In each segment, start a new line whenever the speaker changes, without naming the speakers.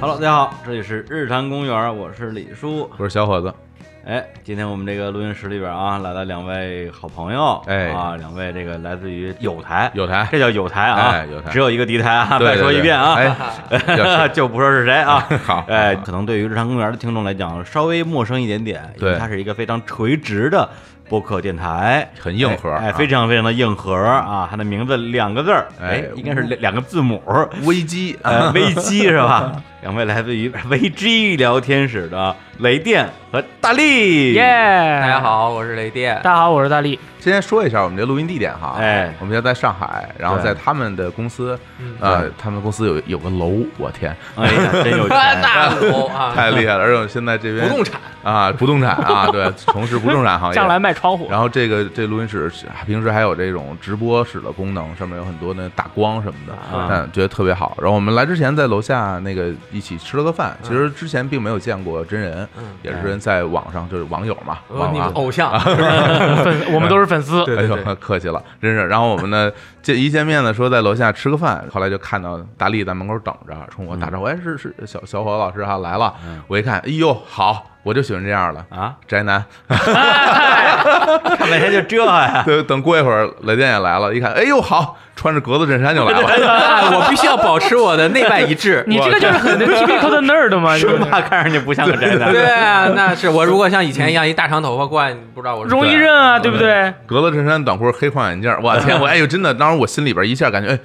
Hello，大家好，这里是日坛公园，我是李叔。
我是小伙子，
哎，今天我们这个录音室里边啊，来了两位好朋友，
哎
啊，两位这个来自于友台，
有台
这叫友台啊，
哎友台
只有一个敌台啊，
对
再说一遍啊，
对对哎
就不说是谁啊。
好，
哎，可能对于日常公园的听众来讲，稍微陌生一点点，因为
对
它是一个非常垂直的播客电台，
很硬核
哎，
啊
非常非常的硬核啊！它的名字两个字儿，哎
哎，
应该是两两个字母，
啊危机哎
呃，危机是吧？两位来自于危机聊天室的雷电和大力，
耶！
大
大
家，好，我是雷电
大。家好，我是大力。
先说一下我们这录音地点哈，
哎嗯
我们现在在上海，然后在他们的公司，呃，他们公司有有个楼，我天，
哎呀，真有钱！
大楼啊，
太厉害了！而且我们现在这边
不动产
啊，不动产啊，对，从事不动产行 业。
上来卖窗户，
然后这个这录音室是平时还有这种直播室的功能，上面有很多那打光什么的，
啊
嗯，觉得特别好。然后我们来之前在楼下那个一起吃了个饭，其实之前并没有见过真人，
嗯
也是在网上就是网友嘛，
我
网
哦你
啊
们偶像，
粉我们都是粉丝。
对对
哎
对
呦，客气了，真是。然后我们呢， 这一见面呢，说在楼下吃个饭，后来就看到达利在门口等着，冲我打
嗯
招呼，哎，是是小小伙老师哈、来了
嗯。
我一看，哎呦，好，我就喜欢这样
嗯
的
啊，
宅男。
看半天就这呀，
对，等过一会儿雷电也来了，一看，哎呦，好，穿着格子衬衫就来了。
啊我必须要保持 我的内外一致。
你这个就是很 typical 的 nerd 嘛，就是
生怕看上去不像个宅男。
对啊，那是我如果像以前一样一大长头发过来，你不知道我是
容易认啊，对不对？
格子衬衫、短裤、黑框眼镜，我天，我哎呦，真的，当时我心里边一下感觉，哎，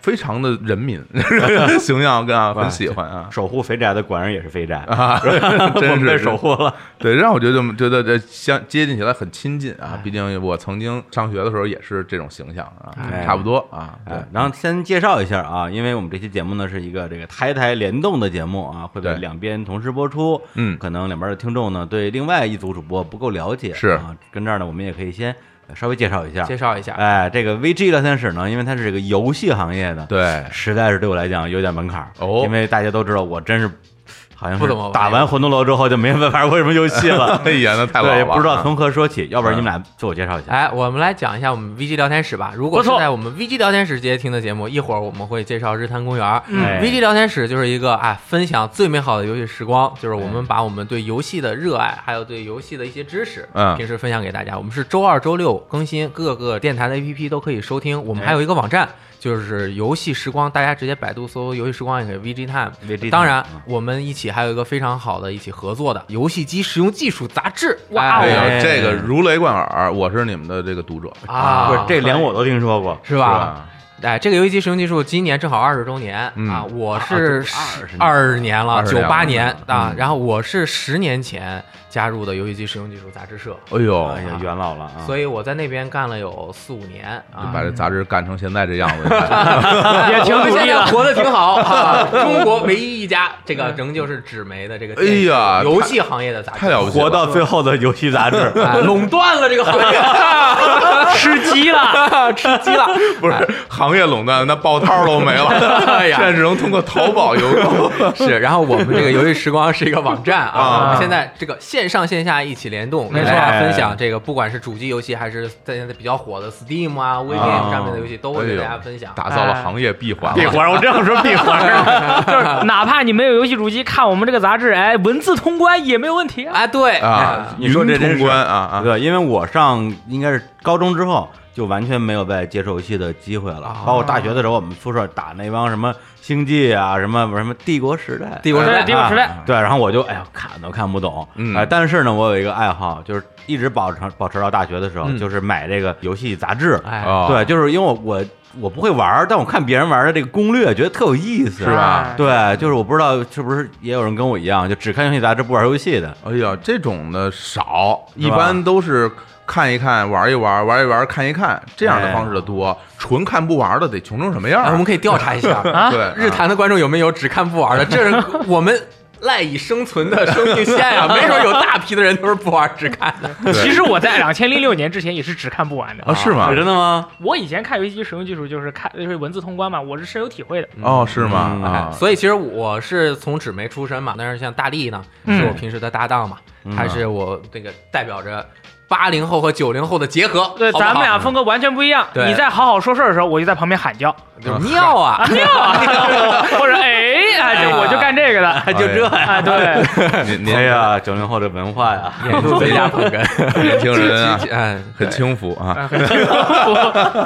非常的人民 形象，跟啊，很喜 欢啊。
守护肥宅的果然也是肥宅，
啊，
我
真
们
是
被
真是
守护了。
对，让我觉得觉得这相接近起来很亲近
哎
啊，毕竟我曾经上学的时候也是这种形象啊，
哎
差不多啊。对
哎，然后先介绍一下啊，因为我们这期节目呢是一个这个台台联动的节目啊，会被
对
两边同时播出。
嗯
可能两边的听众呢对另外一组主播不够了解，
是
啊，跟这儿呢我们也可以先呃稍微介绍一下。
介绍一下，
哎，这个 VG 聊天室呢，因为它是这个游戏行业的，，
对，
实在是对我来讲有点门槛儿
哦，
因为大家都知道我真是好像是
不怎么玩
打完魂斗罗之后就没办法玩什么游戏了
哎呀， 那太老
对，也
了，
不知道从何说起，要不然你们俩自我介绍一下。
哎，我们来讲一下我们 VG 聊天室吧。如果是
不错
在我们 VG 聊天室直接听的节目，一会儿我们会介绍日坛公园。
哎
VG 聊天室就是一个啊，分享最美好的游戏时光，就是我们把我们对游戏的热爱，还有对游戏的一些知识，
嗯
平时分享给大家。我们是周二、周六更新，各个电台的 APP 都可以收听。我们
哎
还有一个网站，就是游戏时光，大家直接百度搜“游戏时光”也可以 VG Time。
VG
当然
嗯，
我们一起还有一个非常好的一起合作的游戏机使用技术杂志。
哇
哎
哦
哎
呀，这个如雷贯耳，我是你们的这个读者，
啊，
不是，这连我都听说过，
是吧？哎，这个游戏机使用技术今年正好二十周年、
嗯
啊！我是
20
二年了，
20
九
年
八
了
年啊、
嗯
然后我是十年前加入的游戏机使用技术杂志社，
哎呦，
哎呀，元老了啊！
所以我在那边干了有四五年
就
啊。
把这杂志干成现在这样 子，你看
也挺
我们
努
现
力
在
了。
活得挺好啊！中国唯一一家这个仍旧是纸媒的这个
哎呀
游戏行业的杂志，
太了不起
活到最后的游戏杂志，
哎垄断了这个行 业， 吃鸡了，吃鸡了。
不是行业垄断，那报套都没 了，
哎呀
现在只能通过淘宝邮购。
是，然后我们这个游戏时光是一个网站啊，
啊
我们现在这个线上线下一起联动，给
没
大
错
家分享这个，不管是主机游戏还是在现在比较火的 Steam 啊、微 g a m 上面的游戏，都会给大家分享。
哎打造了行业闭环
闭
了。啊
环，我这样说闭环，
就是哪怕你没有游戏主机，看我们这个杂志，哎，文字通关也没有问题啊。
啊，对，
啊，
你说这
云
真是
通关啊啊！
对，因为我上应该是高中之后就完全没有再接触游戏的机会了，包括大学的时候，我们宿舍打那帮什么星际啊，什么什么帝国时代，
帝国时代
对帝国时代
啊对，然后我就哎呀看都看不懂，
嗯
哎但是呢，我有一个爱好，就是一直保持保持到大学的时候，
嗯
就是买这个游戏杂志，
哎，
哦
对，就是因为我我我不会玩儿，但我看别人玩儿的这个攻略，觉得特有意思，啊
是吧
哎？
对，就是我不知道是不是也有人跟我一样，就只看游戏杂志不玩游戏的。
哎呀，这种的少，
是吧
一般都是看一看、玩一玩、玩一玩、看一看这样的方式的多。纯看不玩的得穷成什么样
哎我
儿
们？可以调查一下，
对，
日坛的观众有没有只看不玩的？这是我们赖以生存的生命线啊！没准有大批的人都是不玩只看的。
对
其实我在两千零六年之前也是只看不完的
啊，。是吗？
真的吗？
我以前看游戏机使用技术就是看就是文字通关嘛，我是深有体会的。
哦，是吗？
嗯
哎，
啊，
所以其实我是从纸媒出身嘛，但是像大力呢，
嗯
是我平时的搭档嘛，
嗯
他是我这个代表着八零后和九零后的结合，
对，
好不好
咱们俩风格完全不一样。
对
啊
你在好好说事儿的时候，我就在旁边喊叫，
就是妙啊，
哎 或者哎啊哎，这我就干这个的，
还就这
哎，
呀？
对，
年
哎
年
呀，九零后的文化呀，
也就没俩捧 哏，
年轻人啊，
哎，
很轻浮啊。
哎很清楚，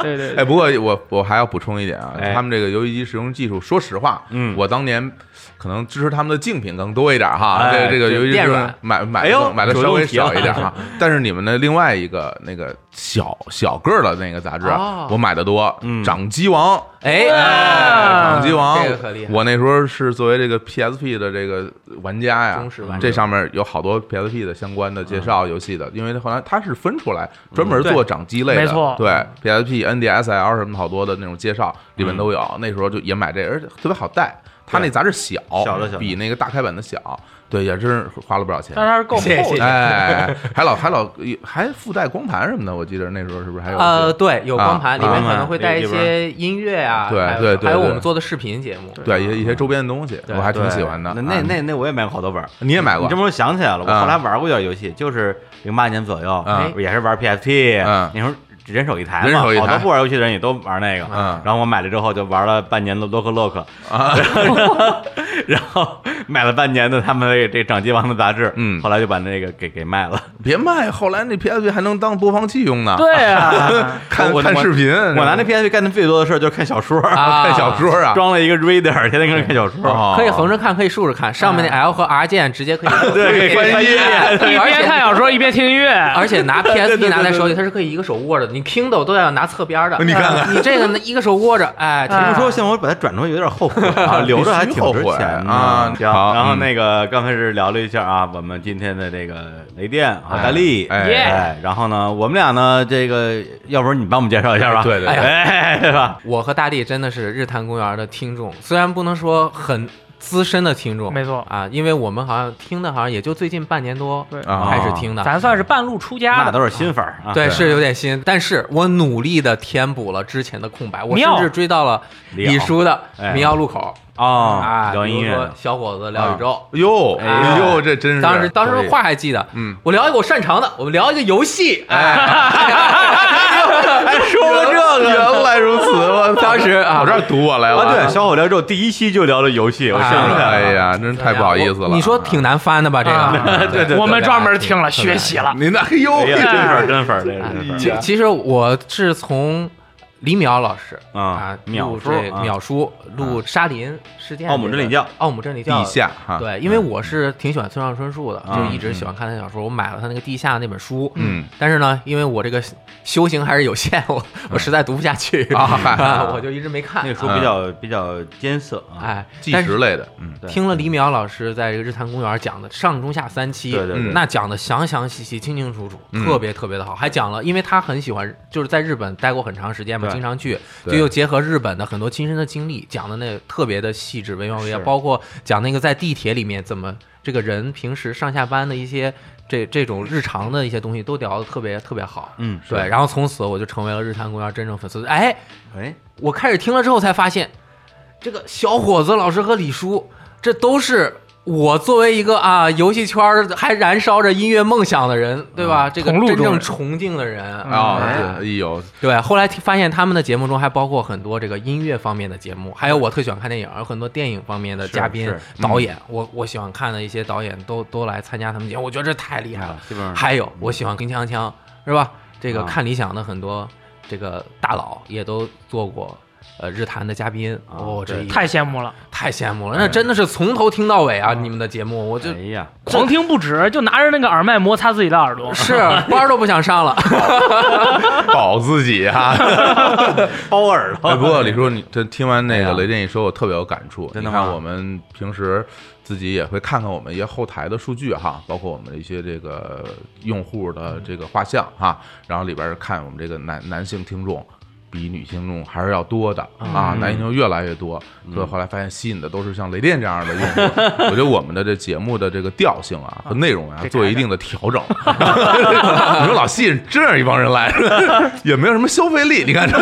对对
哎，
对，
不过我我还要补充一点啊
哎，
他们这个游戏机使用技术，说实话，
嗯
我当年可能支持他们的竞品更多一点哈，
哎
这这个
对
游戏机
电
是
软
买买
哎呦
的买的
主
稍
动
微
提了
小一点 哈，但是你们的另外一个那个小小个儿的那个杂志
哦，
我买的多，
嗯
《掌机王》。
嗯
哎，
掌机啊王
这个可厉，害
我那时候是作为这个 PSP 的这个玩家呀
忠实玩，家
这上面有好多 PSP 的相关的介绍游戏的，因为后来它是分出来专门做掌机类的，
没错
对 PSP、NDSL 什么好多的那种介绍里面都有。那时候就也买这个，而且特别好带，它那杂志小，
小的小的
比那个大开本的小，对，也真是花了不少钱
但。是它是够厚
谢谢
的，
哎，还老还老还附带光盘什么的，我记得那时候是不是还有？
呃，对，有光
啊
盘，里面可能会
啊
带一
里边
些音乐啊，
对
还有
对对
还有
对
我们做的视频节目，
对，一些一些周边的东西，
对
我还挺
对
喜欢的。
那
啊
那那那我也买过好多本儿。
你也买过
你这？么说想起来了，我
嗯
后来玩过一点游戏，就是零八年左右哎
嗯，
也是玩 PSP，
嗯
那时候人手一台
人
嘛，
手一台
好多不玩游戏的人也都玩那个。
嗯
然后我买了之后就玩了半年的 Look Look，
啊，
然后买了半年的他们这这掌机王的杂志，
嗯
后来就把那个给给卖了。
别卖！后来那 PSP 还能当播放器用呢，
对啊，
看
我
看
我
视频。
我拿那 PSP 干的最多的事儿就是看小说，
啊
看小说啊，
装了一个 Reader，天天跟着看小说。
哦
可以横着看，可以竖着看，上面那 L 和 R 键直接可以
对可以
翻
翻
页
页
嗯 一
而
边看
且
小说一边听音乐，
而且拿 PSP
对
拿在手
对对
里，它是可以一个手握着的，你 Kindle 都要拿侧边的，啊
你看看
你这个呢一个手握着，
啊
哎，挺
你
哎
不说，现在我把它转出去有点后悔 啊，留着还挺值钱的
啊
行，
好
然后
嗯
那个刚开始聊了一下啊，我们今天的这个雷电啊，大力，
哎
耶
哎，然后呢，我们俩呢，这个要不然你帮我们介绍一下吧？
对对对
哎，对吧？
我和大地真的是日坛公园的听众，虽然不能说很资深的听众，
没错
啊，因为我们好像听的，好像也就最近半年多
对
啊
开始听的。
咱算是半路出家
那
的，
都是新粉儿啊，
对，是有点新，但是我努力的填补了之前的空白，我甚
妙
至追到了
李
李
敖
叔的
哎
《民谣路口》
哦
啊，，
聊
比如
音
说
乐
《小伙子聊宇宙》
哟
哎
哟，这嗯真是
当时当
可以
时话还记得，
嗯，
我聊一个我擅长的，我们聊一个游戏，哎，
说了这个。
原来如此，我
当时啊
我这儿堵我来了，
啊，对，小伙聊之后第一期就聊了游戏，我
啊
啊想起来
哎
了。
呀，真是太不好意思了。啊
你说挺难翻的吧？这
啊
个，
对对对
我们专门听了学习了，
您那哎呦
哎，呀，真
这
粉儿，真粉儿，这个真
其
粉儿。
其实我是从李淼老师
啊
啊，
淼
录
叔
这
啊
淼叔录沙林事件，
奥姆真理教，嗯
奥姆真理教
地下哈，
对，因为我是挺喜欢村上春树的，
啊
就一直喜欢看他的小说。我买了他那个《地下》那本书，
嗯，
但是呢，因为我这个修行还是有限，我我实在读不下去
啊 嗨
我就一直没看。
嗯那个书啊比较比较艰涩啊，
嗯哎，
纪
但
实
是
类的，嗯，
对
听了李淼老师在这个日坛公园讲的上中下三期，
对对对
那讲的详详细细、清清楚楚，
嗯
特别特别的好。还讲了，因为他很喜欢，就是在日本待过很长时间嘛，
对
经常去，就
对
又结合日本的很多亲身的经历，讲的那特别的细致、惟妙惟肖，
是
包括讲那个在地铁里面怎么这个人平时上下班的一些这这种日常的一些东西都聊的特别特别好。
嗯，
对，然后从此我就成为了日坛公园真正粉丝。哎，
哎，
我开始听了之后才发现，这个小伙子老师和李叔，这都是我作为一个啊游戏圈儿还燃烧着音乐梦想的人，对吧？这个
同路
真
中
正
人
崇敬的人
啊，
哎
对哎呦，
对，后来听发现他们的节目中还包括很多这个音乐方面的节目，还有我特喜欢看电影，有很多电影方面的
是
嘉宾
是、
导演，我我喜欢看的一些导演都都来参加他们节目，我觉得这太厉害了。
啊基本上
还有我喜欢跟锵锵，是吧？这个
啊
看理想的很多这个大佬也都做过。呃，日坛的嘉宾，哦，这
对
一
太羡慕了，
太羡慕了，那真的是从头听到尾啊！你们的节目，我就
哎呀，
狂听不止，就拿着那个耳麦摩擦自己的耳朵，
是啊班儿都不想上 了。
保自己啊 哈。
包耳朵。
哎，不过李叔，你这听完那
哎
个
呀
雷电一说，我特别有感触。
真的
你看
吗
我们平时自己也会看看我们一些后台的数据哈，包括我们的一些这个用户的这个画像哈，然后里边看我们这个男男性听众。比女性听众还是要多的
嗯
啊，男性听众越来越多，所以后来发现吸引的都是像雷电这样的用户。我觉得我们的这节目的这个调性啊
嗯
和内容啊
给
做一
改改
定的调整。 你说老吸引这样一帮人来， 也没有什么消费力，你看这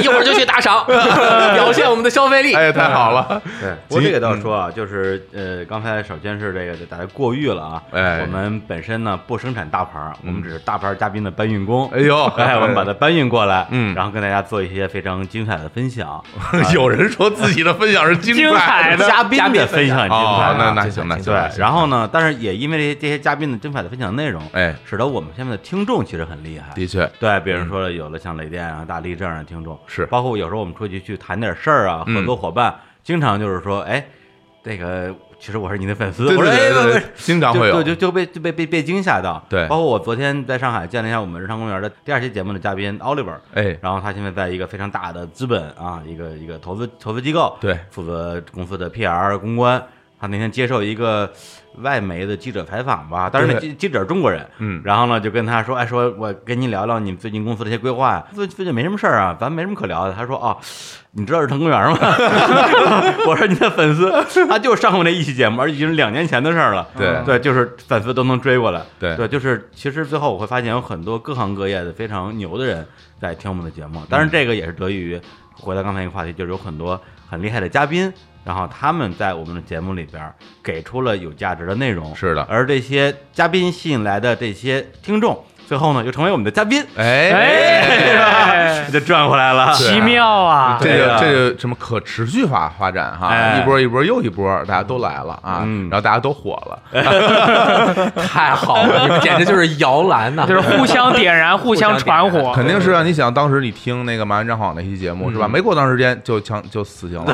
一会儿就去打 赏，表现我们的消费力。
哎，太好了！
对，不过这个倒
嗯
是说啊，就是呃，刚才首先是这个大家过誉了啊。
哎嗯
我们本身呢不生产大牌儿，我们只是大牌儿嘉宾的搬运工。
哎呦，
哎，我们把它搬运过来，
嗯
然后跟大家做一些非常精彩的分享，
有人说自己的分享是精
精
哎
彩的
嘉宾的分享很精彩
哦，那
啊，
那
精
行
彩
那行，
精
对
那，行
然后呢，但是也因为这些这些嘉宾的精彩的分享内容，
哎，
使得我们下面的听众其实很厉害。
的确
对，比如说有了像雷电啊、大力这样的听众，
嗯是
包括有时候我们出去去谈点事儿啊，
嗯
合作伙伴经常就是说，哎，这个其实我是你的粉丝，
对
我
对
说哎
对
不
对
不
对，经常
就
会有
对，就就被就被被被惊吓到。
对
包括我昨天在上海见了一下我们日常公园的第二期节目的嘉宾 Oliver，
哎，
然后他现在在一个非常大的资本啊，一个一个投资投资机构，
对
负责公司的 PR 公关。他那天接受一个外媒的记者采访吧，但是那
对
记记者是中国人，
嗯
然后呢就跟他说，哎，说我跟你聊聊你们最近公司的一些规划呀，最最近没什么事儿啊，咱没什么可聊的。他说哦，你知道日坛公 园吗？我说你的粉丝，他就上过那一期节目，而且已经是两年前的事儿了。
对
嗯对，就是粉丝都能追过来。
对
对，就是其实最后我会发现有很多各行各业的非常牛的人在听我们的节目，
嗯
当然这个也是得益于回到刚才一个话题，就是有很多很厉害的嘉宾，然后他们在我们的节目里边给出了有价值的内容，
是的，
而这些嘉宾吸引来的这些听众，最后呢又成为我们的嘉宾，
哎。
哎，
就赚回来了。
是
奇妙啊！
这
对
个
啊
这个什么可持续化发展哈，
哎
一波一波又一波，大家都来了啊，
嗯哎
然后大家都火了，
太好了，你们简直 就是摇篮呐、
就是互相点燃，互相传火，
肯定是啊！你想当时你听那个麻原彰晃那期节目是吧？
嗯
没过多长时间就强就死刑了，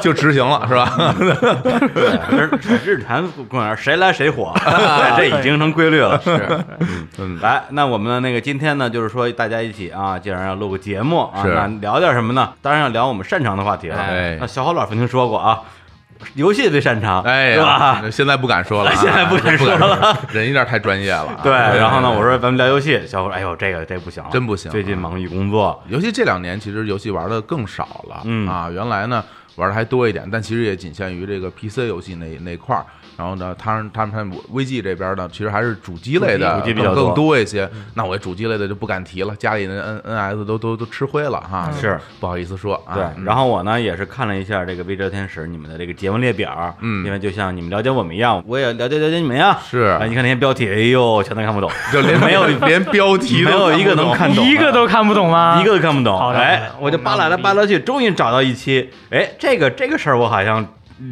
就执行了是吧？
对，日坛公园谁来谁 火，对这已经成规律了。
是
嗯，
来，那我们的那个今天呢，就是说大家一起啊，既然要录个节目啊，
是
那聊点什么呢？当然要聊我们擅长的话题了。
哎
那小郝老师您说过啊，游戏最擅 长，
哎
是吧
呀？，现在不敢说了 啊，
现在不敢说了
了，人有点太专业了啊。
对，然后呢，
对
我说咱们聊游戏，小伙，哎呦，这个这不行了，
真不行
最近忙于工作，
尤其这两年，其实游戏玩的更少了、
嗯
啊。原来呢玩的还多一点，但其实也仅限于这个 PC 游戏那那块儿。然后呢，他们他们他们微 G 这边呢，其实还是主机类的
主机比较
更
多嗯
更多一些。那我主机类的就不敢提了，家里的 N NS 都都都吃灰了哈，
是
不好意思说啊。
嗯对，
嗯
然后我呢也是看了一下这个《微哲天使》你们的这个节目列表，
嗯
因为就像你们了解我们一样，我也了解了解你们呀。
是
啊，你看那些标题，哎呦，全都看不 懂，
就连
没 有
连标题
没
都
有一个能
看不懂
看懂啊的，
一个都看不懂吗？
一个都看不懂。
啊好的
哎
好的，
我就扒拉来扒拉去，终于找到一期，哎，这个这个事儿我好像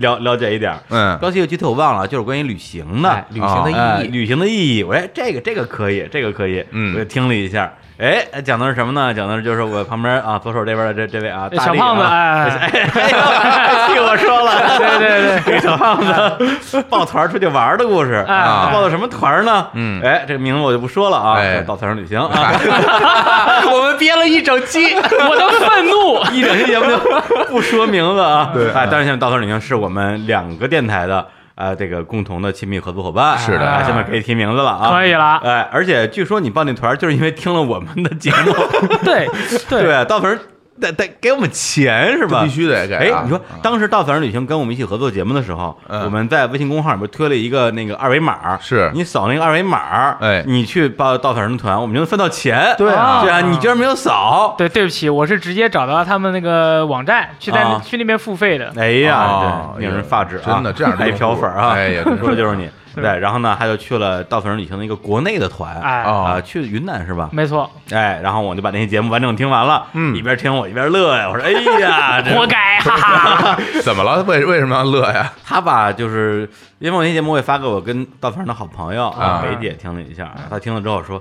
了了解一点儿。
嗯
标题有具体我忘了，就是关于旅行的，
哎旅行的意
哎
义。
旅行的意义。我说这个这个可以，这个可以，
嗯
我就听了一下。哎，讲的是什么呢？讲的就是我旁边啊，左手这边的这这位啊，
这
大力
小胖子
啊
哎
哎呦，替我说了，
对对
这个小胖子 抱团出去玩的故事
哎
啊，抱的什么团呢？
嗯
哎，这个名字我就不说了啊
哎，
到团上旅 行啊，
我们憋了一整 期，
对， 我的愤怒，
一整期节目就不说名字啊。
对嗯
哎，但是现在稻草旅行是我们两个电台的呃这个共同的亲密合作伙伴。
是的
啊现在可以提名字了啊。
可以了
哎，而且据说你报那团儿就是因为听了我们的节目，
对对，
对，稻草人得得给我们钱是
这
吧？
必。须得给、啊。
哎，你说
啊
当时稻草人旅行跟我们一起合作节目的时候，
嗯
我们在微信公号里面推了一个那个二维码，
是
你扫那个二维码，
哎
你去报稻草人的团，我们就能分到钱。
对啊
对啊，你居然没有扫，
对，对不起，我是直接找到他们那个网站，去在那
啊
去那边付费的。
哎呀，
哦
这令人发指啊！
真的 这样的
还
用户
漂粉啊！
哎呀真 是
说的就是你。对，然后呢，他就去了稻草人旅行的一个国内的团，
哎
哦
啊，去云南是吧？
没错，
哎，然后我就把那期节目完整听完了，
嗯
一边听我一边乐呀，我 说哎呀，这
活该，哈 哈。
怎么了？为为什么要乐呀？
他吧，就是因为我那节目我也发给我跟稻草人的好朋友
啊
梅姐听了一下，她听了之后说，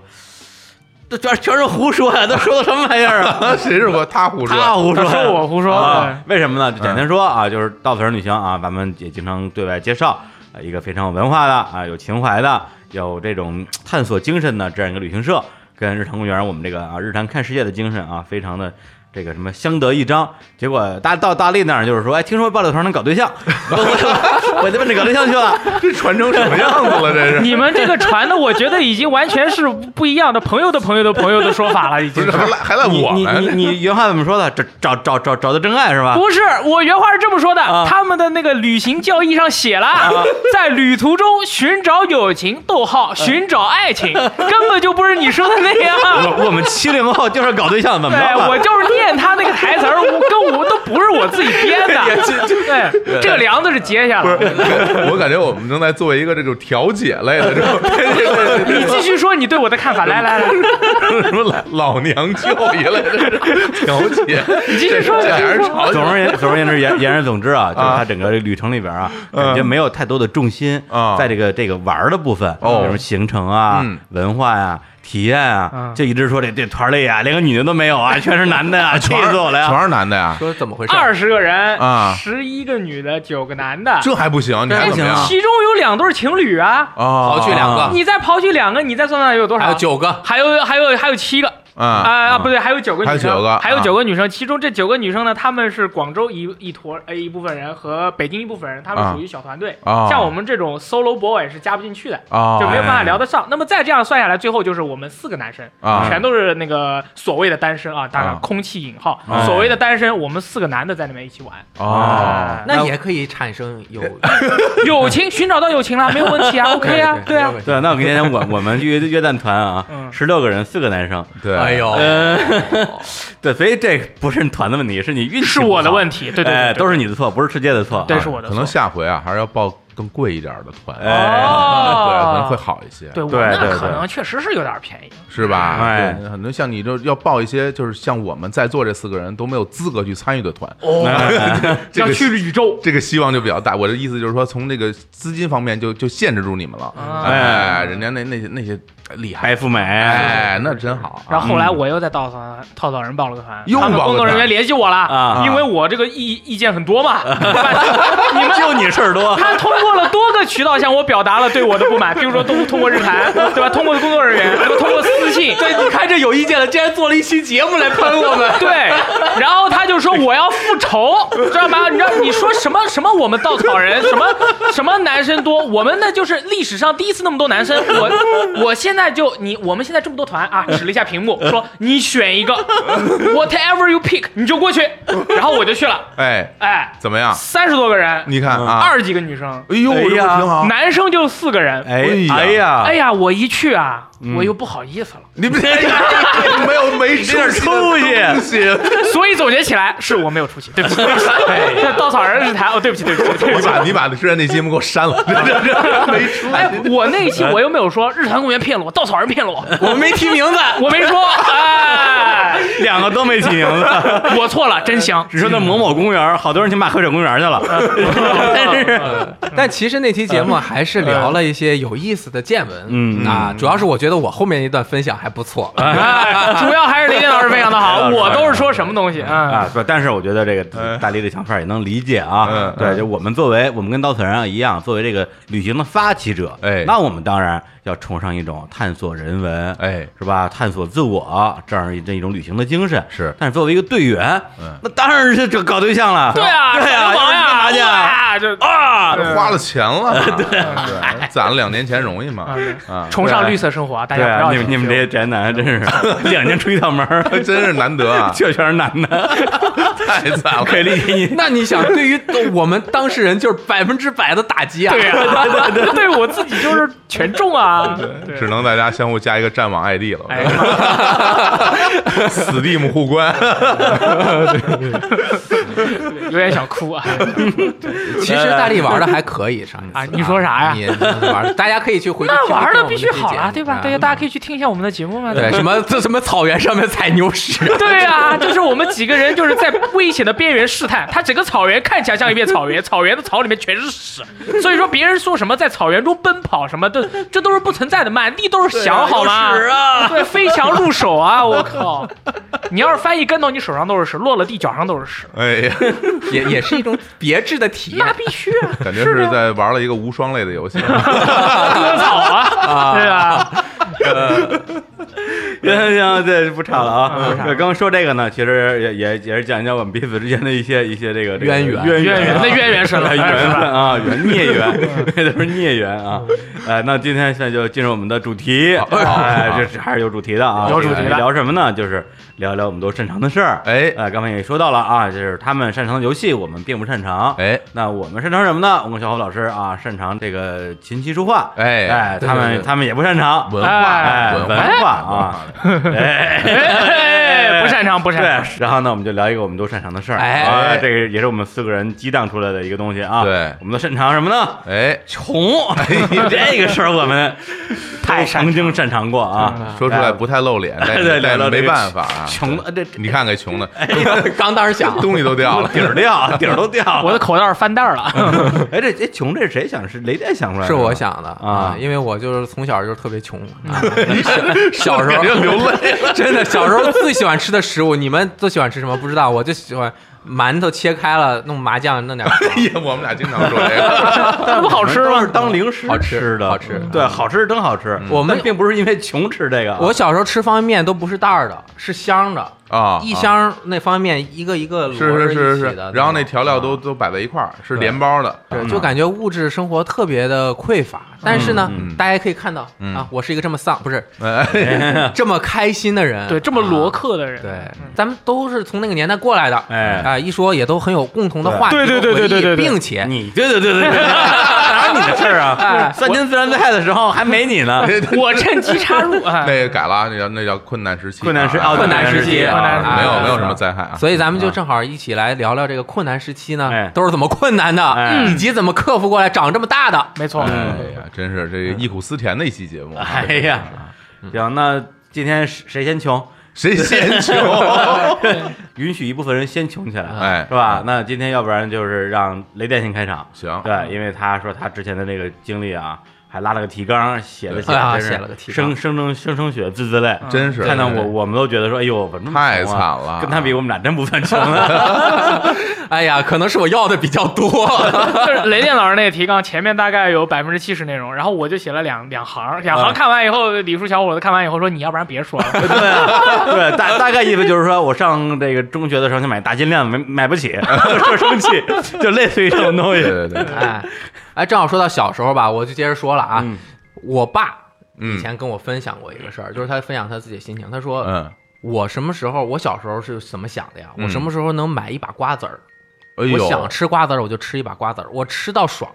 这全全是胡说呀，都说的什么玩意儿啊？
谁是我他胡说？
他胡说，
他说我胡说
啊，为什么呢？就简单说啊，就是稻草人旅行啊，咱们也经常对外介绍，呃一个非常有文化的啊，有情怀的，有这种探索精神的这样一个旅行社，跟日坛公园我们这个啊日坛看世界的精神啊，非常的。这个什么相得益彰，结果大到大力那儿就是说，哎，听说爆料团能搞对象，我我我就奔着搞对象去了。
这传成什么样子了？这是
你们这个传的，我觉得已经完全是不一样的朋友的朋友的朋友的说法了，已
不是。
经
还赖还赖
你
我
你你
们？
你原话怎么说的？找找找找找到真爱是吧？
不是，我原话是这么说的，
啊
他们的那个旅行教义上写了，啊在旅途中寻找友情，逗号寻找爱情，根本就不是你说的那样。
我我们七零后就是搞对象，怎么
对，
着吧？
我就是念他那个台词儿，我跟我都不是我自己编 的。对，这个梁子是结下
不是
了。，
我感觉我们正在做一个这种调解类的这种
你继续说你对我的 看法，来来来，
什么老老娘教一类的这种调解。
你继续说
这这俩人 吵起
总
来，
而言总而言之，言言而总之啊，就是他整个旅程里边啊，
嗯
感觉没有太多的重心
啊
在这个这个玩儿的部分，
哦
比如行程啊
嗯、
文化呀、体验啊
嗯，
就一直说这这团儿里啊，连个女的都没有啊，全是男的呀，气
全是
死我了呀！
全是男的呀，
说怎么回事？
二十个人
啊，
十一个女的，九个男的，
这还不行？你还怎么样
这还不行
其中有两对情侣啊。
啊？
刨去两
啊
个，
你再刨去两个，你再算算有多
还
少
有？九个，
还有还有还有七个
啊
啊啊！不对，还有九个
还有
女生，
九个啊
还有九个女生。其中这九个女生呢，她们是广州一一坨呃一部分人和北京一部分人，她
啊
们属于小团队。
啊
像我们这种 solo boy 是加不进去的，
啊，
就没有办法聊得上。那么再这样算下来，最后就是我们四个男生
啊
全都是那个所谓的单身啊，当
啊
然空气引号
哎，
所谓的单身，我们四个男的在那边一起玩。
哦
哎
啊。
那也可以产生 有
友情寻找到友情了，没有问题 啊，OK 啊，对啊，，
对，那我跟你讲，我我们约约旦团啊
嗯，
十六个人，四个男生，
对，啊
哎呦，
对，所以这不是团的问题，是你运气
是我的
不好
问题，对对对
哎，
对，
都是你的错，不是世界的错啊，
对是我的
可能
错
下回啊，还是要报更贵一点的团，啊
哎
对，可能
哦
会好一些，
对，我
对对
那
对
可能确实是有点便宜。
是吧？
哎
对，很多像你就要报一些，就是像我们在座这四个人都没有资格去参与的团，
哦
哎 这
要
个
去宇宙，
这个希望就比较大。我的意思就是说，从这个资金方面就就限制住你们了。
啊
哎，人家那那些那些厉害
白，富美，
哎，那真好
然
啊。
后后来我又在稻草稻草人报了个团，
又
他们
报了
工作人
团
员联系我了，
啊
因为我这个意意见很多嘛。
就你事儿多，
他通过了多个渠道向我表达了对我的不满，比如说通通过日坛，对吧？通过工作人员，然后通过私信，
对，你看这有意见了，竟然做了一期节目来喷我们。
对，然后他就说我要复仇，知道吗？你知道你说什么什么我们稻草人什么什么男生多，我们那就是历史上第一次那么多男生。我我现在就你我们现在这么多团啊，指了一下屏幕说你选一个，whatever you pick，你就过去，然后我就去了，
哎，
哎，
怎么样？
三十多个人，
你看啊，
二十几个女生，
哎呦，
哎
这
呀
不挺好？
男生就四个人。
哎
哎
哎
呀嗯
呀
哎，呀，我一去啊，我又不好意思了，
你别没有没
这点
出
出息
息，
所以总结起来是我没有出息，对 不起，对不起，
哎
这稻草人日坛，哦，对不起，对不起，对不
你
起。
把你把之前那节目给我删了，这这这没出
哎
息。，
我那一期我又没有说日坛公园骗了我，稻草人骗了我，
我没提名字，
我没 说，哎，
两个都没 起名字。
我错了，真 香。
只说那某某公园，好多人去骂河水公园去了。
哎
但是，
但其实那期节目还是聊了一些有意思的见闻，
嗯
啊，主要是我觉得我后面那段分享还不错，
哎主要还是雷电老师分享的好，我都是说什么东西啊？
啊，不，但是我觉得这个大力的想法也能理解啊
嗯。
对，就我们作为我们跟稻草人啊一样，作为这个旅行的发起者，
哎
那我们当然要崇尚一种探索人文，
哎，
是吧？探索自我这样一这一种旅行的精神
是
但是作为一个队员
嗯，
那当然是这搞对象了。
对啊，
对
耍
啊，
流氓
要不然干
呀，
嘛去啊？
哇就
啊
对
哎花了钱了嘛，啊对，攒了两年钱容易吗？啊
啊，，崇尚绿色生活啊，大
对
哎
啊，
家不
你
要
们你们这些宅男真是两年出一趟门儿，
还真是难得 啊，
这全是男的，
太攒了。
可以理解你。
那你想，对于我们当事人就是百分之百的打击啊！
对啊，对我自己就是权重啊，对
只能大家相互加一个战网 ID 了。
哎呀妈呀
Steam 互 关，
有点想哭啊
其实大力玩的还可以，上一次
啊！你说啥呀？
你玩的，大家可以去回 去
那
听
玩的
听
必须
我们这期
好
节
了，
目
对吧？对，
啊
大家可以去听一下我们的节目嘛。
对，什么这什么草原上面踩牛屎，
对啊，就是我们几个人就是在危险的边缘试探。它整个草原看起来像一片草原，草原的草里面全是屎，所以说别人说什么在草原中奔跑什么的，这都是不存在的，满地都是啊翔，好吗？对，飞翔入手啊！我靠，你要是翻译跟到你手上都是屎，落了地脚上都是屎，
哎呀，
也也是一种别致的体验
那。必须啊，
感觉是在玩了一个无双类的游戏。
啊
割草啊，对吧？
行行行，这不差了
嗯
啊！刚刚说这个呢，其实也也也是讲一讲我们彼此之间的一些 一些这个这个
渊源
渊
渊源
源
那渊源深了，
哎 缘
是
分
吧嗯
啊，缘孽 缘，那都是孽缘啊！哎，那今天现在就进入我们的主题，
好
哎，这是还是有主题的啊，
有主题的
这个聊什么呢？就是聊聊我们都擅长的事儿。
哎
呃，刚才也说到了啊，就是他们擅长的游戏，我们并不擅长。
哎
那我们擅长什么呢？我跟小虎老师啊，擅长这个琴棋书画。
哎
哎，
对
他
对
们
对
他们也不擅长
文
哎
化，
哎，
文
文化啊，哎，
哎不擅长，不擅
对
长。，
然后呢，我们就聊一个我们都擅长的事儿。
哎
啊，这个也是我们四个人激荡出来的一个东西啊。
对
我们都擅长什么呢？
哎，
穷，这个事儿我们太曾经擅长过啊。
说出来不太露脸，但
哎对
是
聊
但
到
是
这
没
个
办法啊，
穷哎呃的这
你看给穷的，
刚当时想，
东西都掉了，
底儿掉，底儿都掉了。
我的口袋儿翻袋儿了，
哎，这这穷这是谁想？是雷电想出来的？
是我。想的
啊
因为我就是从小就是特别穷， 啊、小小时
感
候
觉流泪。
真的小时候最喜欢吃的食物，你们都喜欢吃什么？不知道，我就喜欢馒头切开了弄麻酱 弄点儿，
哎呀，我们俩经常说这个，
那不好吃
都是
吗？
当零食
好吃
的，
好吃嗯
对，好吃是真好吃。
我们
但并不是因为穷吃这个啊，
我小时候吃方便面都不是袋儿的，是箱的，
啊，
一箱那方便面一个一个摞
是
着
是
一
是
起
是
的，，
然后那
那种
调料都都摆在一块儿，是连包的，嗯
对，就感觉物质生活特别的匮乏。但是呢，
嗯
大家可以看到、
嗯
啊，我是一个这么丧，不是
哎，
这么开心的人，
对，这么
啊
罗克的人，
对，咱们都是从那个年代过来的，
哎
啊，一说也都很有共同的话题
对对
和
对对
回忆
对对对
并且
嗯
你对对对对对，哪有你的事儿啊
哎？
三年自然灾害的时候还没你呢，
我趁机插 入啊，
那个改了，啊，那叫那叫困难时期 啊，
困难时
啊
啊，
困难时期
啊
困难时期
没有
啊
没有什么灾害啊，
所以咱们就正好一起来聊聊这个困难时期呢，
哎
都是怎么困难的，
哎
以及怎么克服过来，长这么大的。
没错，
哎呀，真是这个忆苦思甜的一期节目啊，
嗯
哎呀，行，那今天谁谁先穷？
谁先穷？
允许一部分人先穷起来，
哎
是
嗯
吧？那今天要不然就是让雷电先开场，
行
对，因为他说他之前的那个经历啊，还拉了个提纲，写了
对啊
真是
写了个提纲嗯
生生生生生血，字字
嗯
泪，
真是
看到我我们都觉得说，哎呦，怎么这么
太
穷
惨
啊
了
跟他比我们俩真不算穷啊，
哎呀，可能是我要的比较多，
就是雷电老师那个提纲前面大概有百分之七十内容，然后我就写了两两行，两行看完以后，李叔小伙子看完以后说：“你要不然别说了。
对啊，对，大大概意思就是说我上这个中学的时候想买大金链子，没买不起， 就生气，就类似于这种东
对
西，
对对，
哎，哎，正好说到小时候吧，我就接着说了啊，
嗯
我爸以
嗯
前跟我分享过一个事儿，就是他分享他自己的心情，他说，
嗯，
我什么时候，我小时候是怎么想的呀？
嗯
我什么时候能买一把瓜子儿？
哎
我想
呦，
吃瓜子儿，我就吃一把瓜子儿，我吃到爽，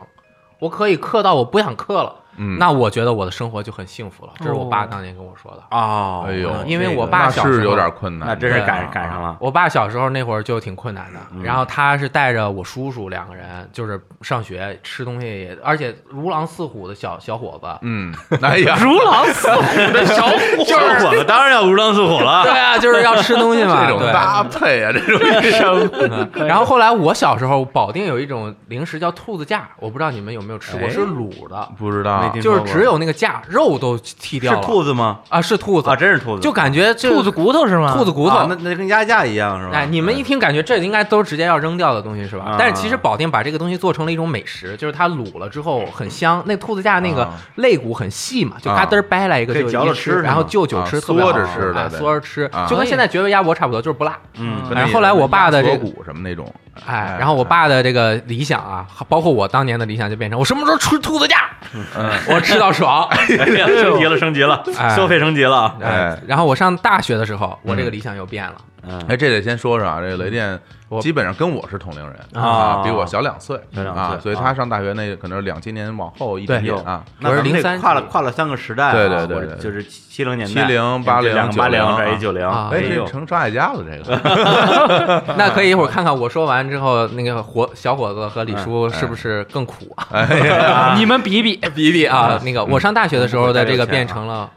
我可以嗑到我不想嗑了。
嗯，
那我觉得我的生活就很幸福了，这是我爸
哦
当年跟我说的。
哦
哎呦，
因为我
爸。
爸
那
小时候
是有点困难，
那真是
对啊
赶赶上了。
我爸小时候那会儿就挺困难的，
嗯
然后他是带着我叔叔两个人，就是上学吃东西也，而且如狼似虎的小小伙子。
嗯，哎 呀，
如狼似虎啊的 小伙
小伙子当然要如狼似虎 了。
对啊，就是要吃东西嘛。
这种
对
搭配啊，这 种
嗯然后后来我小时候，保定有一种零食叫兔子架，我不知道你们有没有吃过，
哎
是卤的，
不知道
没听，
就是只有那个架，肉都剃掉
是
了。
兔子吗？
啊，是兔子，
啊，真是兔子，
就感觉这
兔子骨头是吗？
兔子骨头。
啊那那跟鸭架一样是吧？
哎，你们一听感觉这应该都是直接要扔掉的东西是吧？
啊
但是其实保定把这个东西做成了一种美食，就是它卤了之后很香。那兔子架那个
啊
肋骨很细嘛，就嘎噔儿掰来一个
可以
就
嚼
一
着吃
吃，
是吗
然后就酒
啊
吃特别
嗦
好
着
吃
吃的
哎
对
嗦着吃
啊，
就跟现在绝味鸭脖差不多，就是不辣。
嗯，
然后后来我爸的这
锁
个
骨什么那种，
哎，然后我爸的这个理想啊，包括我当年的理想，就变成我什么时候吃兔子架，
嗯，
我吃到爽。
哎呀 升级了，升级了，
哎
消费升级了啊。
哎
哎，
然后我上大学的时候，我这个理想又变了。
嗯，
哎，这得先说说啊，这个雷电
我
基本上跟我是同龄人
啊
比我小两岁
小两岁
啊，所以
啊
他上大学那可能是两千年往后一点
对
点啊，
那
我是
咱们这
03
跨了跨了三个时代啊，
对对对
我
对
就是七七零年代，
70 80
两个八零，
90
这一九零，
啊
哎，
哎
这
呦，
成张艾嘉了，这个
那可以一会儿看看我说完之后，那个火小伙子和李叔是不是更苦啊？
你们比比，
比比啊，那个我上大学的时候的这个变成了，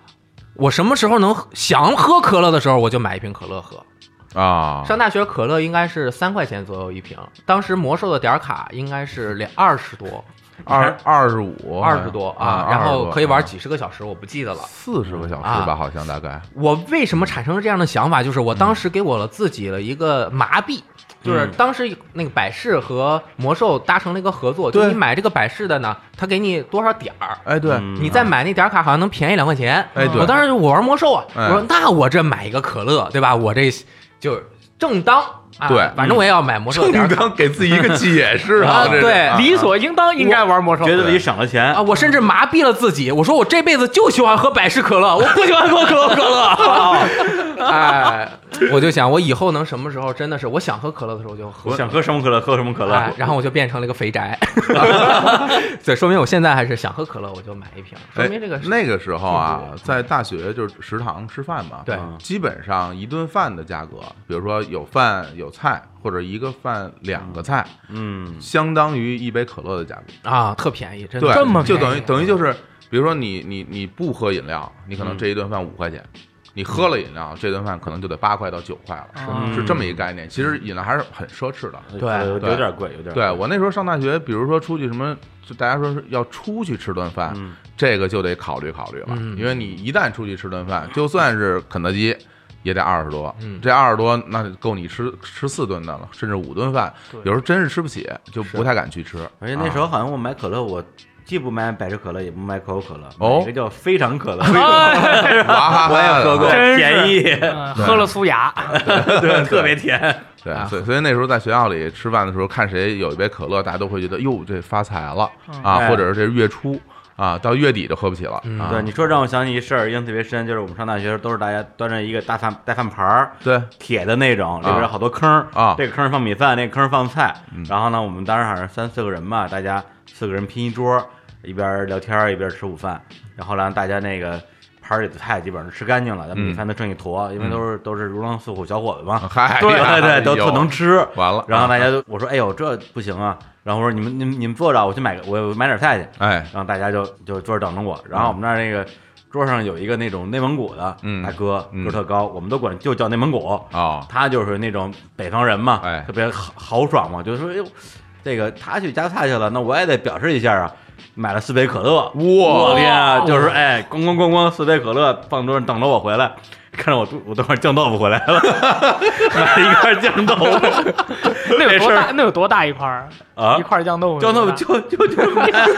我什么时候能喝想喝可乐的时候，我就买一瓶可乐喝。
啊，
上大学可乐应该是三块钱左右一瓶，当时魔兽的点儿卡应该是两二十多，
二二十五，
二十多
啊
啊，，然后可以玩几十个小时，我不记得了。
四十个小时吧，好像大概
我为什么产生了这样的想法？就是我当时给我了自己了一个麻
嗯
痹，就是当时那个百事和魔兽达成了一个合作，就
对
你买这个百事的呢，他给你多少点儿，
哎，对，
嗯
你再买那点儿卡好像能便宜两块钱。
哎对
我当时就我玩魔兽啊，
哎
我说那我这买一个可乐，对吧？我这就正当。啊
对
反正我也要买魔兽
正
点儿卡
当给自己一个解释
啊
这是
对
啊
理所应当应该玩魔兽。
觉得自己省了钱
啊！我甚至麻痹了自己，我说我这辈子就喜欢喝百事可乐，我不喜欢喝可口 可
哦
乐。哎， 我就想我以后能什么时候真的是我想喝可乐的时候就喝。
想喝什么可乐喝什么可
哎
乐，，
然后我就变成了一个肥 宅，对，说明我现在还是想喝可乐我就买一瓶，说明这个
哎
是
那个时候啊，在大学就是食堂吃饭嘛，
对
嗯
基本上一顿饭的价格，比如说有饭有菜，或者一个饭两个菜，
嗯，
相当于一杯可乐的价格。
啊特便宜，真的
对，
这么
就
便
等于
宜
等于就是，比如说你你你不喝饮料，你可能这一顿饭五块
嗯
钱。你喝了饮料，这顿饭可能就得八块到九块了，
嗯
哦
是是这么一个概念。其实饮料还是很奢侈的。
嗯
有
对
有点贵，有点贵
对我那时候上大学，比如说出去什么，就大家说是要出去吃顿饭，
嗯
这个就得考虑考虑了，
嗯
因为你一旦出去吃顿饭，就算是肯德基。也得二十多，
嗯
这二十多那够你吃吃四顿的了，甚至五顿饭。有时候真是吃不起，就不太敢去吃。啊
而且那 时候好像我买可乐，我既不买百事可乐，也不买可口可乐，
哦
买一个叫非常可 乐，
哎
啊，我也
喝过，
真是
便宜，
嗯喝了苏牙，
对，特别甜，
对
啊，
所以所以那时候在学校里吃饭的时候，看谁有一杯可乐，大家都会觉得哟，这发财了啊，
哎
或者是这月初啊，到月底就喝不起了
嗯
啊。
对，你说让我想起一事儿，印象特别深，就是我们上大学的时候都是大家端着一个大饭大饭盘儿，
对，
铁的那种，里边有好多坑儿
啊
这个坑儿放米饭，那个坑儿放菜
嗯。
然后呢，我们当时好像三四个人吧，大家四个人拼一桌，一边聊天儿一边吃午饭。然后呢，大家那个盘儿里的菜基本上吃干净了，咱
嗯
们米饭都剩一坨，因为都是都是如狼似虎小伙子嘛，
嗨，
对
嗯哎
对
呦啊
对，都特能吃。
完了。
然后大家都我说，哎呦，这不行啊！然后我说你们你们你们坐着，我去买个我我买点菜去。
哎，
然后大家就就桌儿等着我。然后我们那儿那个桌上有一个那种内蒙古的
嗯
大哥，
嗯
个儿特高，我们都管就叫内蒙古。
哦，
他就是那种北方人嘛，
哎
特别豪豪爽嘛，就是说，哎呦，这个他去加菜去了，那我也得表示一下啊。买了四杯可乐，
哇
我天啊，就是哎，咣咣咣咣，四杯可乐放桌上等着我回来，看着我我等会儿酱豆腐回来了， 买了一块酱豆腐
那
没
有多
事
大？那有多大一块儿？
啊
一，块儿酱豆腐，
酱豆腐就就就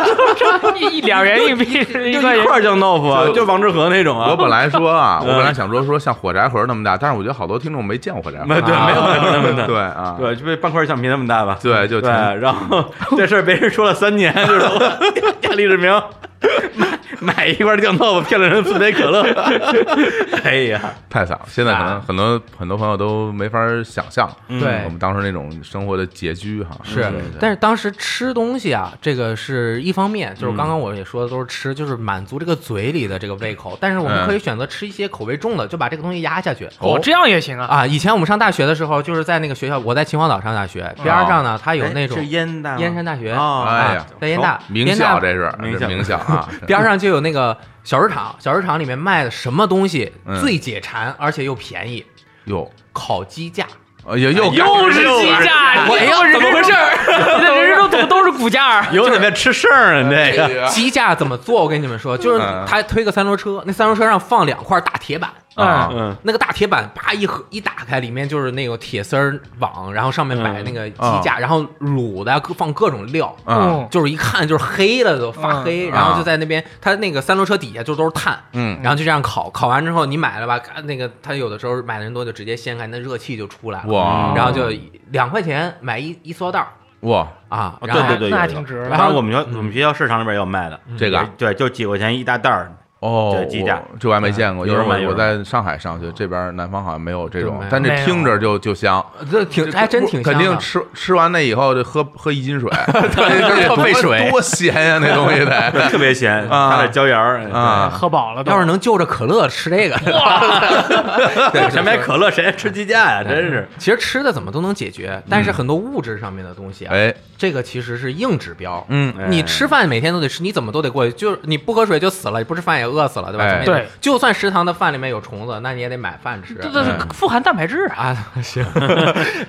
一一两元硬币是一
就
块
一
钱。
块酱豆腐啊，
就
就王致和那种啊，
我本来说啊，我
嗯
本来想说说像火柴盒那么大，但是我觉得好多听众没见过火柴盒，
没对
啊
没有没有那么大，
对啊，
对，就被半块橡皮那么大吧，
对就
对，
挺
然后 这事儿别人说了三年，就是我 家李志明买买一块酱豆腐骗了人四杯可 乐，哎呀，
太惨了。现在可能
啊
很多很多朋友都没法想象，
嗯
对
我们当时那种生活的拮据哈。
是
对，对
但是当时吃东西啊，这个是一方面，就是
嗯
刚刚我也说的都是吃，就是满足这个嘴里的这个胃口。但是我
嗯
们可以选择吃一些口味重的，就把这个东西压下去。
哦，这样也行啊。
啊，以前我们上大学的时候，就是在那个学校，我在秦皇岛上大
啊
学，边儿上呢，它哎有那种
哎是燕大吗
燕山大学
哦，
哎呀
啊，在燕大
名
燕大
校这是
名
这
校
名校啊，
边儿上就有那个小市场，小市场里面卖的什么东西
嗯
最解馋，而且又便宜？
哟，
烤鸡架。
哎呀又
又是鸡架，
我哎
又
呦，
是
怎么回事？儿？
你的人生中怎么都是骨架儿？
哎有准备吃剩儿呢，这个
哎呀
鸡架怎么做？我跟你们说，就是
嗯
他推个三轮车，那三轮车上放两块大铁板。
啊
嗯
嗯，
那个大铁板啪一合一打开，里面就是那个铁丝儿网，然后上面摆那个鸡架，然后卤的各放各种料，
哦嗯
嗯
就是一看就是黑了都发黑，
嗯
然后就在那边，它那个三轮车底下就都是炭，
嗯，
然后就这样烤，烤完之后你买了吧，咔那个他有的时候买的人多就直接掀开，那热气就出来了，
哇
嗯然后就两块钱买一一塑料袋儿
哇，
啊，
哦
然后
对对对，
哎那还
有有
挺值的
然后我们学我们学校市场里边有卖的
这个啊
对，就几块钱一大袋儿，
哦
嗯对，鸡架
我这我还没见过，因为
有人买
我
有
我
人
在上海上学，这边南方好像没有这
对
种
没有，
但这听着就就香，
这挺还真挺香
肯
的
定吃吃完那以后，这喝喝一斤水，
对
这
特费
多
水
多咸呀，那东 西得。
特别咸，
啊
加点椒盐
哎
儿
啊
喝饱了都。
要是能就着可乐吃这个，
对，谁买可乐谁吃鸡架
嗯
呀，真是
其实吃的怎么都能解决，但是很多物质上面的东西啊，
哎，
这个其实是硬指标。
嗯，
哎
你吃饭每天都得吃，你怎么都得过去，就是你不喝水就死了，你不吃饭也饿死了，对吧？
哎
怎么也得
对，
就算食堂的饭里面有虫子，那你也得买饭吃。
这这这富含蛋白质 啊！
啊，行，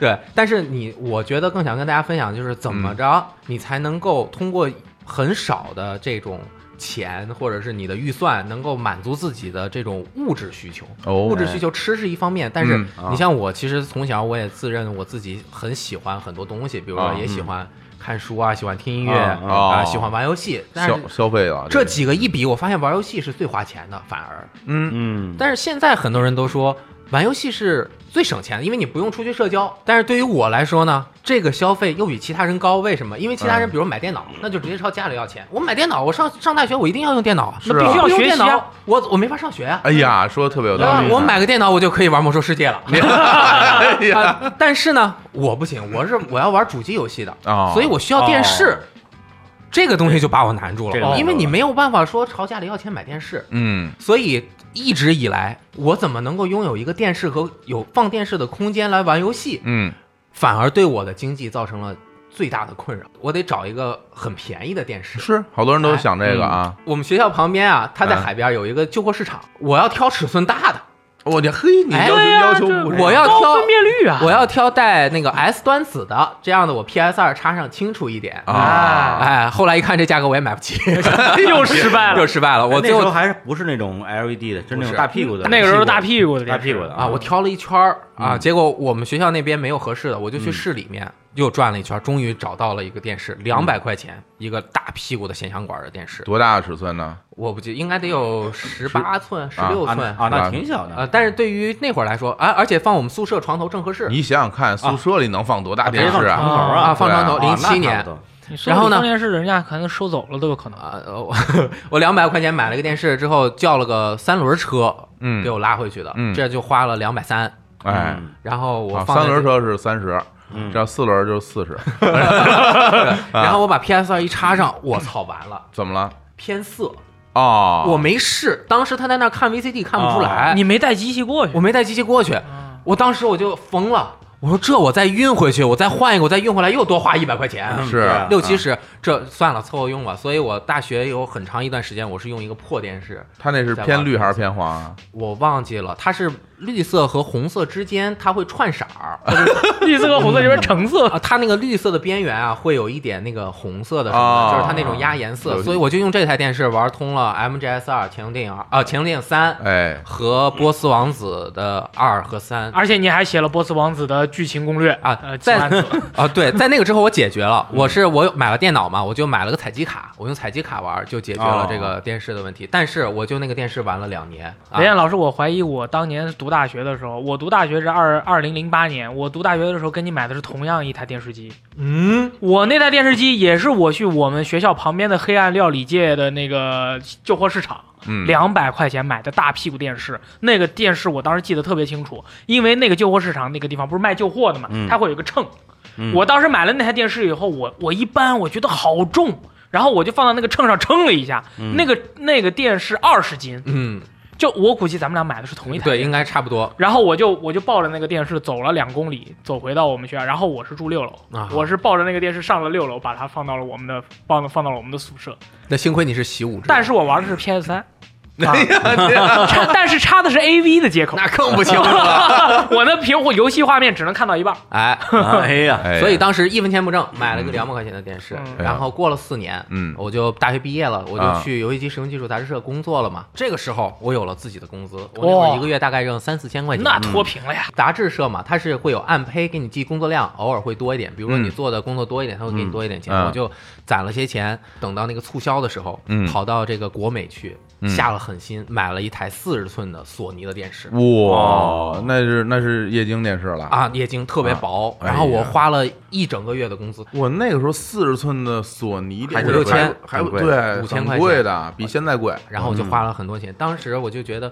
对，但是你，我觉得更想跟大家分享的就是怎么着你才能够通过很少的这种钱或者是你的预算，能够满足自己的这种物质需求。
哦
物质需求吃是一方面，但是
嗯
啊
你像我，其实从小我也自认我自己很喜欢很多东西，比如说
啊
也喜欢看书啊，喜欢听音乐
啊
啊
啊，喜欢玩游戏，但是
消。消费了，
这
个
几个一比，我发现玩游戏是最花钱的，反而。
嗯
嗯，
但是现在很多人都说玩游戏是最省钱的，因为你不用出去社交。但是对于我来说呢，这个消费又比其他人高，为什么？因为其他人比如买电脑，那就直接朝家里要钱。我买电脑，我上上大学我一定要用电脑啊，
是啊
那必须要
不用
学习
电脑
啊，我我没法上学啊。
哎呀，说的特别有
对
道
吧
理。
啊我买个电脑，我就可以玩魔兽世界 了。
哎呀，
啊，但是呢，我不行，我是我要玩主机游戏的，
哦
所以我需要电视，这哦个东西就把我难住
这个难
了，
住
因为你
了
没有办法说朝家里要钱买电视，
嗯，
所以一直以来，我怎么能够拥有一个电视和有放电视的空间来玩游戏，
嗯
反而对我的经济造成了最大的困扰。我得找一个很便宜的电视。
是，好多人都想这个啊。
我们学校旁边啊，它在
嗯
海边有一个旧货市场，我要挑尺寸大的，
我这嘿，你
哎
要求
对呀啊
要求
这
不是
我要挑
高分辨率啊！
我要挑带那个 S 端子的，这样的我 PS 二插上清楚一点
啊
哎，后来一看这价格我也买不起，
又失败了
又失败了。
那
我最
时候
后
还是不是那种 LED 的，是那
不
种
是
大屁股的，
那个时候是大
屁
屁股的
大
电视
屁股的
嗯
啊，我挑了一圈儿啊，结果我们学校那边没有合适的，我就
嗯
去市里面又转了一圈，终于找到了一个电视，两百块钱一个大屁股的显像管的电视，
多大的尺寸呢？
我不记应该得有十八寸、十
啊
六
啊
寸
那啊，那挺小的
呃，但是对于那会儿来说啊，而且放我们宿舍床头正合适
你想想看，宿舍里能放多大
啊
电
直接
视
放床
啊？哦
头
啊，放床头，
对啊
零
那差
七
不
年。
多
你说
然后
你
呢
当年是人家可能收走了都有可能。
啊，呃我 我两百块钱买了个电视之后，叫了个三轮车给
嗯，
我拉回去的，
嗯
这就花了两百三。
哎，
嗯
然后我
啊
放在
三轮
这，
车是三十，
嗯
这四轮就是四十，
然
啊
后我把 PS 二一插上，我操，完了
怎么了？
偏色，
哦，
我没试。当时他在那儿看 VCD 看不出来，
你没带机器过去
哎我，没带机器过去，
啊
我当时我就疯了，我说这我再运回去，我再换一个，我再运回来又多花一百块钱。
嗯
是
对啊
六七十，这算了，凑合用吧。所以我大学有很长一段时间，我是用一个破电视，
他那是偏绿还是偏黄啊？
我忘记了，它是绿色和红色之间，它会串色儿，或者是
绿色和红色里边橙色
啊，它那个绿色的边缘啊，会有一点那个红色的什
哦
么的，就是它那种压颜
有
色，
一
所以我就用这台电视玩通了 MGS 二《潜龙电影二》啊，《潜龙电影三》
哎，
和《波斯王子》的二和三
而且你还写了波斯王子的剧情攻略
啊
呃，
在
其他子
啊， 对，在那个之后我解决了，我是我有买了电脑嘛，我就买了个采集卡，我用采集卡玩就解决了这个电视的问题，但是我就那个电视玩了两年啊
雷，燕老师，我怀疑我当年读大学的时候，我读大学是二二零零八年，我读大学的时候跟你买的是同样一台电视机。
嗯，
我那台电视机也是我去我们学校旁边的黑暗料理界的那个旧货市场，
嗯，
两百块钱买的大屁股电视。那个电视我当时记得特别清楚，因为那个旧货市场那个地方不是卖旧货的嘛，
嗯
它会有一个秤。
嗯
我当时买了那台电视以后，我我一搬我觉得好重，然后我就放到那个秤上称了一下，
嗯
那个那个电视二十斤，
嗯，
就我估计咱们俩买的是同一台。
对，应该差不多，
然后我就我就抱着那个电视走了两公里，走回到我们学校。然后我是住六楼，
啊
我是抱着那个电视上了六楼，把它放到了我们的放放到了我们的宿舍。
那幸亏你是习武之人，
但是我玩的是 PS 三、
哎
啊
呀，
插但是插的是 AV 的接口，
那更不行了。
我那屏幕游戏画面只能看到一半。
哎，
啊哎呀，
哎
所以当时一分钱不挣，买了个两百块钱的电视，
嗯
然后过了四年，
嗯
我就大学毕业了，我
啊
就去游戏机使用技术杂志社工作了嘛。这个时候我有了自己的工资，我那会儿一个月大概挣三四千块钱。
那脱贫了呀！
杂志社嘛，它是会有按胚给你记工作量，偶尔会多一点。比如说
嗯
你做的工作多一点，它会给你多一点钱。
嗯
我就攒了些钱，等到那个促销的时候，
嗯
跑到这个国美去，
嗯
下了狠心买了一台四十寸的索尼的电
嗯
视。
哇，那是那是液晶电视了！
啊，液晶特别
哦啊
薄，
哎呀
然后我花了一整个月的工资，
我那个时候四十寸的索尼电视
五六千
还
很贵
对
五千
很
块钱
贵的，比现在贵。
然后我就花了很多钱。当时我就觉得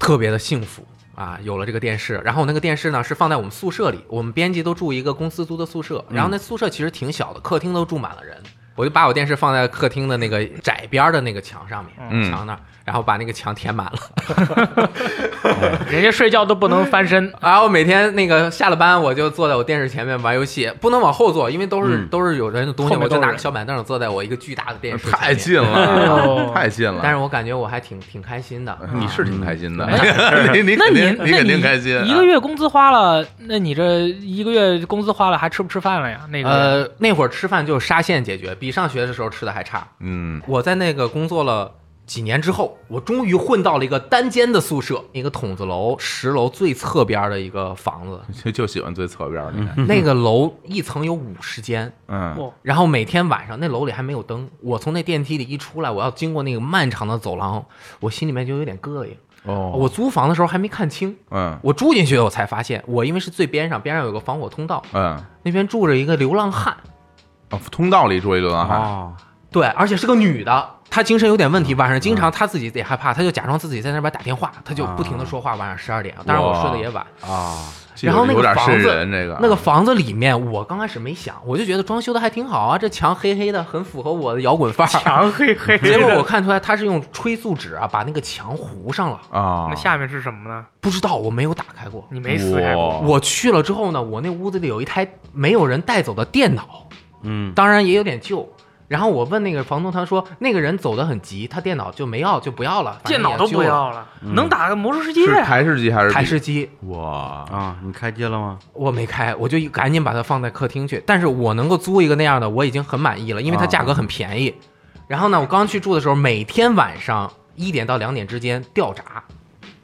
特别的幸福啊，有了这个电视。然后那个电视呢是放在我们宿舍里，我们编辑都住一个公司租的宿舍，然后那宿舍其实挺小的，客厅都住满了人。我就把我电视放在客厅的那个窄边儿的那个墙上面，
嗯
墙那儿，然后把那个墙填满了。
人家睡觉都不能翻身，
然后每天那个下了班，我就坐在我电视前面玩游戏，不能往后坐，因为都是、
嗯
都是有人的东西，
后面
我
都
就是拿个
人
小板凳坐在我一个巨大的电视前
太
面
近
哎
哦
了，
呦
太近了。
但是我感觉我还挺挺开心的。啊
你是挺开心的， 你你
那
肯
你
定
那
肯定开心啊。
一个月工资花了，那你这一个月工资花了还吃不吃饭了呀？那个、
呃，那会儿吃饭就是沙县解决，比上学的时候吃的还差。
嗯，
我在那个工作了几年之后，我终于混到了一个单间的宿舍，一个筒子楼十楼最侧边的一个房 子。
就就喜欢最侧边的，
那个楼一层有五十间，
嗯，
哦
然后每天晚上那楼里还没有灯，我从那电梯里一出来，我要经过那个漫长的走廊，我心里面就有点膈应。
哦，
我租房的时候还没看清，
嗯
我住进去我才发现，我因为是最边上，边上有个防火通道，
嗯，啊
那边住着一个流浪汉，
通道里住一流啊浪汉，
哦，
对，而且是个女的，她精神有点问题，晚上
嗯
经常她自己也害怕，她就假装自己在那边打电话，她就不
啊
停的说话，晚上十二点，当然我睡得也晚。
啊，
然后那个
有点
房
瘆
子
人，这
啊
个啊
那个房子里面，我刚开始没想，我就觉得装修的还挺好啊，这墙黑黑的，很符合我的摇滚范儿。
墙黑 黑
结
的。
果我看出来，他是用吹塑纸啊把那个墙糊上了，
啊，
那下面是什么呢？
不知道我没有打开过。
你没死开过，
哇
我去了之后呢，我那屋子里有一台没有人带走的电脑，
嗯，
当然也有点旧。然后我问那个房东，他说那个人走得很急，他电脑就没要，就不要了，反
电
正也
脑都
旧
不
了。
要了，
嗯
能打个魔兽世界
是
呀？
台式机还是
啊台
笔
式机
哇
啊，你开机了吗？
我没开，我就赶紧把它放在客厅去。但是我能够租一个那样的，我已经很满意了，因为它价格很便宜。然后呢，我刚去住的时候，每天晚上一点到两点之间掉闸，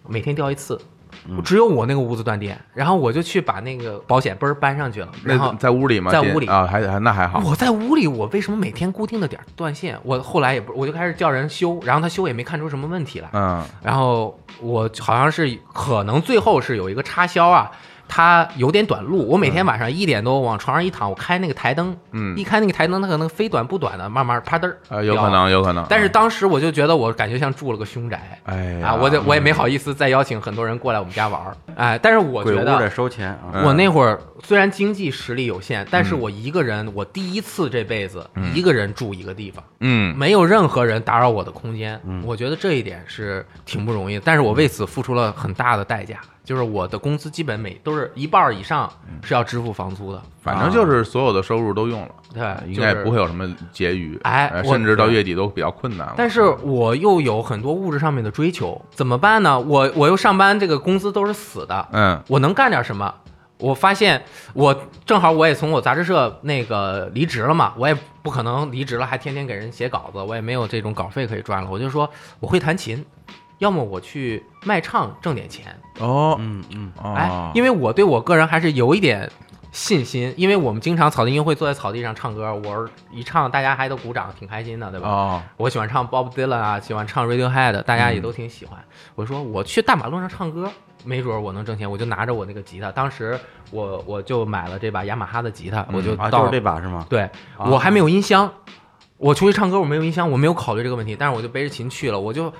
每天掉一次
嗯，
只有我那个屋子断电。然后我就去把那个保险嘣儿搬上去了。然后
那在屋里吗？
在
电
屋里
啊，还还那还好，
我在屋里，我为什么每天固定的点儿断线？我后来也不，我就开始叫人修，然后他修也没看出什么问题来。
嗯
然后我好像是可能最后是有一个插销啊，它有点短路。我每天晚上一点多往床上一躺，我开那个台灯，
嗯
一开那个台灯，它可能非短不短的，慢慢啪嘚儿
啊，有
掉
可
了。
能有可能，
但是
嗯
当时我就觉得我感觉像住了个凶宅。
哎呀
啊，我得我也没好意思再邀请很多人过来我们家玩儿，哎，但是我
鬼
觉
屋
得
得收钱啊，
嗯
我那会儿虽然经济实力有限，但是
嗯
我一个人，我第一次这辈子
嗯
一个人住一个地方，
嗯
没有任何人打扰我的空间，
嗯
我觉得这一点是挺不容易的，但是我为此付出了很大的代价，就是我的工资基本每都是一半儿以上是要支付房租的，
反正就是所有的收入都用了，
对，
啊应该也
就是
不会。有什么结余，
哎
呃
我
甚至到月底都比较困难了。
但是我又有很多物质上面的追求，怎么办呢？我我又上班，这个工资都是死的，
嗯
我能干点什么？我发现我正好我也从我杂志社那个离职了嘛，我也不可能离职了还天天给人写稿子，我也没有这种稿费可以赚了。我就说我会弹琴，要么我去卖唱挣点钱。
哦
嗯嗯，
哎
哦，，
因
为
为我对我个人还是有一点信心，因为我们经常草地音乐会坐在草地上唱歌，我一唱大家还都鼓掌，挺开心的，对吧？
哦
我喜欢唱 Bob Dylan 啊，喜欢唱 Radiohead，大
嗯
家也都挺喜欢。我说我去大马路上唱歌，没准我能挣钱，我就拿着我那个吉他，当时我我就买了这把雅马哈的吉他，
嗯
我就
啊，
到、
就是这把是吗？
对、
啊
我还没有音箱。我出去唱歌，我没有音箱，我没有考虑这个问题，但是我就背着琴去了。我就，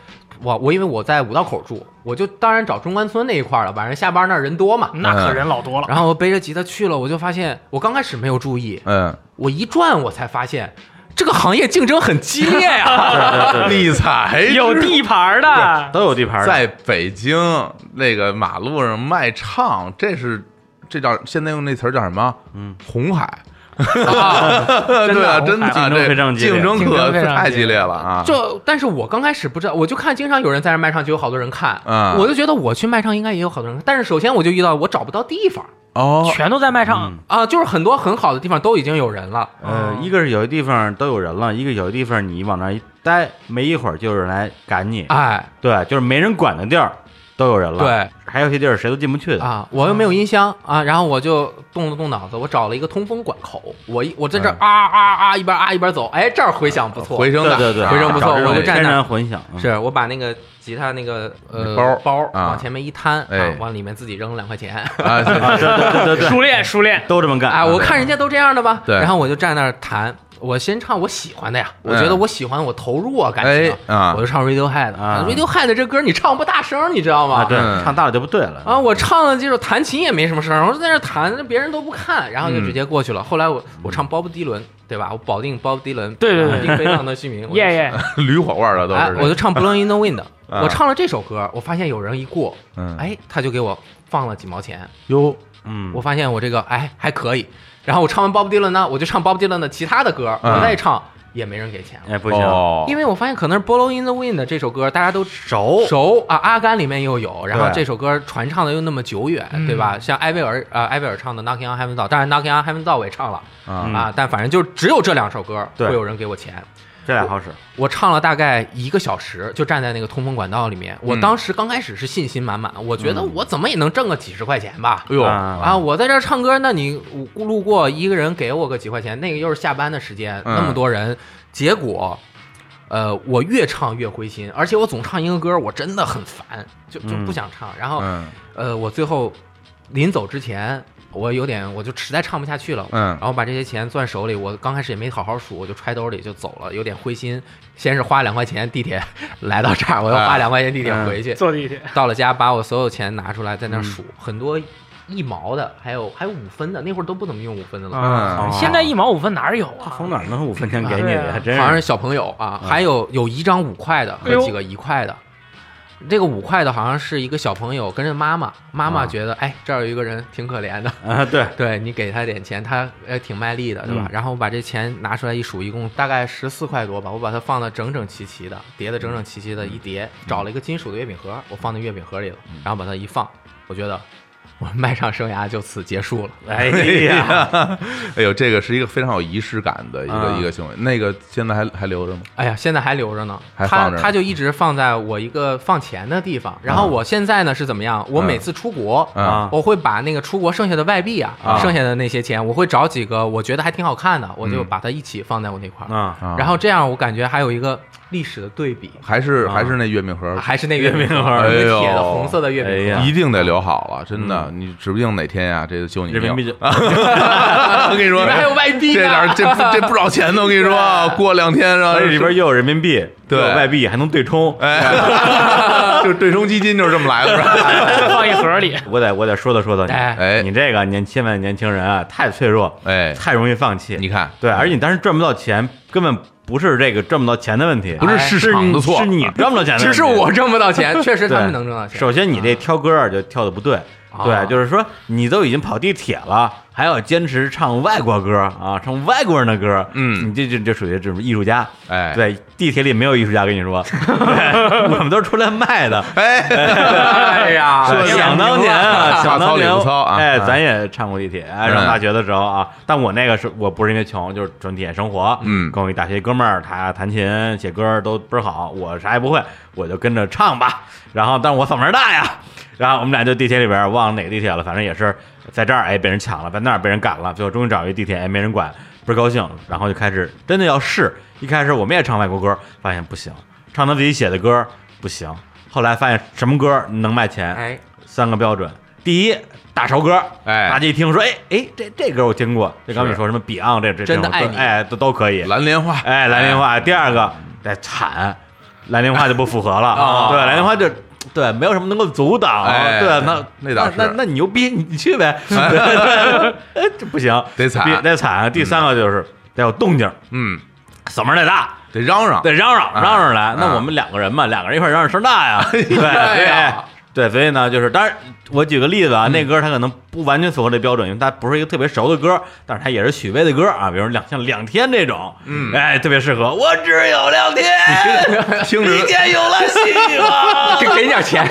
我我因为我在五道口住，我就当然找中关村那一块儿了。晚上下班那儿人多嘛，
那可人老多了。
然后我背着吉他去了，我就发现我刚开始没有注意，
嗯，
我一转我才发现这个行业竞争很激烈呀、
理财
有地盘的，
都有地盘的，
在北京那个马路上卖唱，这是这叫现在用那词儿叫什么？
嗯，
红海。
啊。
真的
对啊，
红
真的
海
啊
竞争
这
非常激烈
竞争
竞
可
争非常
太
激
激
烈
烈了啊！
就但是我刚开始不知道，我就看经常有人在那卖唱，就有好多人看，
嗯
我就觉得我去卖唱应该也有好多人看。但是首先我就遇到我找不到地方
哦，
全都在卖唱
嗯。
啊，就是很多很好的地方都已经有人了。
呃，一个是有些地方都有人了，一个有些地方你往那儿一待，没一会儿就有人来赶你。
哎
对，就是没人管的地儿都有人了。
对，
还有些地儿谁都进不去的。
啊，我又没有音箱啊，然后我就动了动脑子，我找了一个通风管口，我一我在这儿啊啊啊一边啊一边走，哎，这儿回响不错，
回声
对
大，
对对，
非常不错
找这种
我就站
天
那儿
然混响。嗯
是我把那个吉他那个呃
包儿
包儿
啊
往前面一摊，
哎
啊，往里面自己扔了两块钱。
啊，对
啊，对对对对对，
熟练熟练，
都这 么干。
哎，我看人家都这样的吧，
对
然后我就站那儿弹，我先唱我喜欢的呀，我觉得我喜欢，我投入啊， 感
哎
情，
啊
我就唱 Radiohead。
啊
Radiohead 这歌你唱不大声，你知道
啊，
吗？
对
嗯，
唱大了就不对了。
啊，我唱的就是弹琴也没什么声儿，我就在那儿弹，别人都不看，然后就直接过去了。后来我我唱鲍勃迪伦，对吧？我保定鲍勃迪伦，
对对对
定非常的虚名，我就
耶耶，
驴火罐了都
哎，
是，
我就唱《Blowing in the Wind》，
啊
我唱了这首歌，我发现有人一过，
嗯
哎，他就给我放了几毛钱，
哟，
嗯，
我发现我这个哎还可以。然后我唱完 Bob Dylan 呢，我就唱 Bob Dylan 的其他的歌，
嗯
我再唱也没人给钱了，
哎不行，
哦
因为我发现可能是《Blow in the Wind》这首歌大家都
熟
熟啊，《阿甘》里面又有，然后
对
这首歌传唱的又那么久远，
嗯
对吧？像艾薇儿啊、呃艾薇儿唱的《Knocking on Heaven's Door》，当然《Knocking on Heaven's Door》我也唱了、
啊
嗯
啊，但反正就只有这两首歌会
对
有人给我钱。
这俩好使。
我唱了大概一个小时，就站在那个通风管道里面。我
嗯
当时刚开始是信心满满，我觉得我怎么也能挣个几十块钱吧。
哎呦
啊
啊，我在这儿唱歌，那你我路过一个人给我个几块钱，那个又是下班的时间，
嗯
那么多人，结果，呃，我越唱越灰心，而且我总唱一个歌，我真的很烦，就就
嗯
不想唱。然后
嗯
呃，我最后临走之前，我有点我就实在唱不下去了，
嗯
然后把这些钱攥手里，我刚开始也没好好数，我就揣兜里就走了，有点灰心。先是花两块钱地铁 来到这儿，我又
啊
花两块钱地铁
嗯
回去，
坐地铁，
到了家把我所有钱拿出来在那儿数，很多一毛的，还有还有五分的，那会儿都不怎么用五分的了。
啊
嗯，
现在一毛五分哪儿有啊？
从哪儿弄五分钱给你
对
的？
啊
还真
好像
是
是小朋友啊，还有有一张五块的
哎
和
呦
几个一块的。这个五块的好像是一个小朋友跟着妈妈，妈妈觉得、哎这儿有一个人挺可怜的，
啊，对，
对你给他点钱，他呃挺卖力的，对吧？
嗯
然后我把这钱拿出来一数，一共大概十四块多吧，我把它放的整整齐齐的，叠的整整齐
嗯
齐的一叠，找了一个金属的月饼盒，我放在月饼盒里了，然后把它一放，我觉得我卖唱生涯就此结束了。
哎呀，
哎呦，这个是一个非常有仪式感的一个
啊
一个行为。那个现在还还留着吗？
哎呀，现在还留着呢，
还
它
放着呢啊
它就一直放在我一个放钱的地方。然后我现在呢是怎么样？
嗯
我每次出国，
啊
我会把那个出国剩下的外币啊，
啊
剩下的那些钱，我会找几个我觉得还挺好看的，我
嗯
就把它一起放在我那块儿。
啊，
啊
然后这样我感觉还有一个历史的对比，
还是
啊
还是那月饼盒，
还是那个月饼盒
哎
儿，
呦
那个铁的红色的月
哎
饼盒
呀
儿。
一定得留好了，真的，你指不定哪天呀，这就救你
嗯人民币
命。
就
我跟你说，
里面还有外币呢
这哪儿这这不少钱呢？我跟你说，过两天啊让
而呃且里边啊又有人民币，
对
又有外币还能对啊冲。
哎，就对冲基金就是这么来的。是 吧
放一盒里，
我得我得说道说道你，
哎
哎
你这个年千万年轻人啊，太脆弱，
哎，
太容易放弃。
你看，
对，而且你当时赚不到钱，根本不是这个赚不到钱的问题，哎
不是市场的错
是你赚不到钱的问题。
只是我挣不 到钱，确实
对
他们能挣到钱。
首先，你这挑歌儿就挑的不对，
啊
对，就是说你都已经跑地铁了，还要坚持唱外国歌儿啊，唱外国人的歌儿，
嗯
你这这这属于这种艺术家。
哎，，
对，地铁里没有艺术家，跟你说， 对我们都是出来卖的。
哎，
哎呀，
说
啊
想
想当
明
年
白了
啊，想当年
大操领操啊，
哎，
嗯
咱也上过地铁，哎上大学的时候啊，但我那个是我不是因为穷，就是纯体验生活。
嗯
跟我一大学哥们儿，他弹琴、写歌都倍儿好，我啥也不会，我就跟着唱吧。然后，但是我嗓门儿大呀，然后我们俩就地铁里边儿忘了哪个地铁了，反正也是在这儿哎被人抢了，在那儿被人赶了，最后终于找一地铁哎没人管，倍儿高兴，然后就开始真的要试。一开始我们也唱外国歌，发现不行，唱他自己写的歌不行。后来发现什么歌能卖钱，
哎，
三个标准：第一，大潮歌，
哎
大家一听说，哎哎，这这歌我听过，这刚你说什么 Beyond 这这
真的
这种
爱
都
你
哎，都都可以。
蓝莲花，
哎，蓝莲花。第二个得惨，蓝莲花就不符合 了。
啊
对，蓝莲花就对，没有什么能够阻挡。
哦哎
对，那
那倒是
那那你牛逼，你你去 呗。对对，哎这不行，
得惨
别得惨。第三个就是得有动静，
嗯，
嗓门儿得大。
得嚷嚷，
得嚷嚷
啊
嚷嚷来。
啊
那我们两个人嘛，两个人一块儿嚷嚷声大呀，对
哎
对
呀
对，所以呢，就是当然，我举个例子啊，那歌它可能不完全符合这标准，因为它不是一个特别熟的歌，但是它也是许巍的歌啊，比如两像两天这种，嗯，哎，特别适合。我只有两天，
听着
明天有了希 望。
给给 点钱，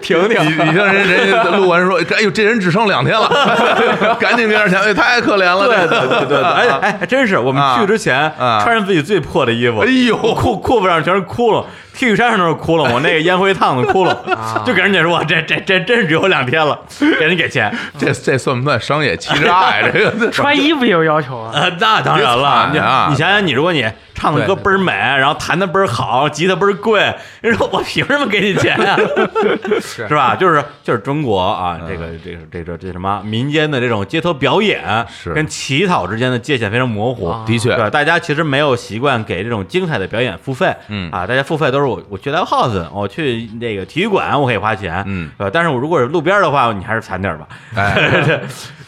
停
你
停。
你听人人家录完说，哎呦，这人只剩两天了， 赶紧给点钱，哎，太可怜了，
对
这
对对 对，哎 哎，还真是，我们去之前
啊
穿上自己最破的 衣服，
哎 呦，
裤裤子上全是窟窿，T 恤衫上都是窟窿，我那个烟灰烫的窟窿， 就给人家说，哇这这这真是只有两天了，给人给钱。
这这算不算商业欺诈呀？这个
穿衣服也有要求啊。
呃，那当然了，
别惨啊
你你想想，你如果你唱的歌
对
倍儿美，然后弹的倍儿好，吉他倍儿贵，人说我凭什么给你钱啊？ 是吧？就是就是中国啊，这个这个这个这什么民间的这种街头表演，
是
跟乞讨之间的界限非常模糊
啊。
的确，
对，大家其实没有习惯给这种精彩的表演付费，
嗯
啊，大家付费都是我我去 live house，我去那个体育馆，我可以花钱，
嗯
对吧，但是我如果是路边的话，你还是惨点儿 吧，
哎，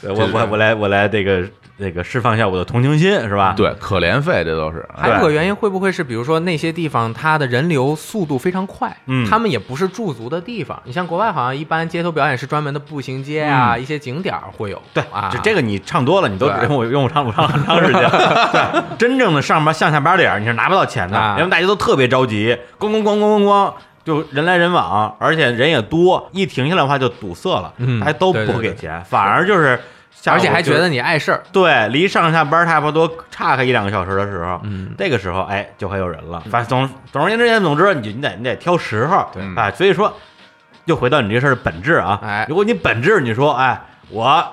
对我
这
我
是
我来我来这个那个释放一下我的同情心，是吧？
对，可怜费这都是，
还有个原因，会不会是比如说那些地方它的人流速度非常快，
嗯
他们也不是驻足的地方。你像国外好像一般街头表演是专门的步行街啊，一些景点儿会有。
嗯对，
啊，
就这个你唱多了，你都
对
用我用我唱我唱了很长时间。 对，真正的上班上下班点儿你是拿不到钱的
啊，
因为大家都特别着急，咣咣咣咣咣咣，就人来人往，而且人也多，一停下来的话就堵塞了，
嗯
大家都
对对
不
对
给钱，反而就是下午
而
就，
且还觉得你碍事儿。
对，离上下班差不多差个一两个小时的时候，
嗯，
这个时候哎就会有人了。反正总总而言之，总之你就你得你得挑时候，
对
啊，所以说又回到你这事儿的本质啊。
哎
如果你本质你说哎我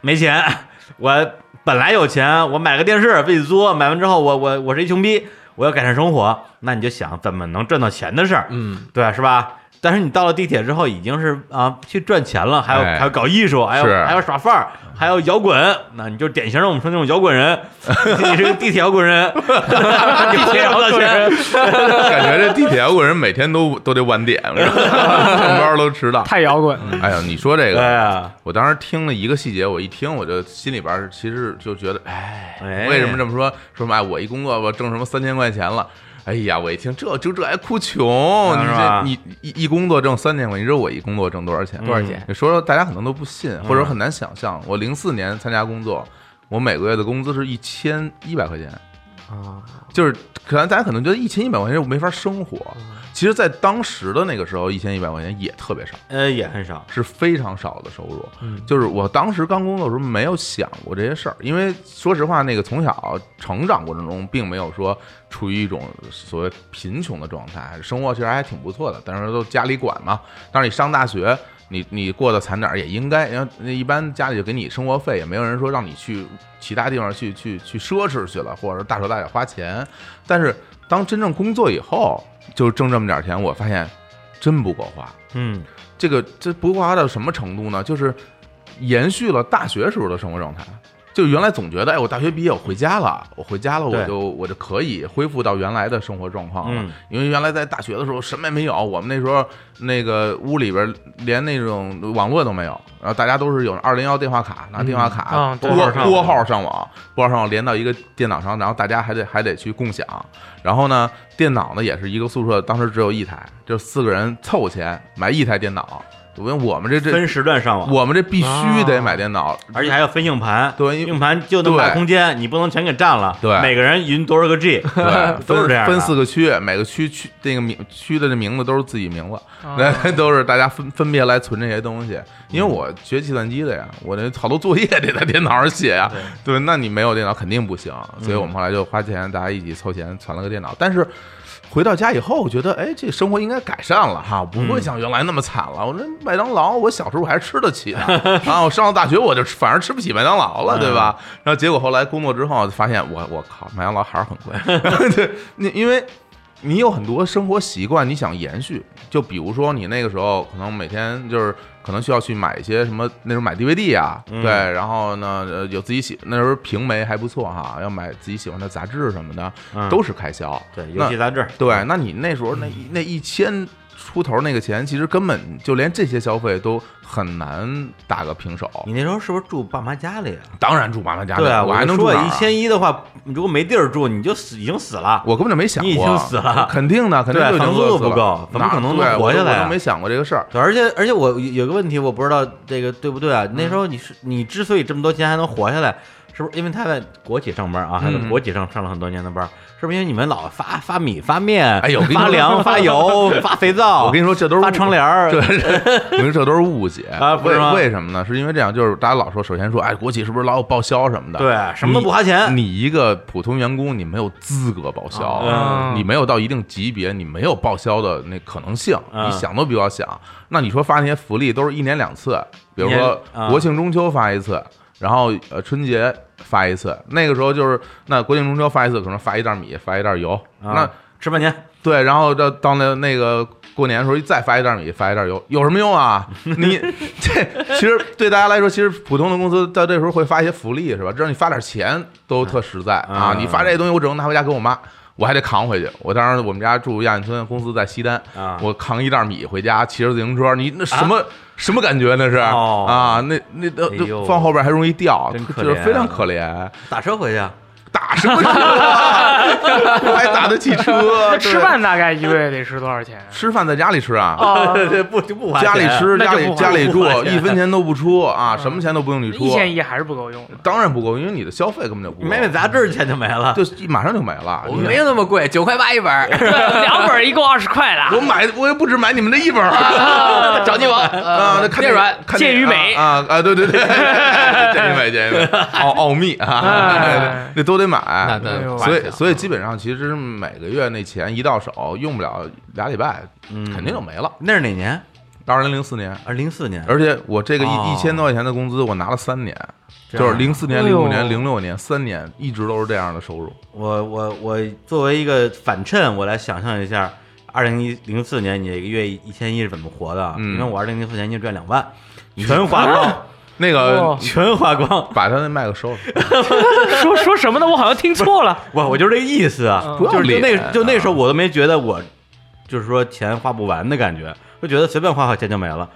没钱， 我本来有钱，我买个电视自己租，买完之后我我我是一穷逼。我要改善生活，那你就想怎么能赚到钱的事儿，
嗯，
对，是吧？但是你到了地铁之后，已经是啊去赚钱了，还要
哎
还要搞艺术，还要
是
还要耍范儿，还要摇滚，那你就典型的我们说那种摇滚 人，你是个地铁摇滚人，哎你会赚不到钱，
感觉这地铁摇滚人每天都都得晚点，我跟你说红包都迟到。
太摇滚了。
哎呀，你说这
对
个，
呀，
我当时听了一个细节，我一听我就心里边儿其实就觉得，哎，
哎
为什么这么说？说什么哎，我一工作我挣什么三千块钱了。哎呀，我一听这就这还哭穷，
是吧嗯
你这你一一工作挣三千块，你知道我一工作挣多少钱？
多少钱？
你说说，大家可能都不信，或者很难想象。我零四年参加工作，我每个月的工资是一千一百块钱，
啊，
就是可能大家可能觉得一千一百块钱就没法生活，
嗯
其实，在当时的那个时候，一千一百块钱也特别少，
呃也很少，
是非常少的收入。
嗯
就是我当时刚工作的时候没有想过这些事儿，因为说实话，那个从小成长过程中，并没有说处于一种所谓贫穷的状态，生活其实还挺不错的，但是都家里管嘛。但是你上大学，你你过得惨点儿也应该，因为一般家里就给你生活费，也没有人说让你去其他地方去去去奢侈去了，或者大手大脚花钱。但是当真正工作以后，就挣这么点儿钱，我发现真不够花。
嗯
这个这不花到什么程度呢？就是延续了大学时候的生活状态。就原来总觉得，哎，我大学毕业，我回家了，我回家了，我
对
就我就可以恢复到原来的生活状况了。
嗯
因为原来在大学的时候什么也没有，我们那时候那个屋里边连那种网络都没有，然后大家都是有二零幺电话卡，拿电话卡
嗯
拨
对上网
拨号上网，拨号上网连到一个电脑上，然后大家还得还得去共享。然后呢，电脑呢也是一个宿舍，当时只有一台，就四个人凑钱买一台电脑。因为我们这这
分时啊段上网，
我们这必须得买电脑，
而且还要分硬盘，
对 因为
硬盘就那么大
对
空间，你不能全给占了，
嗯对
每个人匀多少个 G，
对，
都是这样的
分四个区，每个区区那个名区的这名字都是自己名字，
啊
那 都是大家分分别来存这些东西。因为我学计算机的呀，我这好多作业得在电脑上写呀，对，那你没有电脑肯定不行，所以我们后来就花钱，大家一起凑钱攒了个电脑，但是。回到家以后，我觉得，哎，这生活应该改善了哈，不会像原来那么惨了。我说麦当劳，我小时候还吃得起的啊，我上了大学我就反而吃不起麦当劳了，对吧？然后结果后来工作之后发现我，我靠，麦当劳还是很贵。 对，你因为你有很多生活习惯，你想延续，就比如说你那个时候可能每天就是可能需要去买一些什么，那时候买 DVD 啊，
嗯
对，然后呢呃有自己喜那时候平媒还不错哈，要买自己喜欢的杂志什么的，
嗯
都是开销。
对，
那
游戏杂志，
对，那你那时候那那一千出头那个钱，其实根本就连这些消费都很难打个平手。
你那时候是不是住爸妈家里啊？
当然住妈妈家里，
嗯对啊，
我还能住
说
哪儿啊
一千一的话，你如果没地儿住，你就死已经死了。
我根本就没想过，
你已经死了
肯定的，肯定
对啊
就已经
房租
饿
都
死
不
了
够怎么
哪
可能
对
能活
我都
下来
我
啊
都没想过这个事儿。
对，而且而且我有有个问题，我不知道这个对不对啊？那时候你是你之所以这么多钱还能活下来，是不是因为他在国企上班啊？还在
嗯
国企上上了很多年的班，是不是因为你们老发发米发面？
哎呦我跟你
发
说
粮发 油发肥皂，
我跟你说， 这都是
发
误
窗帘儿，
对， 我跟你说这都是误解
啊不
为
是吗
为什么呢？是因为这样，就是大家老说，首先说，哎，国企是不是老有报销什么的？
对什么都不花钱
你。你一个普通员工，你没有资格报销，
啊
你没有到一定级别，你没有报销的那可能性，
嗯
你想都不要想。那你说发那些福利都是一年两次，比如
一年
说
啊
国庆、中秋发一次，然后呃春节发一次。那个时候就是，那国庆、中秋发一次，可能发一袋米，发一袋油。
啊
那
吃半年，
对，然后到到那那个过年的时候再发一袋米，发一袋油，有什么 用啊？你这其实对大家来说，其实普通的公司到这时候会发一些福利，是吧？只要你发点钱都特实在啊！
嗯
你发这些东西，我只能拿回家给我妈，我还得扛回去。我当时我们家住亚运村，公司在西单
啊
我扛一袋米回家，骑着自行车，你那什么、什么感觉那是、
哦
啊？那那那
哎呦
放后边还容易掉，
真可
就是
怜啊
非常可怜。
打车回去啊，
打什么车、啊？ 我还打得起车？
那吃
对
饭大概一个月得吃多少钱？
吃饭在家里吃啊，
啊，
对，不就不花
家里
钱
吃，
那
家
就
里
不花
家里
不
住
花，钱
一分钱都不出啊，什么钱都不用你出
一，千一还是不够用的。
当然不够，因为你的消费根本就不够，
买买杂志钱就没了。
就一马上就没了。
我
你
啊们没有哎那么贵，九块八一本儿，
对，两本儿一共二十块
我
了。
买我也不止买你们这一本儿 啊
找你我
啊，那
啊
看
电
电
软，
看电
健与美
啊啊，啊对对对， 健与美健与美，奥奥秘啊
哎，
那都得
那
买。
那
哎呦
所以，
花
所以基本上其实每个月那钱一到手，用不了俩礼拜，
嗯
肯定就没了。
那是哪年？
二零零四年，
啊，零四年，
而且我这个一、
哦
一千多块钱的工资，我拿了三年，
这
就
样啊
是零四年、
哎
零
呦
五年、零六年三年，一直都是这样的收入。
我我我作为一个反衬，我来想象一下，二零一零四年你一个月一千一是怎么活的啊？
嗯
因为我二零零四年就赚两万，全花光，
那个
哇
全花 光。
把他那麦克收了，
说说什么呢？我好像听错了。
我我就是这个意思啊，
嗯
就是就那
不要脸
就那时候我都没觉得我就是说钱花不完的感觉，就觉得随便花花钱就没了。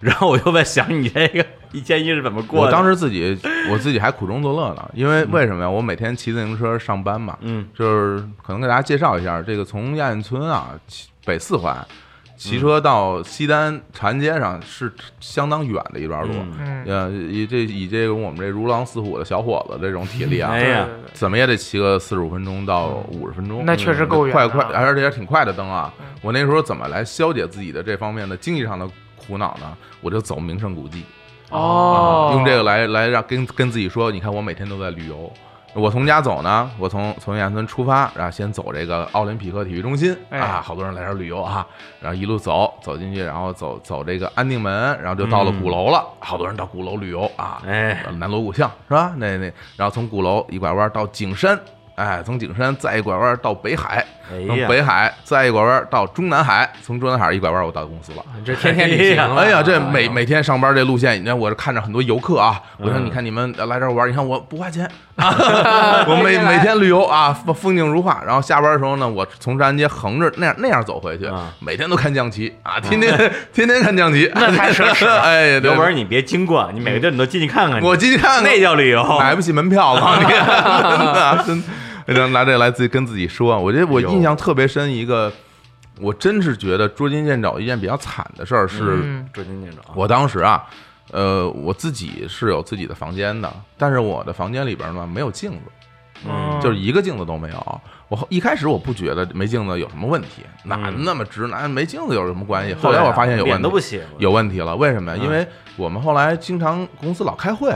然后我就在想你这个一千一是怎么过
我
的？
当时自己我自己还苦中作乐呢，因为为什么呀？我每天骑自行车上班嘛，
嗯
就是可能给大家介绍一下，这个从亚运村啊，骑北四环。
嗯
骑车到西单长街上是相当远的一段路，
嗯
嗯，
呃，以这以这个我们这如狼似虎的小伙子这种体力啊，
哎呀
对对对
怎么也得骑个四十五分钟到五十分钟，
嗯那确实够远
快
的
快，
啊
而且也挺快的蹬啊
嗯。
我那时候怎么来消解自己的这方面的经济上的苦恼呢？我就走名胜古迹，啊
哦，
用这个来来让跟跟自己说，你看我每天都在旅游。我从家走呢，我从从燕村出发，然后先走这个奥林匹克体育中心
哎
啊，好多人来这儿旅游啊，然后一路走走进去，然后走走这个安定门，然后就到了
嗯
鼓楼了，好多人到鼓楼旅游啊，
哎，
呃南锣鼓巷是吧？那那，然后从鼓楼一拐弯到景山，哎，从景山再一拐弯到北海，
哎
从
呀，
北海再一拐弯到中南海，从中南海一拐弯我到公司了。
你这天天旅行了
哎呀，这每
啊
每天上班这路线，你看我看着很多游客啊，我说
嗯
你看你们来这儿玩，你看我不花钱，我每每天旅游啊，风风景如画。然后下班的时候呢，我从长安街横着那样那样走回去
啊，
每天都看降旗啊，天天天天看降旗，
那太奢侈了
哎，对
刘文，你别经过，你每个地儿你都进去看看去，
我进去看看，
那叫旅游。
买不起门票了，你真的真然后拿这个来自己跟自己说，我觉得我印象特别深一个，我真是觉得捉襟见肘一件比较惨的事儿是，
嗯
捉襟见肘啊，
我当时啊，呃，我自己是有自己的房间的，但是我的房间里边呢没有镜子，
嗯
就是一个镜子都没有。我一开始我不觉得没镜子有什么问题，哪
嗯
那么直男没镜子有什么关系？
对啊
后来我发现有问
脸
题
都，不洗，
有问题了。为什么呀？
嗯
因为我们后来经常公司老开会，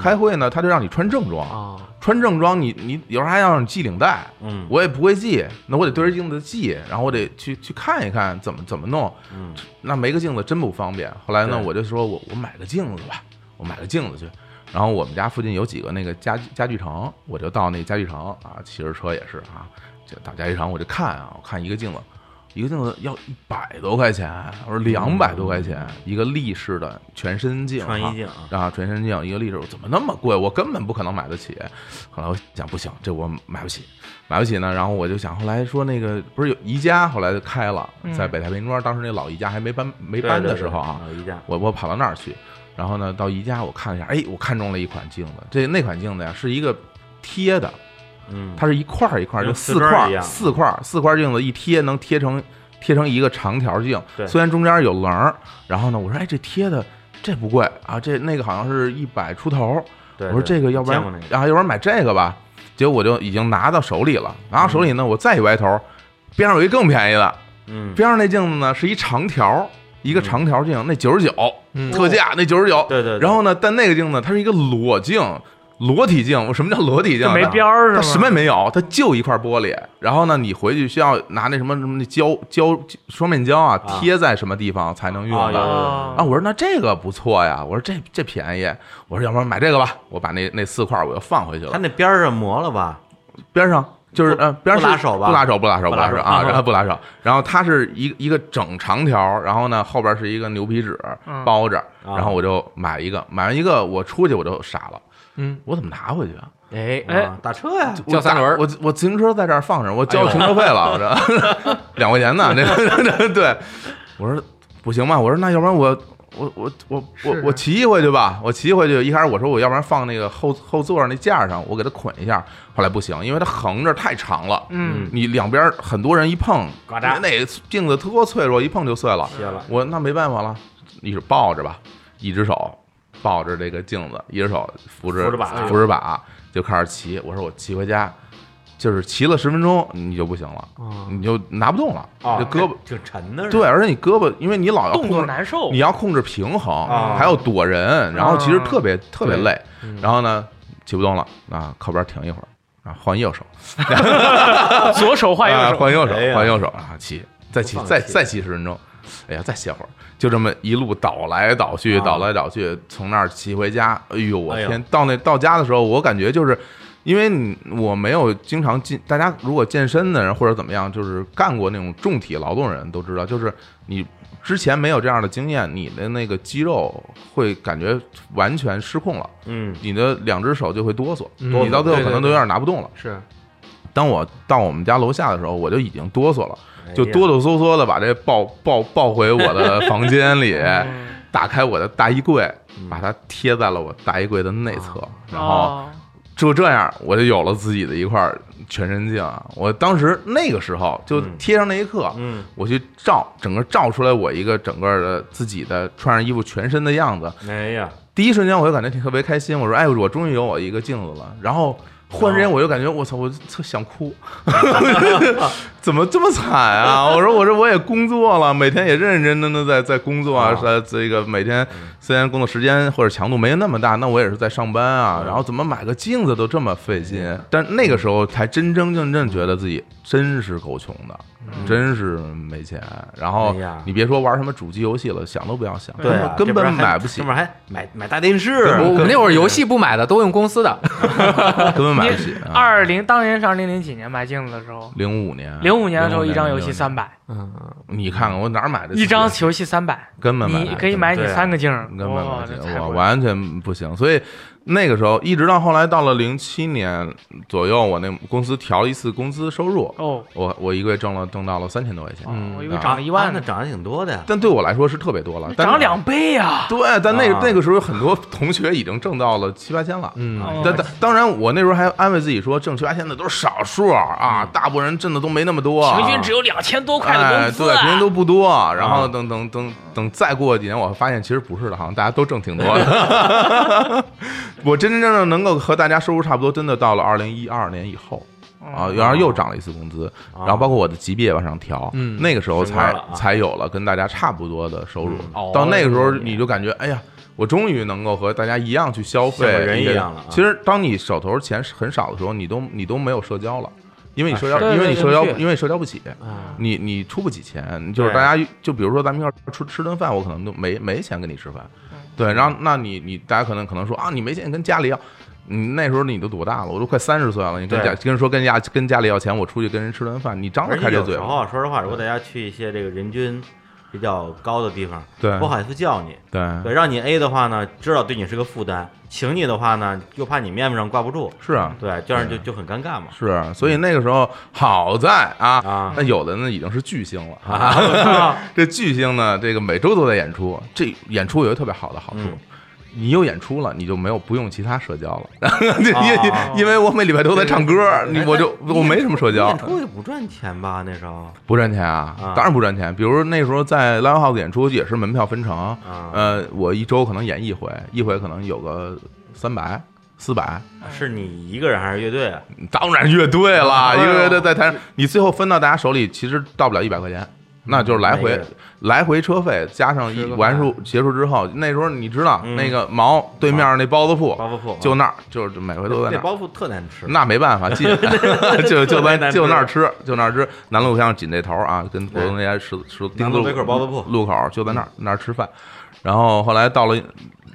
开会呢他就让你穿正装。
啊，
哦
穿正装你，你有时候还要让你系领带，
嗯
我也不会系，那我得对着镜子系，然后我得去去看一看怎么怎么弄，
嗯
那没个镜子真不方便。后来呢，
对
我就说我我买个镜子吧，我买个镜子去。然后我们家附近有几个那个家具家具城，我就到那家具城啊，骑着车也是啊，就到家具城我就看啊，我看一个镜子，一个镜子要一百多块钱，我说两百多块钱一个立式的全身镜，
嗯穿
啊
衣镜啊，
啊，全身镜一个立式，怎么那么贵？我根本不可能买得起。后来我想，不行，这我买不起，买不起呢。然后我就想，后来说那个不是有宜家，后来就开了，在
嗯
北太平庄，当时那老宜家还没搬没搬的时候啊，
对，对对嗯老宜家
我我跑到那儿去，然后呢到宜家我看了一下，哎，我看中了一款镜子，这那款镜子呀是一个贴的，
嗯，
它是一块儿一块儿，就
跟
四
瓷砖
块
儿一
儿
样
四块儿四块儿镜子一贴能贴成贴成一个长条镜，
对
虽然中间有棱儿，然后呢，我说哎这贴的这不贵啊，这那个好像是一百出头儿，
对
我说这个要不然
见过那个
啊要不然买这个吧，结果我就已经拿到手里了，拿到手里呢，我再一歪头，边上有一更便宜的，
嗯，
边上那镜子呢是一长条儿，一个
嗯哦
长条镜，那九十九
嗯
特价，那九十九，
对啊对，对
然后呢，但那个镜子它是一个裸镜。裸体镜，什么叫裸体镜啊
就
呢？
没边儿
它
是吗？
什么也没有，它就一块玻璃。然后呢，你回去需要拿那什么什么那胶胶双面胶啊，
啊
贴在什么地方才能用
啊
的
有有有
啊？
啊？
我说那这个不错呀，我说这这便宜，我说要不然买这个吧。我把那那四块我又放回去
它
了，
那边儿上磨了吧？
边上。就是
不
呃，边上
不拉
是
手吧
不拉手，不拉手，
不
不
拉
拉手
手
啊，
嗯
然后不拉手。然后它是一一个整长条，然后呢后边是一个牛皮纸
嗯
包着，
啊
然后我就买一个，买完一个我出去我就傻了，
嗯，
我怎么拿回去啊？
哎，
啊，打车呀，
我
叫三
打
轮儿
我我自行车在这儿放着，我
哎
交
呦
停车费了，我这 两块钱呢，这个 对，我说不行吧，我说那要不然我我我我我
试
我
试
骑一回去吧，我骑一回去，一开始我说我要不然放那个后后座上那架上，我给它捆一下，后来不行，因为它横着太长了，
嗯，
你两边很多人一碰，
呱嗒
那镜子特脆弱，一碰就碎了，
歇了，
我那没办法了，一手抱着吧，一只手抱着这个镜子，一只手扶着
扶着把
扶着把就开始骑。我说我骑回家，就是骑了十分钟你就不行了，
啊
你就拿不动了，
哦哎
这胳膊
挺沉的，
对，，而且你胳膊，因为你老要
动
控
作
制，
难受
你。要控制平
啊
衡，还要躲人，然后其实
啊
特别特别
对
累
嗯，
然后呢骑不动了啊，靠边停一会儿。啊，换右手，
左手换右
啊
手，
换右手
哎，呀
换右手啊，骑再骑
不放
再
弃
再骑十分钟，哎呀，再歇会儿，就这么一路倒来倒去，
啊
倒来倒去，从那儿骑回家。哎呦，我
哎呦
天！到那到家的时候，我感觉就是。因为你我没有经常进，大家如果健身的人或者怎么样，就是干过那种重体劳动人都知道，就是你之前没有这样的经验，你的那个肌肉会感觉完全失控了，
嗯，
你的两只手就会哆嗦，
嗯
你到最后可能都有点拿不动了。
是
当我到我们家楼下的时候，我就已经哆嗦了，就
哎呀
哆哆嗦嗦的把这抱抱抱回我的房间 里，
嗯
打开我的大衣柜，把它贴在了我大衣柜的内侧，
啊
然后
哦
就这样，我就有了自己的一块全身镜啊。我当时那个时候就
嗯
贴上那一刻，
嗯
我去照，整个照出来我一个整个的自己的穿上衣服全身的样子，
哎呀，
第一瞬间我就感觉挺特别开心，我说哎，我终于有我一个镜子了。然后忽然
哦
之间我就感觉我操，我特想哭， 怎么这么惨啊？我说我说我也工作了，每天也认认真真的在在工作啊
啊，
在这个每天虽然工作时间或者强度没那么大，那我也是在上班啊。
嗯
然后怎么买个镜子都这么费劲？但那个时候才真真正正觉得自己真是够穷的，真是没钱。然后
嗯哎呀
你别说玩什么主机游戏了，想都不要想，
对啊，
根本买不起
这。边还买买大电视，
我我们那会儿游戏不买的，都用公司的。
根本买不起
你。
啊
二零当年上零零几年买镜子的时候，
零五年，
零五年的时候一张游戏三
百，
百，
嗯，
你看看我哪儿买的？
一张游戏三百，
根本买不
你
起
可以买你
对啊
三个镜儿，
根本买
哇，
不
这
起，
太
我
贵了
完全嗯不行。所以那个时候，一直到后来到了零七年左右，我那公司调了一次工资收入，
哦，
我我一个月挣了挣到了三千多块钱，
嗯
我以为
啊
涨了一万
那
呢，
涨得挺多的呀。
但对我来说是特别多了，但
涨了两倍啊！
对，但那
啊
那个时候有很多同学已经挣到了七八千了，
嗯
哦
但当当然，我那时候还安慰自己说，挣七八千的都是少数
嗯
啊，大部分人挣的都没那么多啊，
平均只有两千多块的工资，
哎、对，平均都不多。然后
啊
等等等等，再过几年，我发现其实不是的，好像大家都挣挺多的。我真真正正能够和大家收入差不多，真的到了二零一二年以后
哦
啊，然后又涨了一次工资，然后包括我的级别也往上调，
嗯
那个时候
升官
才
了啊
才有了跟大家差不多的收入
嗯。
哦
到那个时候，你就感觉哎呀。我终于能够和大家一样去消费，
像个人
一个
一样了啊
其实，当你手头钱很少的时候，你都你都没有社交了，因为你
啊
社交，
是
因为
对对
你
对
社交，
的确
因为社交不起。
啊，
你你出不起钱，就是
对
大家就比如说咱们一块儿吃吃顿饭，我可能都没没钱跟你吃饭，对，然后那你你大家可能可能说啊，你没钱跟家里要，你那时候你都多大了？我都快三十岁了，你跟
对
家跟人说跟家跟家里要钱，我出去跟人吃顿饭，你张着
而
开
且
这
有
嘴
时
吗，
候啊说实话，如果大家去一些这个人均比较高的地方，
对
不好意思叫你，
对
对，让你 A 的话呢，知道对你是个负担；请你的话呢，又怕你面子上挂不住，
是啊
对，这样就就很尴尬嘛。
是啊，所以那个时候好在啊
啊
那有的呢已经是巨星了 啊，这巨星呢，这个每周都在演出，这演出有一个特别好的好处。
嗯
你有演出了，你就没有不用其他社交了， 因为
哦
因为我每礼拜都在唱歌，你
哎
我就
那
我没什么 社交
演，出也不赚钱吧？那时候
不赚钱啊
啊，
当然不赚钱。比如那时候在 Live House 演出也是门票分
啊
成，呃，我一周可能演一回，一回可能有个三百四百，
是你一个人还是乐队啊？
当然乐队
啊
啦，一
对啊
个乐队在台上，你最后分到大家手里，其实到不了一百
嗯
块钱，那就是来
那
回
个
来回车费加上一
吃个饭
完数结束之后，那时候你知道
嗯
那个毛对面那包子铺
包袱铺
就那儿，就是每回都在那
那
儿。
包袱特难吃，
那没办法，近 就就
特别
在
难
就那儿
吃
吃，就那儿吃。南路巷紧这头啊，跟浦东那家十十丁字
嗯南路北口包子铺嗯
路口就在那儿那儿吃饭。然后后来到了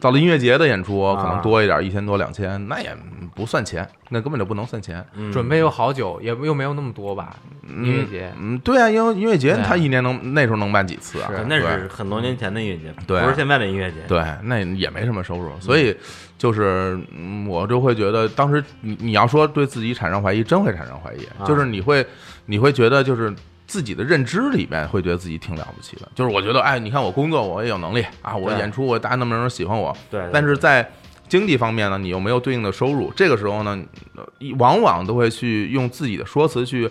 到了音乐节的演出，可
啊
能多一点，一千多两千，那也不算钱，那根本就不能算钱。
嗯
准备又好久，也又没有那么多吧？音乐节
嗯，对啊，因为音乐节
对啊
它一年能那时候能办几次啊？
是
那
对
是很多年前的音乐节，
对啊
不是现在的音乐节。
对，那也没什么收入，所
嗯
以就是嗯我就会觉得，当时你你要说对自己产生怀疑，真会产生怀疑，
啊
就是你会你会觉得就是。自己的认知里面会觉得自己挺了不起的，就是我觉得，哎，你看我工作我也有能力啊，我
对
演出我大家那么多人喜欢我，
对，
但是在经济方面呢，你又没有对应的收入，这个时候呢，呃往往都会去用自己的说辞去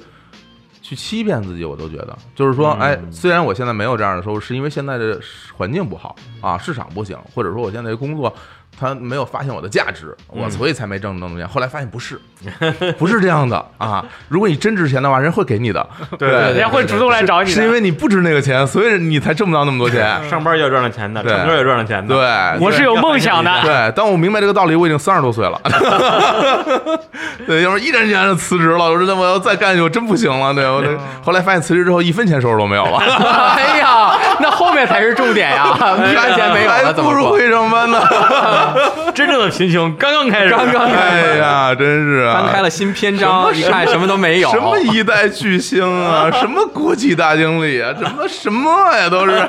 去欺骗自己，我都觉得，就是说，哎，
嗯
虽然我现在没有这样的收入，是因为现在的环境不好啊，市场不行，或者说我现在的工作。他没有发现我的价值，我
嗯
所以才没挣那么多钱。后来发现不是， 不是这样的啊！如果你真值钱的话，人会给你的，对
对
人家会主动来找你的，
是因为你不值那个钱，所以你才挣不到那么 多钱。
上班也赚了钱的，
对
唱歌也赚了钱的，
对，
我是有梦想 的，
对，当我明白这个道理，我已经三十多岁了。 对，要不然毅然决然的辞职了。我说那我要再干下去，我真不行了。对，我这后来发现辞职之后一分钱收入都没有了，
哎呀，那后面才是重点哎呀，一分钱没 有
还
了怎
不
么
如
过？
会上班呢。
真正的贫穷刚刚开始，
刚刚
哎呀，真是啊
翻开了新篇章，一看什么都没有，
什么一代巨星啊，什么国际大经理啊，什么什么呀，都是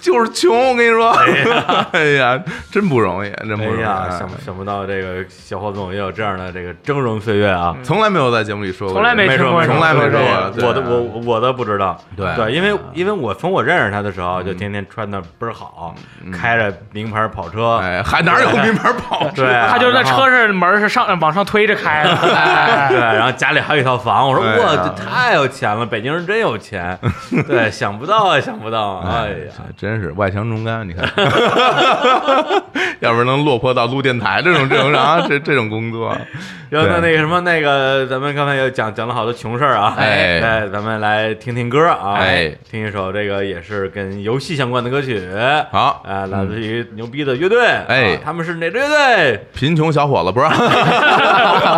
就是穷。我跟你说， 哎呀，真不容易，真不
哎
容易。
呀，想不想不到这个小霍总也有这样的这个峥嵘岁月啊！
从来没有在节目里说过这个，
从来没
没
听
说
过
没
这
说
种
从来没
没
说过对
我的我我的不知道，
对
对，因为因为我从我认识他的时候，就
嗯
天天穿的倍儿好，开着名牌跑车，
哎，还哪有名牌跑车？
对，啊
他就是在
然后
车上门是上往上推着开的，哎
对，然后家里还有一套房，我说
对啊
哇，这太有钱了，北京人真有 钱，对，想不到啊，想不到啊，哎呀，
这真是外强中干，你看， 要不然能落魄到录电台这种这种啊，这这种工作，
然后那
对
那个什么那个，咱们刚才有讲讲了好多穷事儿啊，
哎
哎，咱们来听听歌啊，
哎
听一首这个也是跟游戏相关的歌曲，
好
啊，来自于牛逼的乐队，
嗯哎
啊他们是哪支乐队？
贫穷小伙子不是？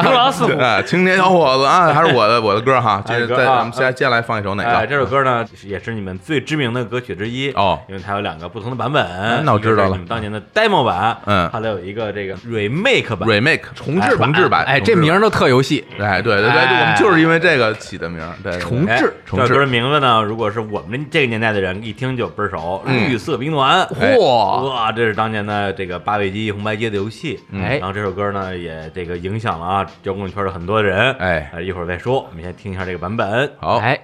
如狼似虎。
哎， 青年小伙子啊，还是我的我的歌哈，
哎
这
歌
再
啊
咱们接接下来放一首哪
哎，
个？
这首歌呢也是你们最知名的歌曲之一
哦
因为它有两个不同的版本，
那我知道
一
了
个是你们当年的 demo 版，
嗯
后来有一个这个 remake 版，
remake 重制重制版，
哎，这名
儿，
儿都特游戏，
哎，对对对，
哎
我们就是因为这个起的名儿，对，对对
重
哎
制
重
这首歌的
制，
名字呢，如果是我们这个年代的人一听就倍儿熟，
嗯
绿色兵团。
哎
嚯，
哇，这是当年的这个八位机、红白机的游戏，
嗯
哎
然后这首歌呢也这个影响了啊摇滚圈的很多人，
哎
呃，一会儿再说，我们先听一下这个版本。
好，
哎，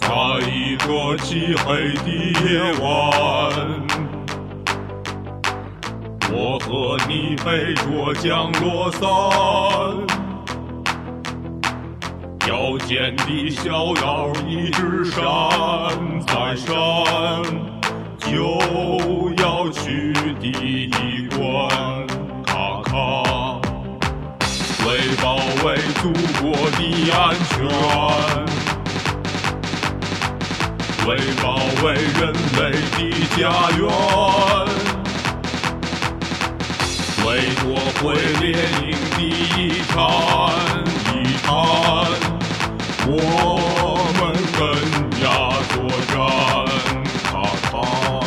在一个漆黑的夜晚，我和你背着降落伞，腰间的小岛一直闪，再闪就要去第一关，咔咔，为保卫祖国的安全。为保卫人类的家园，为夺回列宁的遗产，遗产，我们更加作战，咔咔。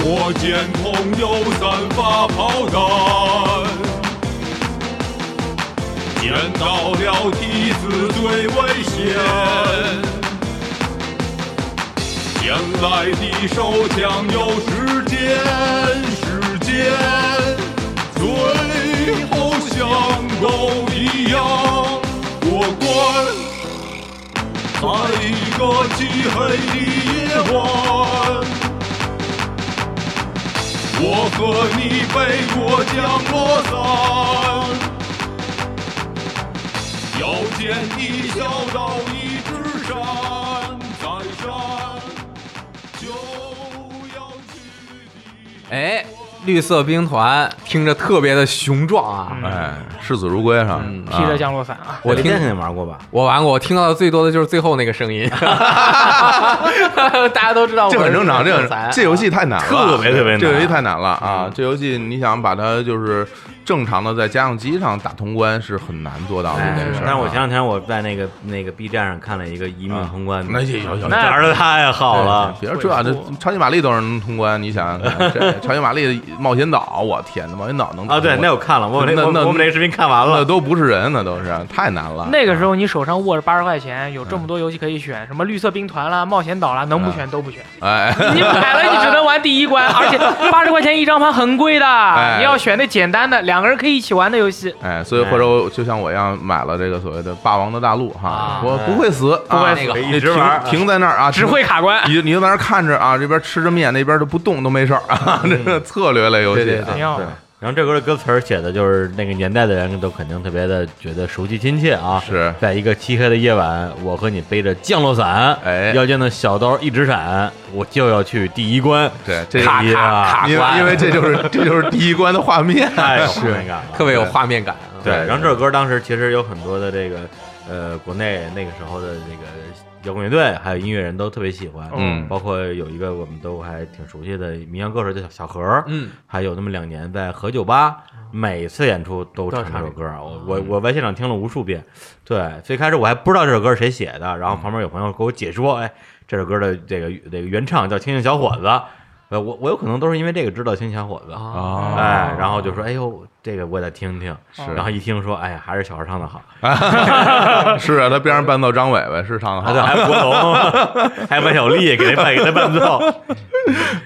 火箭筒又散发炮弹。见到了敌子最危险，将来的手枪有时间，时间最后像狗一样过关，在一个漆黑的夜晚，我和你背过降落伞，腰间的小岛一直闪，再闪。就要去
哎，绿色兵团听着特别的雄壮啊！
哎，视死如归上，
披着降落伞啊，
我听
天肯定玩过吧？
我玩过，我听到的最多的就是最后那个声音，大家都知道我是
这很正常，这
咱
很这游戏太难了，
特别特别难
这游戏太难了啊！这游戏你想把它就是正常的在家用机上打通关是很难做到的一件事
哎
儿啊。啊
但是我前两天我在那个那个 B 站上看了一个一命通关的，
那也有有
那
玩的太好了，
别说这，这超级玛丽都能通关，你想想 看，这超级玛丽冒险岛，我天呐，冒险岛能
啊！对，那我看了，我那
那
我
那
我们那个视频看完
那
了，
都不是人，那都是太难了。
那个时候你手上握着八十块钱，有这么多游戏可以选，什么绿色兵团啦、冒险岛啦，能不选都不选。
哎，
你买了，你只能玩第一关，而且八十块钱一张盘很贵的，你要选那简单的，两个人可以一起玩的游戏。
哎，所以或者我就像我一样买了这个所谓的《霸王的大陆》哈
啊，
我不会死，不
会死
一直玩
停停在那儿啊，
只会卡关。
你就你就在那儿看着啊，这边吃着面，那边都不动都没事儿啊， 这个策略类游戏啊，
对对
挺好
对
然后这歌的歌词儿写的就是那个年代的人都肯定特别的觉得熟悉亲切啊。
是
在一个漆黑的夜晚，我和你背着降落伞，
哎
腰间的小刀一直闪，我就要去第一关。
对，这
卡卡卡
因为
关
因为这 就是这就是第一关的画面，
太有画面感了，
特别有画面感啊。
对。
对
然后这首歌当时其实有很多的这个呃，国内那个时候的这个摇滚乐队还有音乐人都特别喜欢，
嗯
包括有一个我们都还挺熟悉的民谣歌手叫小小何，嗯
嗯，
还有那么两年在何酒吧，每次演出都唱这首歌，嗯我我我在现场听了无数遍。对，最开始我还不知道这首歌是谁写的，然后旁边有朋友给我解说，哎，这首歌的这个这个原唱叫《清醒小伙子》，呃，我我有可能都是因为这个知道《清醒小伙子》啊
哦
哎，然后就说，哎呦，这个我得听听，
是
然后一听说，哎呀，还是小孩唱的好，
是啊，他边上伴奏张伟伟是唱的
啊
好
对，， 还有国 龙，还有万晓利给他伴给他伴奏，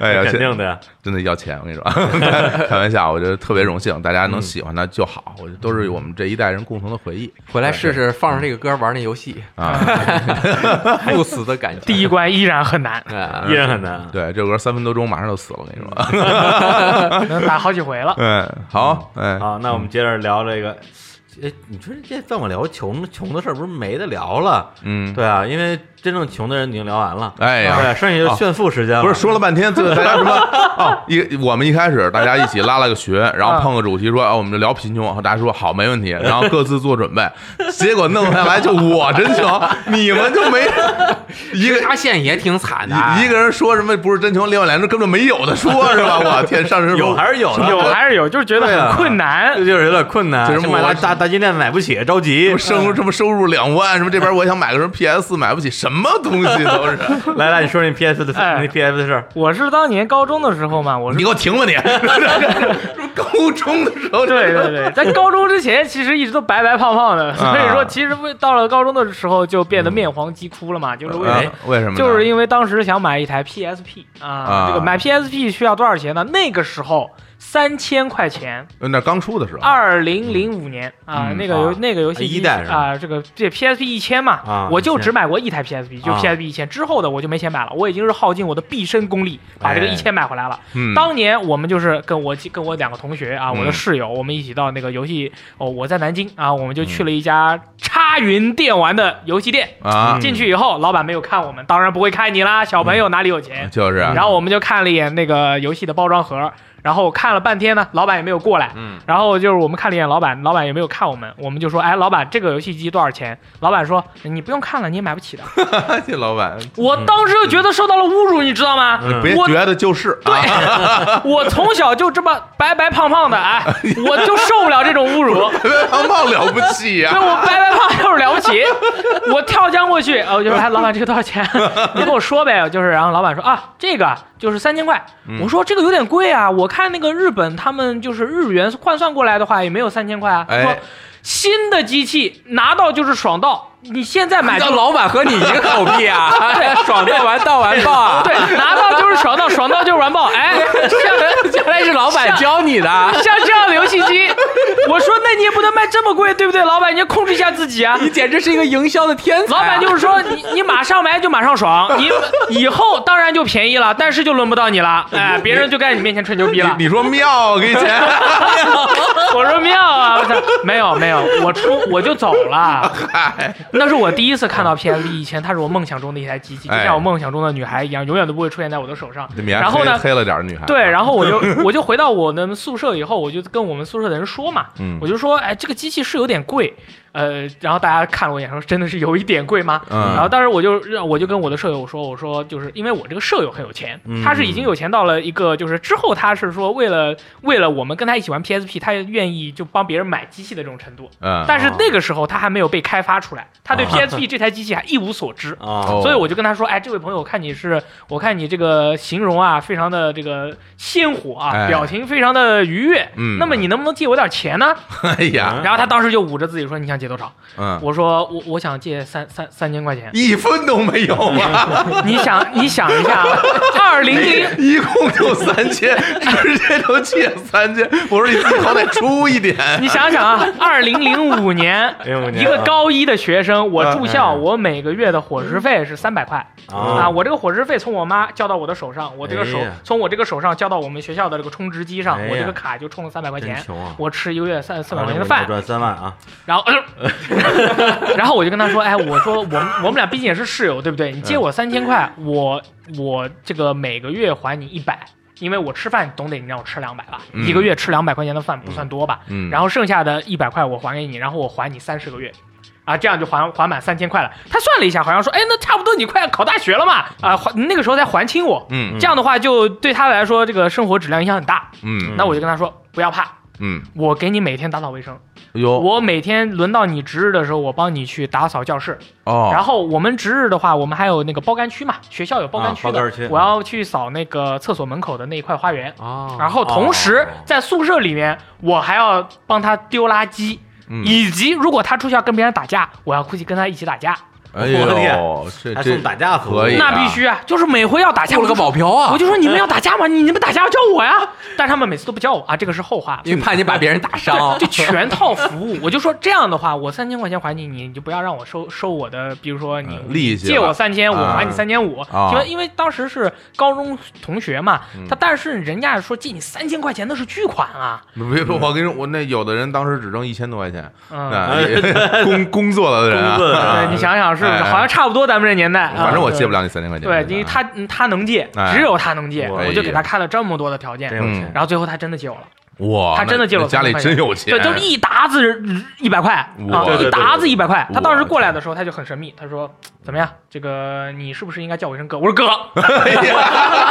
哎呀，
肯
这
定的，
真的要钱，我跟你说，开玩笑，我觉得特别荣幸，大家能喜欢它就好，我觉得都是我们这一代人共同的回忆
回来试试放上这个歌玩那游戏，
啊。
不死的感觉。
第一关依然很难，
啊
依然很难。
对，这首歌三分多钟马上就死了，我跟你说。
能打好几回了。
嗯，好，哎，
好，那我们接着聊这个。哎，你说这这么聊穷穷的事儿，不是没得聊了？
嗯，
对啊，因为真正穷的人已经聊完了，
哎呀
对，啊剩下就是炫富时间了。
不是说了半天，最后大家什 么？哦，一我们一开始大家一起拉了个群，然后碰个主题说，哦，我们就聊贫穷，大家说好，没问题，然后各自做准 备，结果弄下来就我真穷，你们就 没一个。
发现也挺惨的，啊
哎
一一个人说什么不是真穷，另外两个人根本就没有的说，是 吧？我天，上升
有还是有
嗯
的，
有还是有，就是觉得
啊
很困难
这。就是有点困难，
就是
想买大
我
大大金链子买不起，着急
什么。
嗯
收入什么收入两万，什么这边我想买个什么 PS 买不起，什么东西都 是。
来来，你说那 PS 的
哎
那 PS 的事儿，
我是当年高中的时候嘛，我是
你给我停 吧你！ 什么高中的时候，
对对对，在高中之前其实一直都白白胖胖
啊
的，所以说其实为到了高中的时候就变得面黄肌枯了嘛，就是为
嗯哎
了。
为什么呢？
就是因为当时想买一台 PSP 啊，这个买 PSP 需要多少钱呢？那个时候三千块钱，
那刚出的时候，
二零零五年啊，
嗯
那个游
啊
那个游戏
一
机
代是吧
啊，这个这 PSP 一千
啊
嘛，我就
1000
只买过一台 PSP，就
啊
PSP 一千，之后的我就没钱买了，我已经是耗尽我的毕生功力把这个
哎
一千买回来了。
嗯，
当年我们就是跟我跟我两个同学啊，
嗯
我的室友，我们一起到那个游戏哦，我在南京啊，我们就
嗯
去了一家插云电玩的游戏店。
啊，
进去以后，老板没有看我们，当然不会看你啦，小朋
嗯
友哪里有
啊
钱？
就是啊
然后我们就看了一眼那个游戏的包装盒，然后我看了半天呢，老板也没有过来。
嗯，
然后就是我们看了一眼老板，老板也没有看我们，我们就说，哎，老板，这个游戏机多少钱？老板说，你不用看了，你也买 不起的。
这老板，
我当时就觉得受到了侮辱，你知道吗？
嗯
别
我
觉得就是啊，
我从小就这么白白胖胖的，哎，我就受不了这种 侮辱。
别胖胖了不起啊呀，
对我白白胖就是了不起，我跳江过去，啊我就说哎，老板这个多少钱？你跟我说呗，就是，然后老板说啊，这个就是三千块。我说这个有点贵啊，我看那个日本他们就是日元换算过来的话，也没有三千块啊。他说
哎
新的机器拿到就是爽到，你现在买就
让老板和你一个口币啊， 爽到完到完爆啊！
对，拿到就是爽到，爽到就是完爆。哎，像
原来是老板教你的，
像这样的游戏机，我说那你也不能卖这么贵，对不对？老板，你要控制一下自己啊。
你简直是一个营销的天才
老
啊。
板就是
哎
说，你你马上买就马上爽， 你以后当然就便宜了，但是就轮不到你了，哎，别人就该你面前吹牛逼了。
你你说妙，我给你 钱，
我说妙啊，我操，没有没有，我出我就走 了。那是我第一次看到 PSP 一千，它是我梦想中的一台机器，就
哎
像我梦想中的女孩一样，永远都不会出现在我的手上。
这棉
然后
黑
呢，
黑了点儿女孩，啊
对，然后我就我就回到我们宿舍以后，我就跟我们宿舍的人说嘛，
嗯
我就说，哎，这个机器是有点贵，呃，然后大家看了我一眼说真的是有一点贵吗？
嗯
然后当时我就让我就跟我的舍友说，我说就是因为我这个舍友很有钱，
嗯
他是已经有钱到了一个就是之后他是说为了为了我们跟他一起玩 PSP，他愿意就帮别人买机器的这种程度。
嗯，
但是那个时候他还没有被开发出来，他对
啊
PSP 这台机器还一无所知。
哦
啊，
所以我就跟他说，哎，这位朋友，我看你是，我看你这个形容啊，非常的这个鲜活啊，
哎
表情非常的愉悦。
嗯
那么你能不能借我点钱呢？
哎呀，
然后他当时就捂着自己说，你想借多少？
嗯，
我说我我想借三三三千块 钱。
一分都没有啊，
你想你想一下，啊二零零
一共就三千，直接就借三千。我说你自己好歹出一点，
你想想啊，二零零
05
五年。
年啊
一个高一的学生，我住校，
嗯
我每个月的伙食费是三百块
啊
我这个伙食费从我妈交到我的手上，我这个手
哎呀
从我这个手上交到我们学校的这个充值机上
哎，呀
我这个卡就充了三百块
真
钱，
穷啊！
我吃一个月三四百块钱的
我
饭，
赚三万啊！
然后，呃 然后我就跟他说，哎，我说我们我们俩毕竟也是室友，对不对？你借我三千块，
嗯
我我这个每个月还你一百，因为我吃饭总得你让我吃两百吧，
嗯
一个月吃两百块钱的饭不算多吧？
嗯
然后剩下的一百块我还给你，然后我还你三十个月。啊，这样就还还满三千块了。他算了一下，好像说，哎，那差不多你快要考大学了嘛，啊，还那个时候再还清我。
嗯
这样的话就对他来说，这个生活质量影响很大。
嗯
那我就跟他说，不要怕，
嗯，
我给你每天打扫卫生，
有
我每天轮到你值日的时候，我帮你去打扫教室。
哦，
然后我们值日的话，我们还有那个包干区嘛，学校有包干区
啊包
的
干，区
我要去扫那个厕所门口的那一块花园。
哦，
然后同时
哦
在宿舍里面，我还要帮他丢垃圾，
嗯
以及如果他出去要跟别人打架，我要估计跟他一起打架。
哎
我的
呦
天，
这
还
这
送打架服务
可以啊，
那必须啊，就是每回要打架，
做了个保镖啊
我就说你们要打架吗？你你们打架要叫我呀，但是他们每次都不叫我啊，这个是后话。
因为怕你把别人打伤
对，就，全套服务。我就说这样的话，我三千块钱还你，你就不要让我收收我的，比如说你
呃利息了
借我三千，我
啊
还你三千五
啊，
因为因为当时是高中同学嘛，
嗯
他但是人家说借你三千块钱那是巨款啊，
别说，我跟你说，我那有的人当时只挣一千多块钱，
嗯，
那 也工工作了的人
工作的
啊
人
对，你想想是不
哎
是？
哎
好像差不多咱们这年代，啊
反正我借不。了你三千块钱。啊
对，因为他嗯他能借，只有他能借，
哎
我就给他看了这么多的条件
真，有钱
嗯，
然后最后他真的借我了。
哇，
他真的借了
那家里真有钱，
对，就是一沓子一百块
嗯哇
啊
对，对
一沓子一百块。
对
他当时过来的时候，他就很神秘，他说：“怎么样，这个你是不是应该叫我一声哥？”我 说：“哥，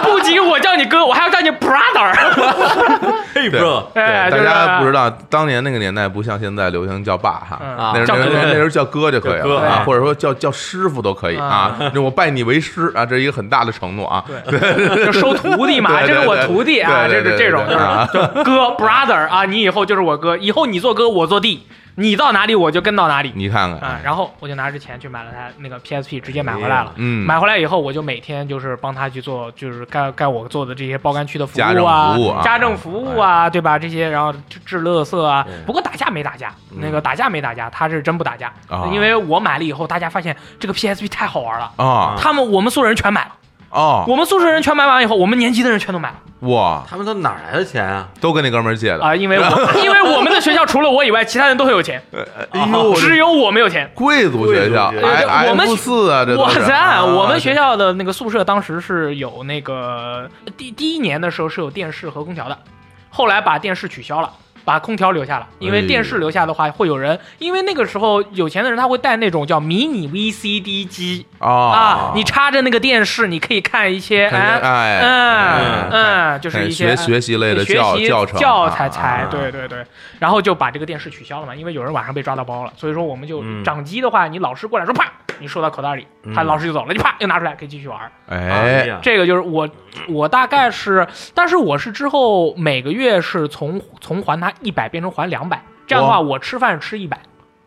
不仅我叫你哥，我还要叫你 brother。
嘿，bro，”
哎，
大
就是
家不知道，当年那个年代不像现在流行叫爸哈，
嗯
那时候
叫
那时候
哥
那时候叫哥就可以
叫哥
了啊，
对
或者说叫叫师傅都可以啊。那我拜你为师啊，这是一个很大的承诺啊。
对，就收徒弟嘛，
对
这
对
是我徒弟啊，
对
这
对对
是这种
对
就
对啊
是就哥 brother 啊，你以后就是我哥，以后你做哥，我做弟，你到哪里我就跟到哪里。
你看看，
啊，然后我就拿着钱去买了他那个 PSP，直接买回来了。
嗯
买回来以后，我就每天就是帮他去做，就是该该我做的这些包干区的服
家
务
政，
啊
服务啊
家政服务啊，对吧？这些，然后治治垃圾啊。
嗯
不过打架没打架，那个打架没打架，他是真不打架
啊，
因为我买了以后，大家发现这个 PSP 太好玩了，
啊
他们我们宿舍人全买了，
哦
我们宿舍人全买完以后，我们年级的人全都买了
哇，
他们都哪儿来的钱啊？
都跟那哥们儿借的
啊，因为我 因为我们的学校除了我以外，其他人都很有钱，
哎呦，
只有我没有
哦
钱。
贵族学校，
贵
族学校
哎
我们
F 四啊，这都
哇
是
塞！
啊
我们学校的那个宿舍当时是有那个第第一年的时候是有电视和空调的，后来把电视取消了。把空调留下了，因为电视留下的话，会有人，因为那个时候有钱的人他会带那种叫迷你 VCD 机啊
啊，，
你插着那个电视，你可以看一些，
看
哎，
哎
嗯
哎
嗯，就是一
学
些
学习类的
学
教
习
教程
教
啊
材才
啊
对对对，然后就把这个电视取消了嘛，因为有人晚上被抓到包了，所以说我们就
嗯
掌机的话，你老师过来说啪，你收到口袋里，他
嗯
老师就走了，你啪又拿出来可以继续玩儿。
哎，
呀，
这个就是我我大概是，但是我是之后每个月是从从还他一百变成还两百，这样的话
哇
我吃饭是吃一百，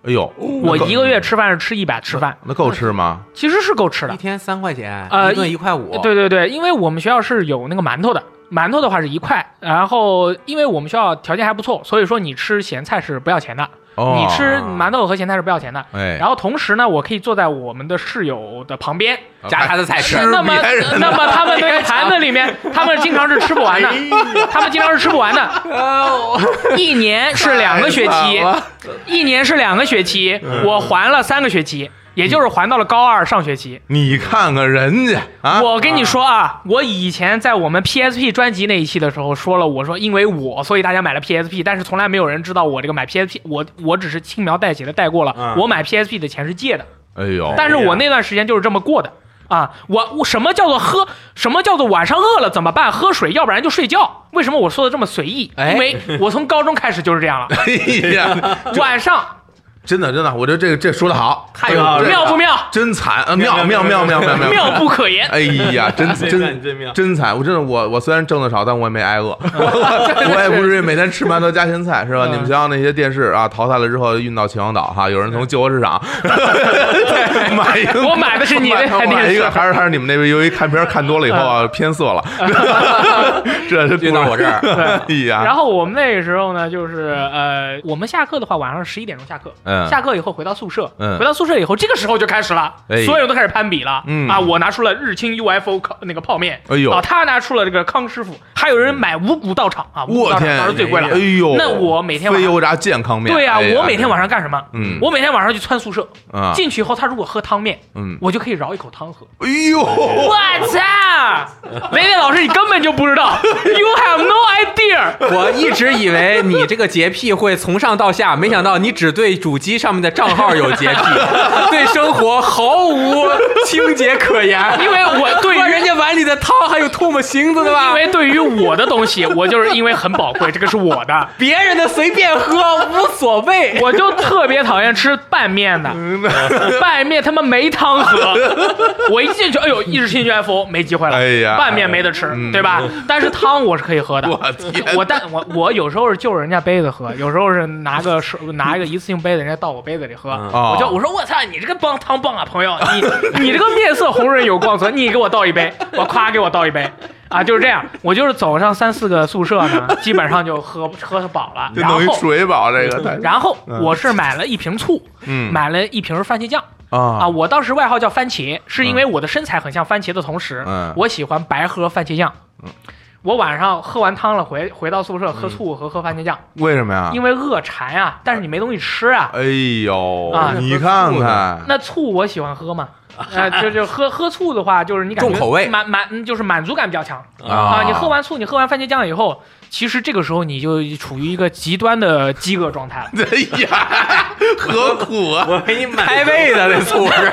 哎呦，
我
那够
一个月吃饭是吃一百吃饭，
那够吃吗？
其实是够吃的
一。天三块钱，
呃
一顿一块五，
对对对，因为我们学校是有那个馒头的，馒头的话是一块，然后因为我们学校条件还不错，所以说你吃咸菜是不要钱的，
哦，
你吃馒头和咸菜是不要钱的。
哎，
然后同时呢，我可以坐在我们的室友的旁边，
夹他的菜吃
哦吃，
那么
别人的哎
那么他 们那个盘子里面，他们经常是吃不完的，他们经常是吃不完的。一年是两个学期
哦太惨了，嗯
一年是两个学期，我还了三个学期。也就是还到了高二上学期。
你看看人家啊，
我跟你说啊，我以前在我们 PSP 专辑那一期的时候说了，我说因为我，所以大家买了 PSP，但是从来没有人知道我这个买 PSP，我我只是轻描淡写的带过了
嗯，
我买 PSP 的钱是借的，
哎呦，
但是我那段时间就是这么过的啊。我我什么叫做喝？什么叫做晚上饿了怎么办？喝水，要不然就睡觉。为什么我说的这么随意？
哎
因为我从高中开始就是 这样了，
哎呀，
晚上
真的真的，我觉得这个这说的好，
太有道理了
妙不妙？
真惨啊，妙妙妙妙妙妙
妙不可言。
哎呀， 真
这段
真
真妙
真惨！我真的我我虽然挣的少，但我也没挨 饿，我也不至于每天吃馒头加咸菜，是吧？
嗯
你们想想那些电视啊，淘汰了之后运到秦皇岛哈，有人从旧货市场 买一个，
我买的是你那台
买买
电
一
视嗯
个，还是还是你们那边由于看片看多了以后啊偏色了， 这是
运到我这儿
哎呀，
然后我们那个时候呢，就是呃，我们下课的话，晚上十一点钟下课，
嗯
下课以后回到宿舍，
嗯
回到宿舍以后，这个时候就开始了，
哎
所有人都开始攀比了，
嗯
啊，我拿出了日清 UFO 烤那个泡面，
哎呦
啊，他拿出了这个康师傅，还有人买五谷道场啊，五谷
我
道场
天
当时最贵了，
哎呦，
那我每天晚
非
上。
油炸健康面，
对呀、
哎呀
我每天晚上干什么？
嗯
我每天晚上去窜宿舍，
啊，
进去以后，他如果喝汤面，
嗯，
我就可以饶一口汤喝。
哎呦。
我操！ 雷雷老师，你根本就不知道，You have no idea。
我一直以为你这个洁癖会从上到下，没想到你只对主机上面的账号有洁 癖，对生活毫无清洁可言。
因为我对
哇
于
人家啊碗里的汤还有唾沫星子的
因
吧？
为对于我的东西，我就是因为很宝贵，这个是我的，
别人的随便喝无所谓。
我就特别讨厌吃拌面的， 拌面他妈没汤喝，我一进去，哎呦，一时兴趣 F O 没机会了，
哎呀
拌面没得吃，对吧？但是汤我是可以喝的。
我天！
我但我我有时候是就着人家杯子喝，有时候是拿个手拿一个一次性杯子，人家倒我杯子里喝，
哦
我就我说我操，你这个棒汤棒啊，朋友，你 你这个面色红润有光泽，你给我倒一杯，我夸给我倒一杯。啊，就是这样，我就是走上三四个宿舍呢， 基本上就喝喝饱了，
这
然后
等于水饱这个太
然后我是买了一瓶醋，
嗯
买了一瓶番茄酱啊，
啊
我当时外号叫番茄，是因为我的身材很像番茄的同时，
嗯
我喜欢白喝番茄酱。我晚上喝完汤了，回回到宿舍喝醋和喝番茄酱，
为什么呀？
因为饿馋啊，但是你没东西吃啊。
哎呦
啊，
你看看，
那醋我喜欢喝嘛，啊，就就喝喝醋的话，就是你感觉
重口味
满满嗯就是满足感比较强
啊
啊。你喝完醋，你喝完番茄酱以后，其实这个时候你就处于一个极端的饥饿状 态了。
哎呀，何苦啊？
我给你买
开胃的那醋是，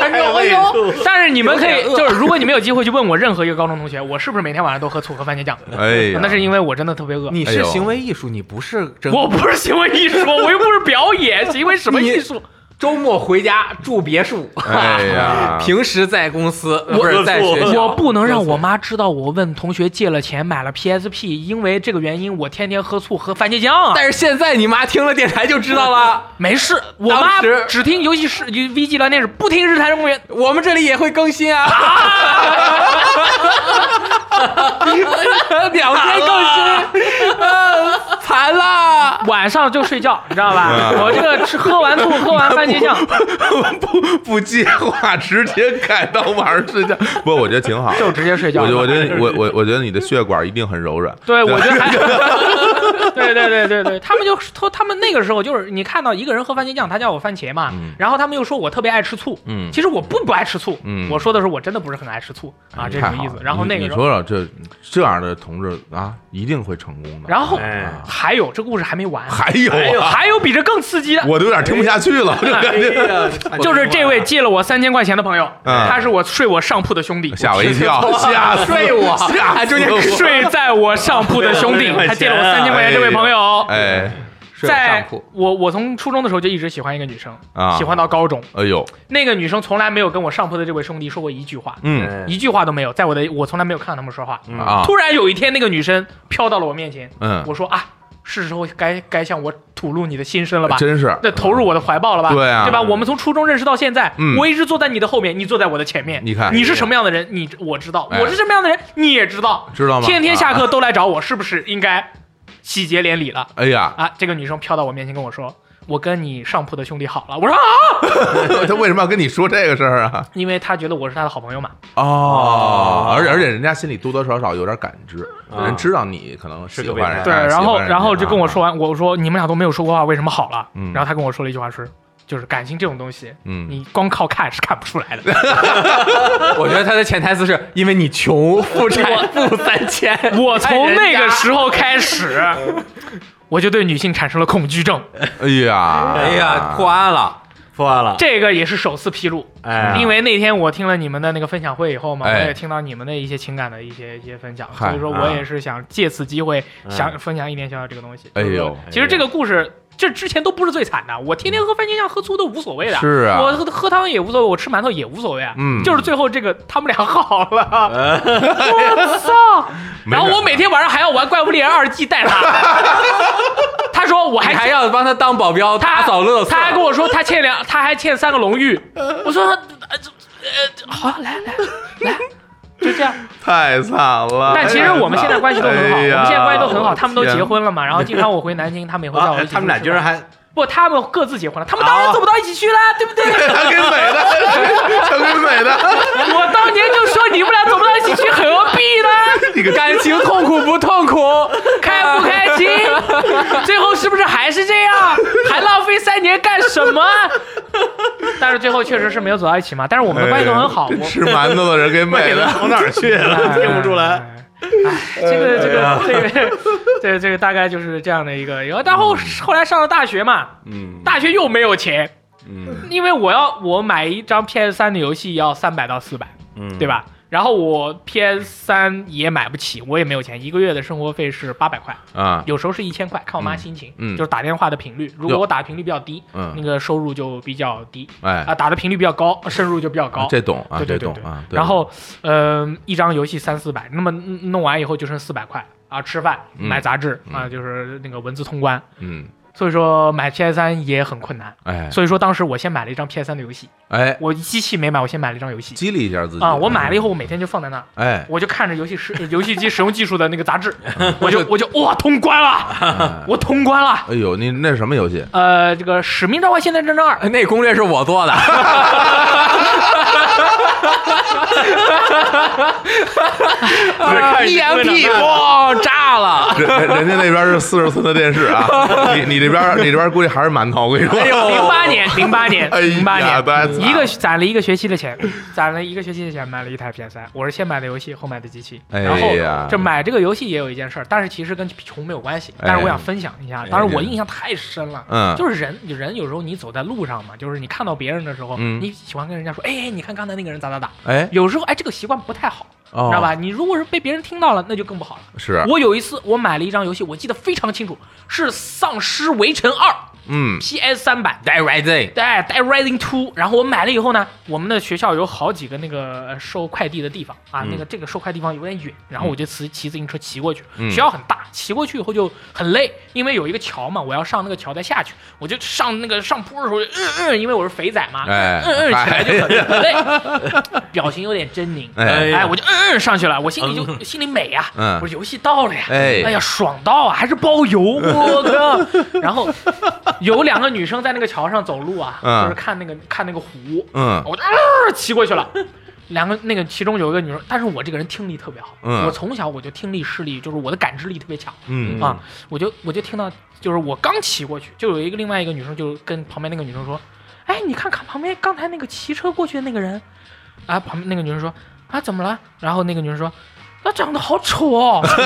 哎
胃醋，
但是你们可以，
有点饿
就是如果你们有机会去问我任何一个高中同学，我是不是每天晚上都喝醋和番茄酱？
哎呀，
那是因为我真的特别饿。
你
哎
是
呦
行为艺术，你不是真。
我不是行为艺术，我又不是表演，行为什么艺术？
周末回家住别墅，
哎
啊
呀
平时在公司
我
不是在学校，
我不能让我妈知道我问同学借了钱买了 PSP，因为这个原因我天天喝醋喝番茄酱啊。
但是现在你妈听了电台就知道了，
没事，我妈
当时
只听游戏室 VG 聊天室，不听日坛公园。
我们这里也会更新 啊。两天更新，啊惨啦！
晚上就睡觉，你知道吧？
嗯
我这个吃喝完醋，喝完番茄酱，
不不接话，直接改到晚上睡觉。不，我觉得挺好。
就直接睡觉
我
了。
觉我觉得我我我觉得你的血管一定很柔软。
对，我觉得还，对对对对对，他们就说他们那个时候就是你看到一个人喝番茄酱，他叫我番茄嘛，然后他们又说我特别爱吃醋，
嗯
其实我不不爱吃醋，
嗯
我说的是我真的不是很爱吃醋啊，这
太
个
好
意思
了。
然后
你
那个
你
时候，
说说这这样的同志啊，一定会成功的。啊
然后
哎
还有这故事还没完，
还有啊，
还有哎比这更刺激的，
我都有点听不下去 了，就
哎
感觉
就是这位借了我三千块钱的朋友，
嗯
他是我睡我上铺的兄弟，
吓我一跳，吓死
睡我
吓
还
死
中间
我！
睡在我上铺的兄弟
三千块钱啊，
他借了我三千块钱。这位朋友，
哎
睡我上
在
铺，
我我从初中的时候就一直喜欢一个女生，
啊，
喜欢到高中。
哎呦，
那个女生从来没有跟我上铺的这位兄弟说过一句话，
嗯
一句话都没有，在我的我从来没有看到他们说话。
啊，
突然有一天，那个女生飘到了我面前，
嗯，
我说啊，是时候该该向我吐露你的心声了吧？
真是
那投入我的怀抱了吧？
对啊
吧？我们从初中认识到现在，
嗯
我一直坐在你的后面，你坐在我的前面。
你看
你是什么样的人，你我知道；
哎
我是什么样的人，你也知道。
知道吗？
天天下
啊，
课都来找我，是不是应该喜结连理了？
哎 呀，
啊，这个女生飘到我面前跟我说。我跟你上铺的兄弟好了，我说啊，
他为什么要跟你说这个事儿啊？
因为她觉得我是她的好朋友嘛。
哦，而且而且人家心里多多少少有点感知，
啊
人知道你可能喜欢人家，
对，然
哎喜
后
欢人家啊
然后就跟我说完，我说你们俩都没有说过话，为什么好了？
嗯
然后他跟我说了一句话是，就是感情这种东西，
嗯
你光靠看是看不出来的。
我觉得他的潜台词是因为你穷，负产负三千。
我从那个
候，
时候 开始，
嗯
我就对女性产生了恐惧症，
哎呀，
哎呀，破案了，
破案了，
这个也是首次披露。
哎，
因为那天我听了你们的那个分享会以后嘛，
哎
我也听到你们的一些情感的一些一些分享，
嗨嗯
所以说我也是想借此机会想分享一点小小这个东西。
哎
就是
呦
说其实这个故事。这之前都不是最惨的，我天天喝番茄酱喝醋都无所谓的，
是啊
我喝喝汤也无所谓，我吃馒头也无所谓啊，
嗯
就是最后这个他们俩好了， 我操！然后我每天晚上还要玩《怪物猎人二季》 带他，他说我还
你还要帮他当保镖
他
打扫垃圾，
他还跟我说他欠两，他还欠三个龙玉。我说他呃这呃好来来来，就这样。
太惨了。
但其实我们现在关系都很好，我
哎呀
们现在关系都很好，
我
他们都
天
结婚了嘛。然后经常我回南京，他们也会带我
啊
一起出去吃
他
饭。
们俩居然还
不，他们各自结婚了，他们当然走不到一起去啦，对不对？
他哎给美的， 他给美 的，
我当年就说你们俩走不到一起去，何必呢？
你个
感情痛苦不痛苦？
开不开心？最后是不是还是这样？还浪费三年干什么？ 但是最后确实是没有走到一起嘛。但是我们的关系都很好，我
哎吃馒头的人给美
美的
的，
跑哪儿去了？听不出来。
这个这个这个这个这个大概就是这样的一个。然后但后后来上了大学嘛，
嗯
大学又没有钱，
嗯
因为我要我买一张 PS 三的游戏要三百到四百，
嗯，
对？吧？然后我 PS 三也买不起，我也没有钱，一个月的生活费是八百块，
啊，
有时候是一千块，看我妈心情。
嗯嗯
就是打电话的频率，如果我打的频率比较低，
嗯
那个收入就比较低啊、
哎，
打的频率比较高，收入就比较高。
这懂啊，
对对
这
对
懂
对
啊。对
然后，嗯，一张游戏三四百，那么嗯弄完以后就剩四百块啊，吃饭、
嗯
买杂志啊，就是那个文字通关。
嗯，
所以说买 PS 三也很困难。
哎
所以说当时我先买了一张 PS 三的游戏，
哎，
我机器没买，我先买了一张游戏
激励一下自己
啊。我买了以后，我每天就放在那儿，
哎，嗯
我就看着游戏使游戏机使用技术的那个 杂志，我就我就哇通关了，
哎
我通关了。
哎呦，你那是什么游戏？
呃，这个《使命召唤：现代战争
哎
二》
那攻略是我做的，
啊，EMP ，E 哇炸了，
人人家那边是四十寸的电视 啊，你你这边你这边估计还是馒头，我跟你说。哎
零八年，零八年，
哎呀
零八年，
大家惨
一个攒了一个学期的钱， 攒了一个学期的钱买了一台 PS 三。我是先买的游戏，后买的机器。
哎
然
呀
后这买这个游戏也有一件事儿，但是其实跟穷没有关系。
哎
但是我想分享一下，当时我印象太深了。
嗯
就是人人有时候你走在路上嘛，就是你看到别人的时候，
嗯
你喜欢跟人家说，哎，你看刚才那个人咋咋咋。
哎，
有时候哎，这个习惯不太好，
哦啊
知道吧？你如果是被别人听到了，那就更不好了。
是，
我有一次我买了一张游戏，我记得非常清楚，是《丧尸围城二》。
嗯
PS 三版，
Dead Rising
对带 Rising Two，然后我买了以后呢，我们的学校有好几个那个呃收快递的地方
嗯
啊，那个这个收快递地方有点远，然后我就骑骑自行车骑过去，
嗯
学校很大，骑过去以后就很累，因为有一个桥嘛，我要上那个桥再下去，我就上那个上坡的时候，嗯嗯，因为我是肥仔嘛，
哎
嗯嗯起来就很很 累，表情有点狰狞，
哎
哎，我就嗯嗯上去了，我心里就心里美呀、
嗯
我说游戏到了呀，
哎
呀爽到啊，还是包邮，我 靠！然后有两个女生在那个桥上走路啊，
嗯
就是看那个看那个湖，
嗯
我就、呃、骑过去了。两个那个其中有一个女生，但是我这个人听力特别好，
嗯
我从小我就听力视力就是我的感知力特别强，
嗯
啊，我就我就听到，就是我刚骑过去，就有一个另外一个女生就跟旁边那个女生说：“哎，你看看旁边刚才那个骑车过去的那个人。”啊，旁边那个女生说：“啊，怎么了？”然后那个女生说：“他长得好丑哦。”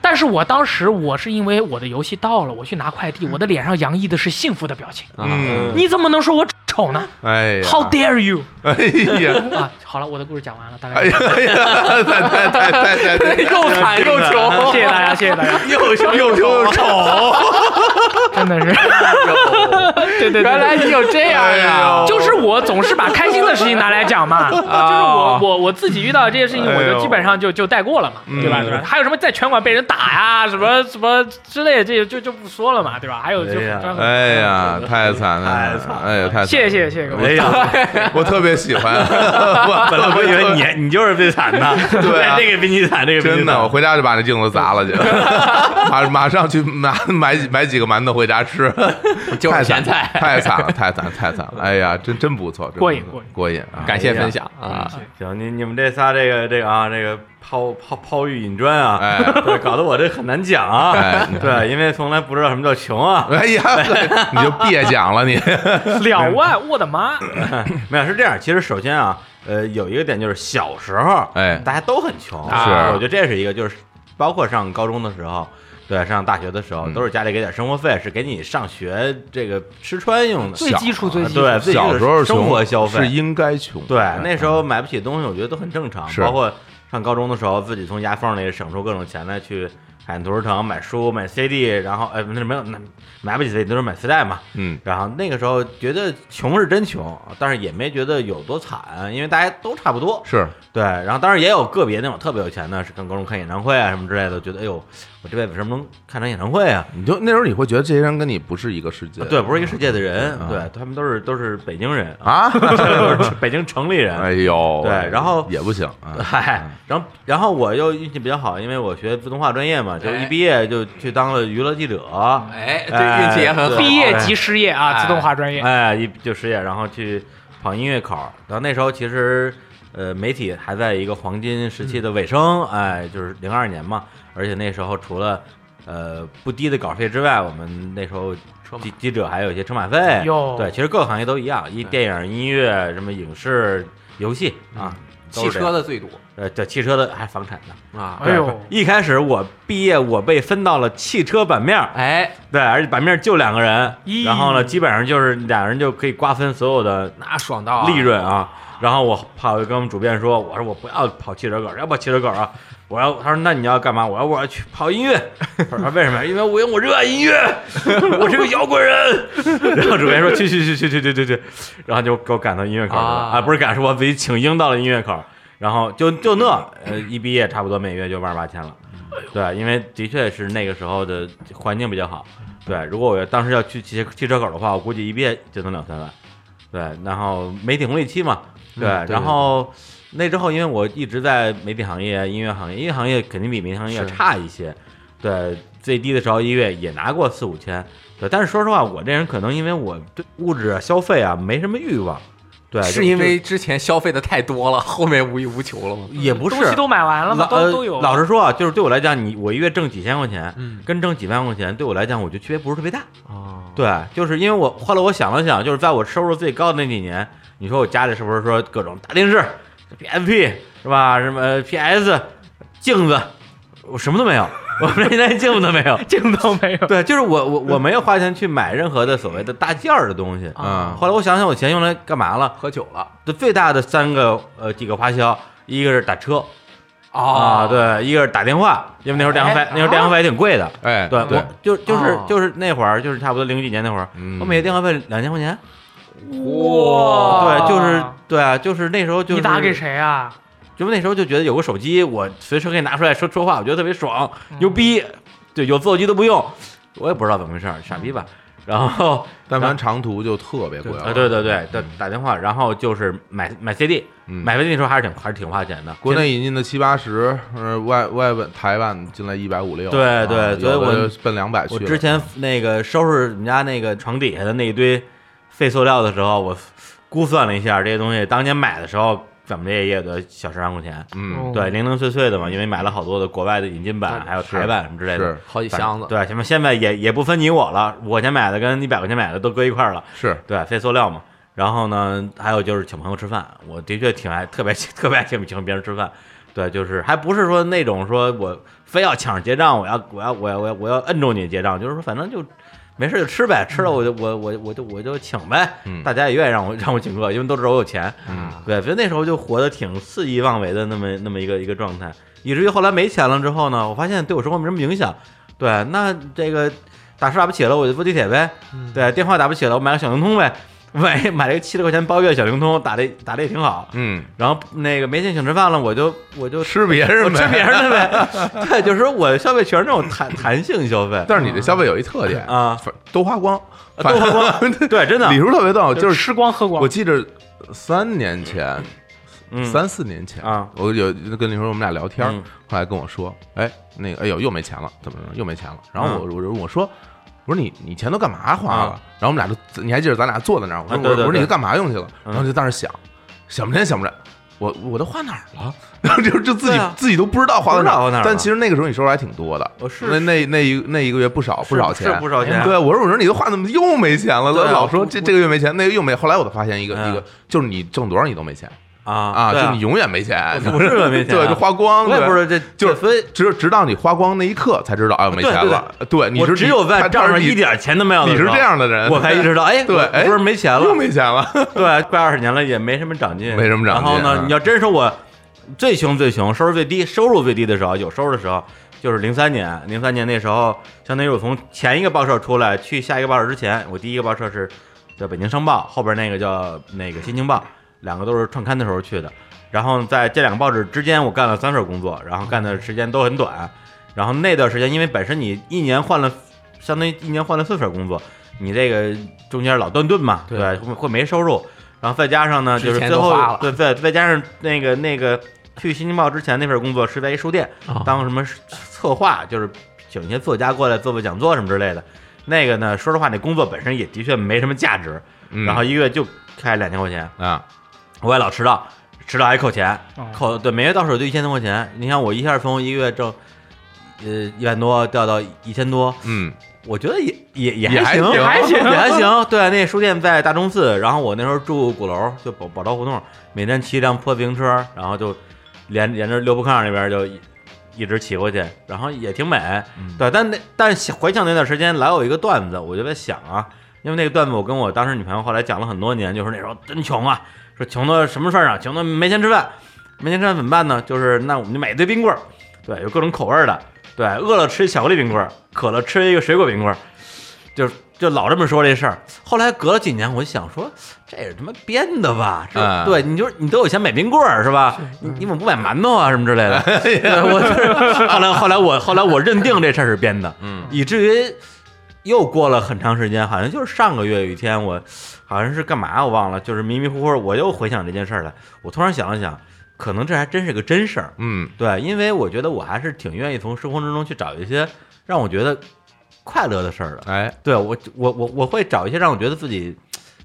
但是我当时我是因为我的游戏到了，我去拿快递，我的脸上洋溢的是幸福的表情。
嗯，
你怎么能说我丑呢
哎呀，
？How dare you！
哎呀，
啊，好了，我的故事讲完了，大概
哎
是
呀，
这样。
哎呀，太太太太 太
又惨又穷，
谢谢大家，谢谢大家，
又又又又丑，
真的是，对对对，
原来你有这样呀！
就是我总是把开心的事情拿来讲嘛，啊就是我我我自己遇到的这些事情，
哎
我
呦
就基本上就就带过了嘛，对吧？对吧？还有什么在拳馆被人打呀，什么什么之类的，这些就就不说了嘛，对吧？还有就
哎呀
专门
哎呀，太惨
太
了
惨，了
哎呀，太惨
谢谢谢谢谢谢各
哎
位，
呀，
我特别喜欢，我
本来我以为 你你就是最惨的，哎
对 啊
这个比你惨，这个比你
真的，我
惨
回家就把那镜子砸了去，马马上去拿买买几个馒头回家吃，
就是
太
咸
惨
菜
太惨了，太惨，太惨了！哎呀，真真不不错，真
过瘾
不
过
错
瘾
过瘾啊！
感
嗯
感
谢
谢
分
分
享
享啊！
行，你你们这仨这个这个啊，这个抛抛抛玉引砖啊，
哎
对，搞得我这很难讲啊，
哎
对，因为从来不知道什么叫穷啊，
哎呀， 你就别讲了，你
两万，我的妈！
没有是这样。其实首先啊，呃，有一个点就是小时候，
哎
大家都很穷，
啊
我
是
觉得这是一个，就是包括上高中的时候。对，上大学的时候
嗯
都是家里给点生活费，是给你上学这个吃穿用的。
最基础最基础
对，最基础
小时候
生活
穷
消费
是应该穷，
对，那时候买不起东西，我觉得都很正常。
嗯是
包括上高中的时候，自己从牙缝里省出各种钱来去海淀图书城买书、买 CD，然后哎，那没有，那买不起 CD 都是买磁带嘛。
嗯，
然后那个时候觉得穷是真穷，但是也没觉得有多惨，因为大家都差不多。
是
对，然后当然也有个别那种特别有钱的，是跟高中看演唱会啊什么之类的，觉得哎呦，我这辈子为什么能看场演唱会啊？
你就那时候你会觉得这些人跟你不是一个世界，
对，不是一个世界的人，
啊
对他们都是都是北京人，
啊，
都是北京城里人。
哎呦，
对然后
也不行 啊，
嗨，然后然后我又运气比较好，因为我学自动化专业嘛，就一毕业就去当了娱乐记者，
哎，这运气也很好。
对
毕业即失业啊，
哎
自动化专业。
哎，一就失业，然后去跑音乐口。然后那时候其实呃，媒体还在一个黄金时期的尾声，
嗯
哎，就是零二年嘛，而且那时候除了呃不低的稿费之外，我们那时候
车马
记记者还有一些车马费
哟，
对，其实各个行业都一样，一电影、音乐、什么影视、游戏啊，都
嗯汽
是这样
车的最多
呃，对，汽车的还房产的。
啊！
哎呦，
一开始我毕业，我被分到了汽车版面儿，
哎，
对，而且版面儿就两个人，
咦
然后呢，基本上就是俩人就可以瓜分所有的
那爽到啊
利润啊。然后我跑去跟我们主编说，我说我不要跑汽车稿，要不要汽车稿啊？我要，他说那你要干嘛？我要我要去跑音 乐。我说为什么？因为我因为我热爱音 乐，我是个摇滚人。 然后主编说去去去去去去去去，然后就给我赶到音乐口去了
啊
啊，不是赶，是我自己请缨到了音乐口。然后就就那呃，一毕业差不多每月就万八千了，对，因为的确是那个时候的环境比较好。对，如果我当时要去汽车汽车口的话，我估计一毕业就能两三万。对，然后媒体红利期嘛，对，
嗯对
然后那之后，因为我一直在媒体行业、音乐行业，音乐行业肯定比媒体行业要
是
差一些，对，最低的时候一月也拿过四五千，对，但是说实话，我这人可能因为我对物质啊、消费啊没什么欲望，对，就是
因为之前消费的太多了，后面无欲无求了吗？
就也不是
东西都买完了
老
吗？啊都都有。
呃。老实说啊，就是对我来讲，你我一月挣几千块钱，
嗯
跟挣几万块钱对我来讲，我觉得区别不是特别大。
啊，
对，就是因为我后来我想了想，就是在我收入最高的那几年，你说我家里是不是说各种大电视、PSP 是吧？什么 PS、镜子，我什么都没有， 我们这连镜子都没有。
镜都没有，
对，就是我我我没有花钱去买任何的所谓的大件儿的东西。
啊
嗯，
后来我想想，我钱用来干嘛了？
喝酒了
这最大的三个呃几个花销，一个是打车啊，
啊，
对，一个是打电话，因为那时候电话费
哎
那时候电话费也挺贵的。
哎，
对，我就就是
哦
就是那会儿，就是差不多零几年那会儿，
嗯
我每个电话费两千块钱。嗯
哇
对，就是对啊，就是那时候就是
哦你打给？谁啊？
就那时候就觉得有个手机，我随时可以拿出来说说话，我觉得特别爽，牛逼。对，有座机都不用，我也不知道怎么回事儿，傻逼吧。然后，
但凡长途就特别贵了，
啊，对对对，打打电话，然后就是买买 CD，
嗯
买 CD 那时候还是挺还是挺花钱的。
国内引进的七八十，呃，外外本台湾进来一百五六，
对
啊
对所以
有的
我
就奔两百去
我
了。嗯
之前那个收拾我们家那个床底下的那一堆废塑料的时候，我估算了一下，这些东西当年买的时候怎么着也得小十万块钱。
嗯
哦
对，零零碎碎的嘛，因为买了好多的国外的引进版，
对
还有台版什么之类的
啊是，
好几箱子，
对，什么现在也也不分你我了，五块钱买的跟一百块钱买的都搁一块儿了，
是
对，非塑料嘛。然后呢，还有就是请朋友吃饭，我的确挺爱，特别特别爱请请别人吃饭。对，就是还不是说那种说我非要抢着结账，我要我要我要我要我要摁住你结账，就是说反正就没事就吃呗，吃了我就我我我就我就请呗，
嗯
大家也愿意让我让我请客，因为都知道我有钱，
啊
对，所以那时候就活得挺肆意妄为的那么那么一个一个状态，以至于后来没钱了之后呢，我发现对我生活没什么影响。对，那这个打车打不起了，我就坐地铁呗；
嗯
对，电话打不起了，我买个小灵通呗。买买了个七十块钱包月小灵通，打的打的也挺好。
嗯，
然后那个没钱请吃饭了，我就我就
吃别
我
人
吃别
呗。
人的呗。 对，就是说我消费全是那种弹弹性消费
但是你这消费有一特点，
啊，
反都花光，
都花
光。
对，真的
李叔特别逗，就是
吃光喝光
我。记着三年前，
嗯
三四年前
啊，
我有跟你说我们俩聊天儿
嗯，嗯
后来跟我说，哎，那个，哎呦，又没钱了，怎么着，又没钱了。然后我我我说，我说你你钱都干嘛花了？然后我们俩就你还记得咱俩坐在那儿，我说
啊
我
对对
我说
对
你干嘛用去了？
嗯
然后就在那儿想，想半天想不着。我我都花哪儿了？然后就就自
对
己、
啊
自己都不知道花到
不知道花哪儿了
但其实那个时候你收入还挺多的，
哦是
那那那一那一个月不少不少钱，
是不少钱
对，我说我说你都花怎么又没钱了？
对啊
老说这这个月没钱，那个又没。后来我才发现一个、
嗯
一个就是你挣多少你都没钱
啊
啊，
对
就
啊
你永远没钱，
我是没钱啊
对，就花光了。
我也不知道这
就
这
是
分，
只有直到你花光那一刻才知道，哎，我没钱了。对，你
我
是
只有在账上一，点钱都没有
他
的
是你
时
是
候，
这样的人，
我才意识到，哎，
对
我
哎
不是没钱
到
了
又，没 钱了。
对，快二十年了也没什么长进，
没什么长
然
进
后呢
啊，
你要真说我最穷最穷，收入最低，收入最低的时候，有收入的时候，就是零三年，零三年那时候，相当于我从前一个报社出来，去下一个报社之前，我第一个报社是叫北京商报，后边那个叫那个新京报，两个都是创刊的时候去的。然后在这两个报纸之间，我干了三份工作，然后干的时间都很短。然后那段时间，因为本身你一年换了，相当于一年换了四份工作，你这个中间老断顿嘛，
对
对吧，会会没收入。然后再加上呢，
之
就是
前
最
都
后
花了
对对，再加上那个那个去新京报之前那份工作是在一书店
啊
当什么策划，就是请一些作家过来做做讲座什么之类的。那个呢，说实话，那工作本身也的确没什么价值，
嗯
然后一个月就开两千块钱，
啊，
我也老迟到，迟到还扣钱，
哦
扣对每月到手就一千多块钱。你看我一下从一个月挣，呃一万多掉到一千多，
嗯，
我觉得也也也
也还
行，
行
还行
也还行。对，那书店在大钟寺，然后我那时候住鼓楼，就宝宝钞胡同，每天骑一辆破自行车，然后就连连着六步炕那边就一一直骑过去，然后也挺美。对，但那但是回想那段时间，老有一个段子，我就在想啊，因为那个段子我跟我当时女朋友后来讲了很多年，就是那时候真穷啊，说穷到什么事儿啊，穷到没钱吃饭，没钱吃饭怎么办呢？就是那我们就买一堆冰棍儿，对，有各种口味儿的，对，饿了吃一巧克力冰棍儿，渴了吃一个水果冰棍儿，就就老这么说这事儿。后来隔了几年，我就想说，这是他妈编的吧？是吧
嗯
对，你就是你都有钱买冰棍儿是吧？你你怎么不买馒头啊什么之类的？对我就是后来后来我后来我认定这事儿是编的，
嗯，
以至于又过了很长时间，好像就是上个月有一天，我好像是干嘛我忘了，就是迷迷糊糊，我又回想这件事儿来，我突然想了想，可能这还真是个真事儿。
嗯，
对，因为我觉得我还是挺愿意从生活之中去找一些让我觉得快乐的事儿的。
哎，
对我我我我会找一些让我觉得自己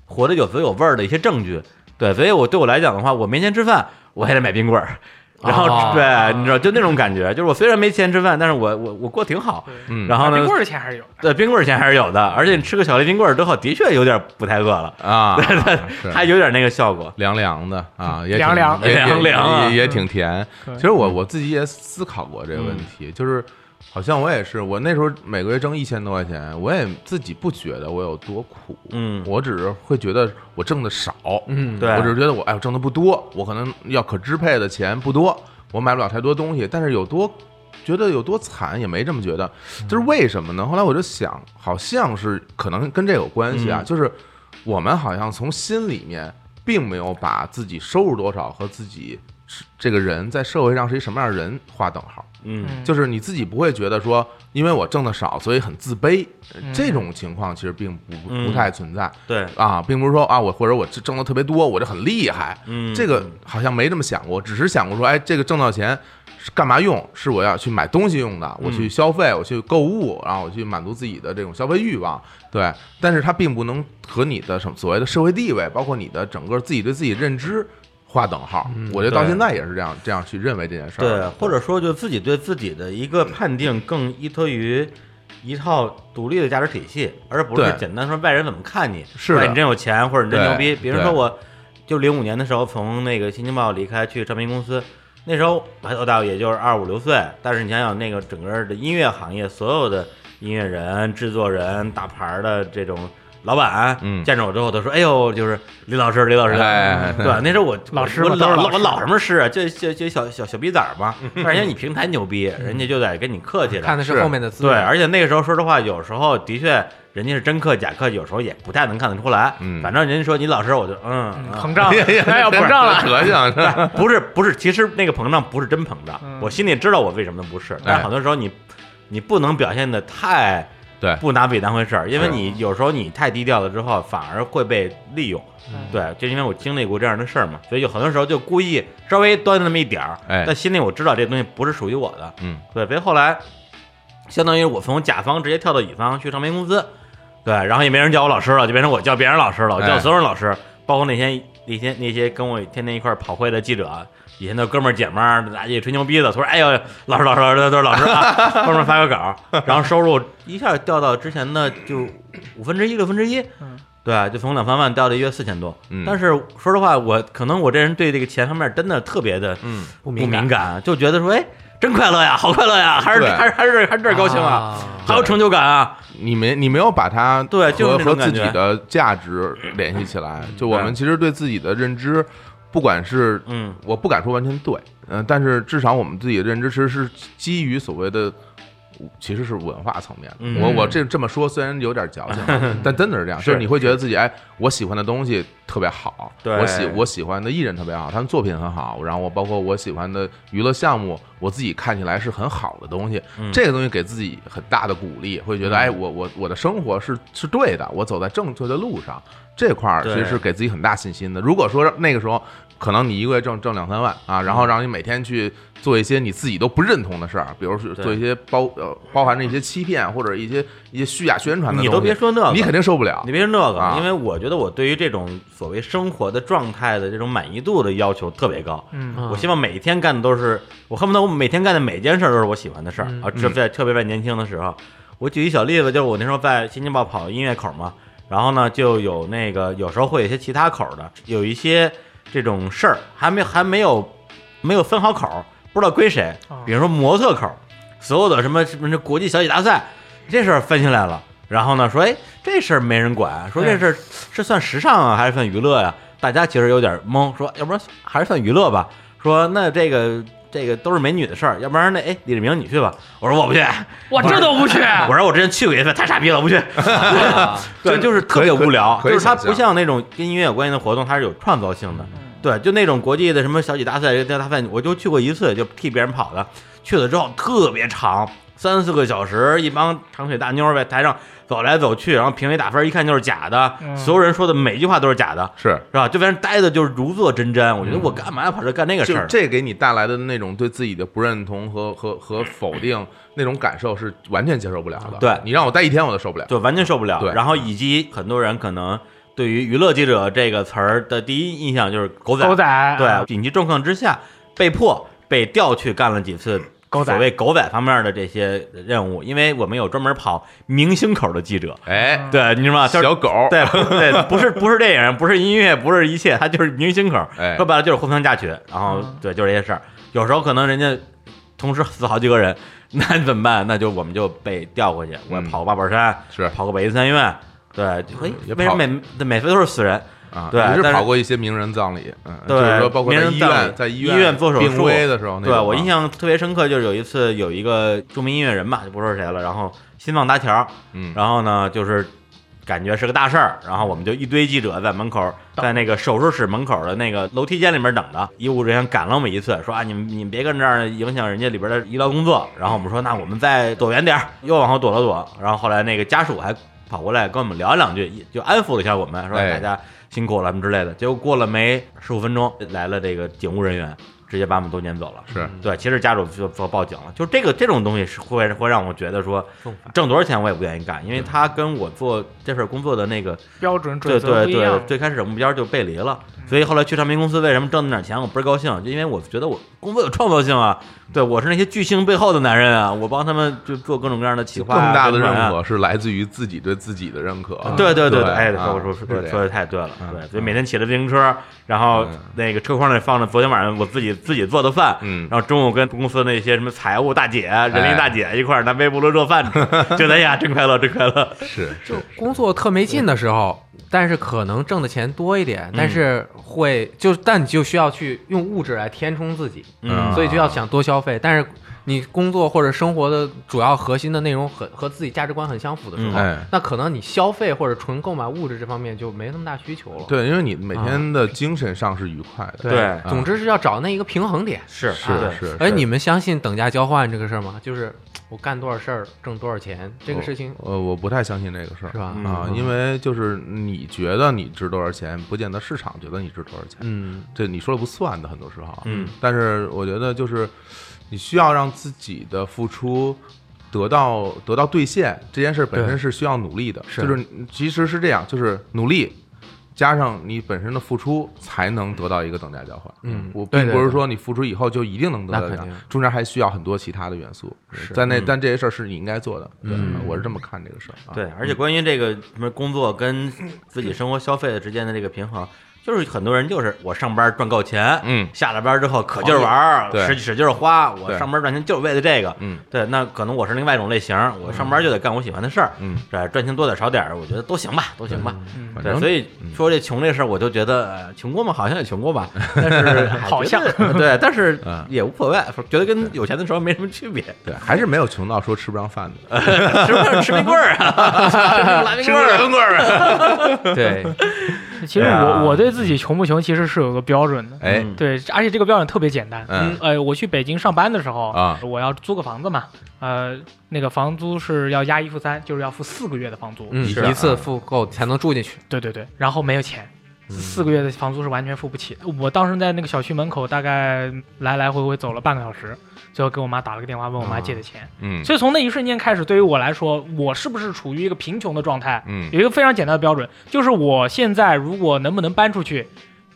活得有滋有味儿的一些证据。对，所以我对我来讲的话，我没钱吃饭，我还得买冰棍儿。然后、
哦
对，你知道，就那种感觉，就是我虽然没钱吃饭，但是我我我过挺好。
嗯，
然后
冰
呢，
棍儿的钱还是有。
对冰棍儿钱还是有的，而且你吃个巧克力冰棍儿之后，的确有点不太饿了，
啊， 是
还有点那个效果。
凉凉的啊，也挺
凉凉
也
凉凉啊嗯
也也也挺甜。
对
其实我我自己也思考过这个问题，就是好像我也是，我那时候每个月挣一千多块钱，我也自己不觉得我有多苦，
嗯
我只是会觉得我挣的少，
嗯，
对
我只是觉得我哎，我挣的不多，我可能要可支配的钱不多，我买不了太多东西，但是有多。觉得有多惨也没这么觉得，
嗯
这是为什么呢？后来我就想，好像是可能跟这有关系啊，
嗯
就是我们好像从心里面并没有把自己收入多少和自己是这个人在社会上是一什么样的人划等号。
嗯
嗯
就是你自己不会觉得说，因为我挣的少，所以很自卑，呃
嗯
这种情况其实并不
嗯
不太存在
对，
啊，并不是说啊，我或者我挣的特别多，我这很厉害，
嗯，
这个好像没这么想过，只是想过说，哎，这个挣到钱是干嘛用？是我要去买东西用的，
嗯
我去消费，我去购物，然后我去满足自己的这种消费欲望。对，但是它并不能和你的什么所谓的社会地位，包括你的整个自己对自己认知划等号。我觉得到
嗯对
现在也是这样这样去认为这件事儿
对
的。，
或者说就自己对自己的一个判定更依托于一套独立的价值体系，而不是
对
简单说外人怎么看你，
是的
哎你真有钱或者你真
对
牛逼。比如说
对
我，就零五年的时候从那个新京报离开去唱片公司，那时候我还多大，也就是二五六岁，但是你想想那个整个的音乐行业，所有的音乐人、制作人、大牌儿的这种。老板，
嗯
见着我之后，他说：“哎呦，就是李老师，李老师，
哎
对，那时候我
老师
我
嘛都
老
是老
我
师
老什么师啊？就就就小小小逼崽儿嘛。但是因为你平台牛逼，人家就得跟你客气
看
着。
的是
是
后面的资
对，
源，
而且那个时候说实话，有时候的确人家是真客假客，有时候也不太能看得出来。
嗯
反正人家说你老师，我就嗯
嗯
嗯，
膨胀了，哎呀，膨胀了，
德行是 吧？
不是不是，其实那个膨胀不是真膨胀，
嗯
我心里知道我为什么不是，
哎
但是很多时候你你不能表现的太
对
不拿自己当回事儿，因为
是
你有时候你太低调了之后，反而会被利用。对，就因为我经历过这样的事儿嘛，所以有很多时候就故意稍微端着那么一点儿，
哎
但心里我知道这东西不是属于我的，
嗯，
对，所以后来相当于我从甲方直接跳到乙方去唱片公司，对，然后也没人叫我老师了，就变成我叫别人老师了，我叫
哎
所有人老师，包括那些那些那些跟我天天一块儿跑会的记者啊。以前的哥们儿姐们儿，大家也吹牛逼的，他说：“哎呦，老师老师老师都是老师啊，帮忙发个稿。”然后收入一下掉到之前的就五分之一六分之一，
嗯
对，就从两三万掉到约四千多。
嗯
但是说实话，我可能我这人对这个钱方面真的特别的
嗯，
不
敏感
感，就觉得说，哎，真快乐呀，好快乐呀，还是
对
还是还是还是这儿高兴啊，
啊
好有成就感啊，
你没你没有把它
对就是
和
那种
和自
感
己
觉
的价值联系起来。就我们其实对自己的认知，不管是
嗯，
我不敢说完全对，嗯、但是至少我们自己的认知其实是基于所谓的。其实是文化层面的，
嗯
我我这这么说虽然有点矫情啊， 但真的是这样，就是是你会觉得自己哎，我喜欢的东西特别好，
对
我喜我喜欢的艺人特别好，他们作品很好，然后我包括我喜欢的娱乐项目，我自己看起来是很好的东西，
嗯
这个东西给自己很大的鼓励，会觉得
嗯
哎，我我我的生活是是对的，我走在正确的路上，这块儿其
对
实是给自己很大信心的。如果说那个时候可能你一个月挣挣两三万啊，
嗯
然后让你每天去做一些你自己都不认同的事儿，比如是
对
做一些包呃包含着一些欺骗或者一些一些虚假宣传的东西，
嗯你都别说那个
你肯定受不了
你。别那个
啊，
因为我觉得我对于这种所谓生活的状态的这种满意度的要求特别高，
嗯，
我希望每一天干的都是，我恨不得我每天干的每件事儿都是我喜欢的事儿
嗯
啊，这在特别在年轻的时候，我举一小例子，就是我那时候在新京报跑音乐口嘛，然后呢就有那个有时候会有一些其他口的，有一些这种事儿还没还没有没有分好口，不知道归谁
哦，
比如说模特口，所有的什么什么这国际小姐大赛这事儿分下来了，然后呢说哎这事儿没人管，说这
对
事儿是算时尚啊还是算娱乐呀、大家其实有点懵，说要不然还是算娱乐吧，说那这个。这个都是美女的事儿，要不然那哎，李志明你去吧。我说我不去，
我这都不去，
我说我之前去过一次，太傻逼了，我不 去。对，就是特别无聊，
可以可以
就是它
想
不
象
像那种跟音乐有关系的活动，它是有创造性的。对，就那种国际的什么小姐大赛、这个大赛，我就去过一次，就替别人跑的。去了之后特别长，三四个小时，一帮长腿大妞儿在台上走来走去，然后评委打分一看就是假的，
嗯
所有人说的每句话都是假的，
是，
是吧？就反正待的就是如坐针毡。我觉得
嗯
我干嘛要跑这干那个事
就
儿？
这给你带来的那种对自己的不认同和和和否定那种感受是完全接受不了的。
对
你让我待一天我都受不了。
就完全受不了。
对
然后以及很多人可能对于娱乐记者这个词儿的第一印象就是狗仔，
狗仔，啊
对，紧急状况之下被迫被调去干了几次
狗仔
所谓狗仔方面的这些任务，因为我们有专门跑明星口的记者，
哎，
对，你知道吗？啊就是
小狗，
对不对，不是不是电影，不是音乐，不是一切，他就是明星口儿。
哎
说白了就是互相嫁娶，然后
嗯
对，就是这些事儿。有时候可能人家同时死好几个人， 那怎么办？那就我们就被调过去，我
嗯
跑个八宝山，
是嗯
跑个北医三院，对，就嘿
也，
为什
跑
么每每次都是死人？
啊，
对
也是
但是
跑过一些名人葬礼，嗯，
对
就是说包括
名
在
人
医
葬礼
院，在医
医
院
院做手
病
术
危的时候那种
对
啊，
我印象特别深刻，就是有一次有一个著名音乐人吧，就不说是谁了，然后心脏搭桥，
嗯
然后呢就是感觉是个大事儿，然后我们就一堆记者在门口，在那个手术室门口的那个楼梯间里面等着，医务人员赶了我们一次，说啊你们你们别跟这儿影响人家里边的医疗工作，然后我们说那我们再躲远点儿，又往后躲了躲，然后后来那个家属还跑过来跟我们聊两句，就安抚了一下我们，说
哎
大家辛苦了什么之类的。结果过了没十五分钟，来了这个警务人员，直接把我们都撵走了。
是
对，其实家属就就报警了。就这个这种东西是会会让我觉得说，
重罚
挣多少钱我也不愿意干，因为他跟我做这份工作的那个
标准准
对
则
对
不一样
对，，最开始的目标就背离了。
嗯
所以后来去唱片公司，为什么挣那点钱我倍儿高兴？就因为我觉得我工作有创造性啊，
嗯
对我是那些巨星背后的男人啊，我帮他们就做各种各样的企划、
更
啊、
大的
宣传啊
认可是来自于自己对自己的认可，
对对
对
对，哎，
啊
说说
是
说
这样
说的太对了，对，
嗯
所以每天骑着自行车，然后
嗯
那个车筐里放着昨天晚上我自己自己做的饭，
嗯哎
然后中午跟公司那些什么财务大姐、人力大姐一块儿拿微波炉热 饭吃，觉得哎呀真快乐，真快乐，
是
就工作特没劲的时候，但是可能挣的钱多一点，
嗯
但是会就但你就需要去用物质来填充自己，
嗯
所以就要想多消费。但是你工作或者生活的主要核心的内容很和自己价值观很相符的时候，
嗯哎
那可能你消费或者纯购买物质这方面就没那么大需求了。，
对，因为你每天的精神上是愉快
啊
的，
对啊
总之是要找那一个平衡点。
是
是
对
是，
哎，
是
你们相信等价交换这个事儿吗？就是我干多少事儿挣多少钱这个事情
呃，我不太相信这个事儿，
是吧
嗯
啊，因为就是你觉得你值多少钱，不见得市场觉得你值多少钱，
嗯，
这你说了不算的，很多时候啊。
嗯
但是我觉得就是你需要让自己的付出得到得到兑现这件事本身
对
是需要努力的，
是
就是其实是这样，就是努力加上你本身的付出，才能得到一个等价交换。
嗯
我
对
并
对
不是
对
说你付出以后就一定能得到
那肯
等价
定，
中间还需要很多其他的元素
是
在那，
嗯
但这些事儿是你应该做的。对
嗯
我是这么看这个事儿啊。
对，而且关于这个什么工作跟自己生活消费之间的这个平衡，就是很多人就是我上班赚够钱，
嗯
下了班之后可劲儿玩儿，
对
使使劲儿花，我
对
上班赚钱就是为了这个。
嗯，
对，那可能我是另外一种类型，我上班就得干我喜欢的事儿，
嗯，
对，赚钱多点儿少点儿，我觉得都行吧，都行吧。
嗯
反
对，
正
所以说这穷这事儿，我就觉得呃穷过吗？好像也穷过吧，但 是
好像
觉得 对，但是
嗯
也无所谓，觉得跟有钱的时候没什么区别，
对，还是没有穷到说吃不上饭 的。
吃不上吃冰棍儿啊，拉冰棍儿，冰棍儿，
对，
其实
对啊
我我对自己穷不穷其实是有个标准的，
哎，
嗯
对，而且这个标准特别简单。
嗯
呃，我去北京上班的时候
啊
我要租个房子嘛，呃，那个房租是要押一付三，就是要付四个月的房租。
嗯，
是啊
一次复购才能住进去，
对对对，然后没有钱，
嗯
四个月的房租是完全付不起的。我当时在那个小区门口，大概来来回回走了半个小时，最后给我妈打了个电话，问我妈借的钱。
嗯
所以从那一瞬间开始，对于我来说，我是不是处于一个贫穷的状态，
嗯
有一个非常简单的标准，就是我现在如果能不能搬出去，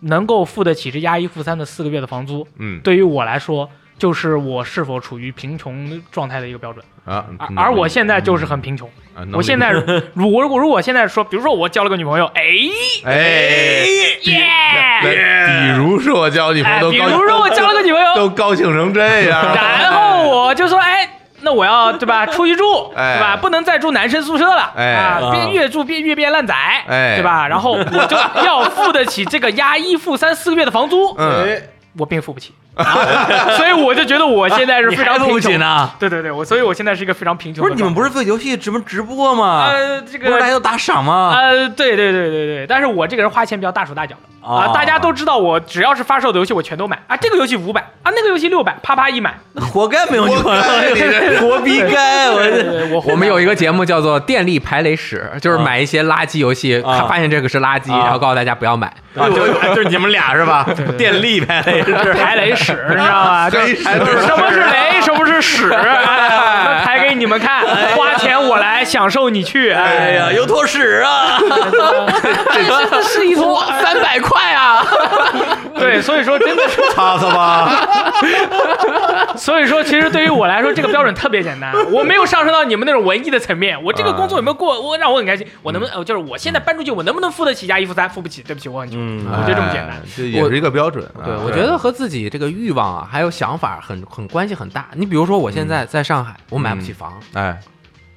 能够付得起这押一付三的四个月的房租，
嗯
对于我来说。就是我是否处于贫穷状态的一个标准，
啊
而
嗯
而我现在就是很贫穷。
啊能
我现在
理解
如我如果如果我现在说，比如说我交了个女朋友，哎，
哎，
耶，
来比如说我教你朋
哎
友都
比
高兴，
如说我交了个女朋友，
都高兴成这样，
然后我就说，哎，那我要对吧，出去住，
哎
对吧？不能再住男生宿舍了，
哎
啊，
啊
变越住变越变烂仔，
哎
对吧？然后我就要付得起这个押一付三四个月的房租，
哎
嗯，
我并付不起，所以我就觉得我现在是非常贫穷。
呢。
对对对，我所以我现在是一个非常贫穷
不啊
的状态。
是你们不是做游戏直么直播吗？
呃这个
不是大家都打赏吗？
呃，对对对对对，但是我这个人花钱比较大手大脚的
哦
啊，大家都知道我只要是发售的游戏我全都买啊，这个游戏五百啊，那个游戏六百，啪啪一买，
活该没有啊你们，活逼该！我
对
这
对对我
我们有一
个
个节目叫做《电力排雷史》，就是买一些垃圾游戏，
啊
他发现这个是垃圾，
啊
然后告诉大家不要买。
啊就就是你们俩是吧？电力呗，
排雷史，你知道吧？就
真
哎
是
是
什么是雷，什么是屎，哎我们排给你们看，花钱我来，享受你去，
哎
哎
呀，有坨屎啊！
这真的是一哎坨三百块啊！
对，所以说真的是，
擦擦
哎
吧，
所以说其实对于我来说，这个标准特别简单，我没有上升到你们那种文艺的层面，我这个工作有没有过，我让我很开心，我能不能，呃就是我现在搬出去，我能不能付得起加一付三，付不起，对不起，我很穷。
嗯
我觉得这么简单
哎，这也是一个标准啊。
对，我觉得和自己这个欲望啊，还有想法很很关系很大。你比如说，我现在在上海，我买不起房，
哎，很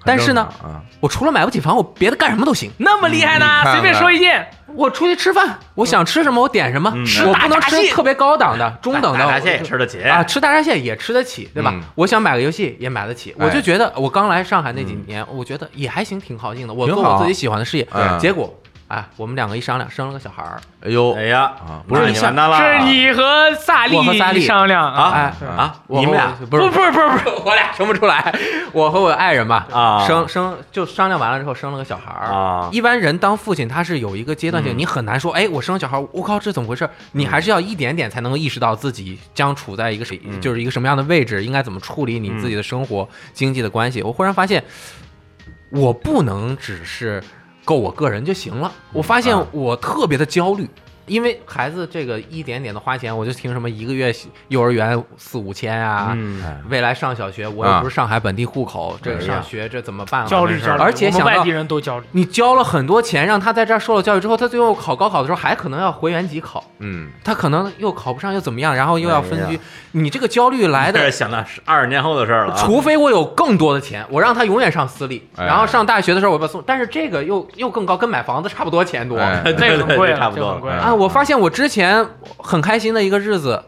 但是呢
正常啊，
我除了买不起房，我别的干什么都行。
那么厉害呢啊
你看？看
随便说一件，
我出去吃饭，我想吃什么我点什么，
嗯
嗯我
大
不能
闸
吃
蟹
特别高档的、中等的，
大闸蟹
我
也吃得起
啊，吃大闸蟹也吃得起，对吧？
嗯
我想买个游戏也买得起，
哎
我就觉得我刚来上海那几年，我觉得也还行，挺好劲的。我做
挺好
我自己喜欢的事业，
嗯
结果哎，我们两个一商量，生了个小孩儿，
哎呦，
哎呀
啊不是
那
你
你完蛋了，
是你和萨
我和萨
利
利
商量
啊
哎
啊
我
你们俩
我不
不
是
是不是不是不是，
我俩生不出来，我和我爱人嘛，
啊
生生就商量完了之后生了个小孩儿
啊嗯
一般人当父亲他是有一个阶段性，你很难说，哎，我生了小孩儿，我靠，这怎么回事儿？你还是要一点点才能够意识到自己将处在一个谁，
嗯
就是一个什么样的位置，应该怎么处理你自己的生活、经济的关系。我忽然发现，我不能只是够我个人就行了。
嗯
我发
啊
现我特别的焦虑。因为孩子这个一点点的花钱，我就听什么一个月幼儿园四五千啊，
嗯
未来上小学，我
啊
又不是上海本地户口，这
哎呀
上学这怎么办啊？
焦虑焦虑，
而且
我们
想
外
到
地人都焦虑。
你交了很多钱，让他在这儿受了教育之后，他最后考高考的时候还可能要回原籍考，
嗯，
他可能又考不上又怎么样，然后又要分
哎
居
呀，
你这个焦虑来
这
的
是。想到是二十年后的事儿了啊，
除非我有更多的钱，我让他永远上私立，
哎
然后上大学的时候我把他送，但是这个又又更高，跟买房子差不多钱多。
哎
那个很贵了，
差不多
这个很贵
了
啊，我发现我之前很开心的一个日子，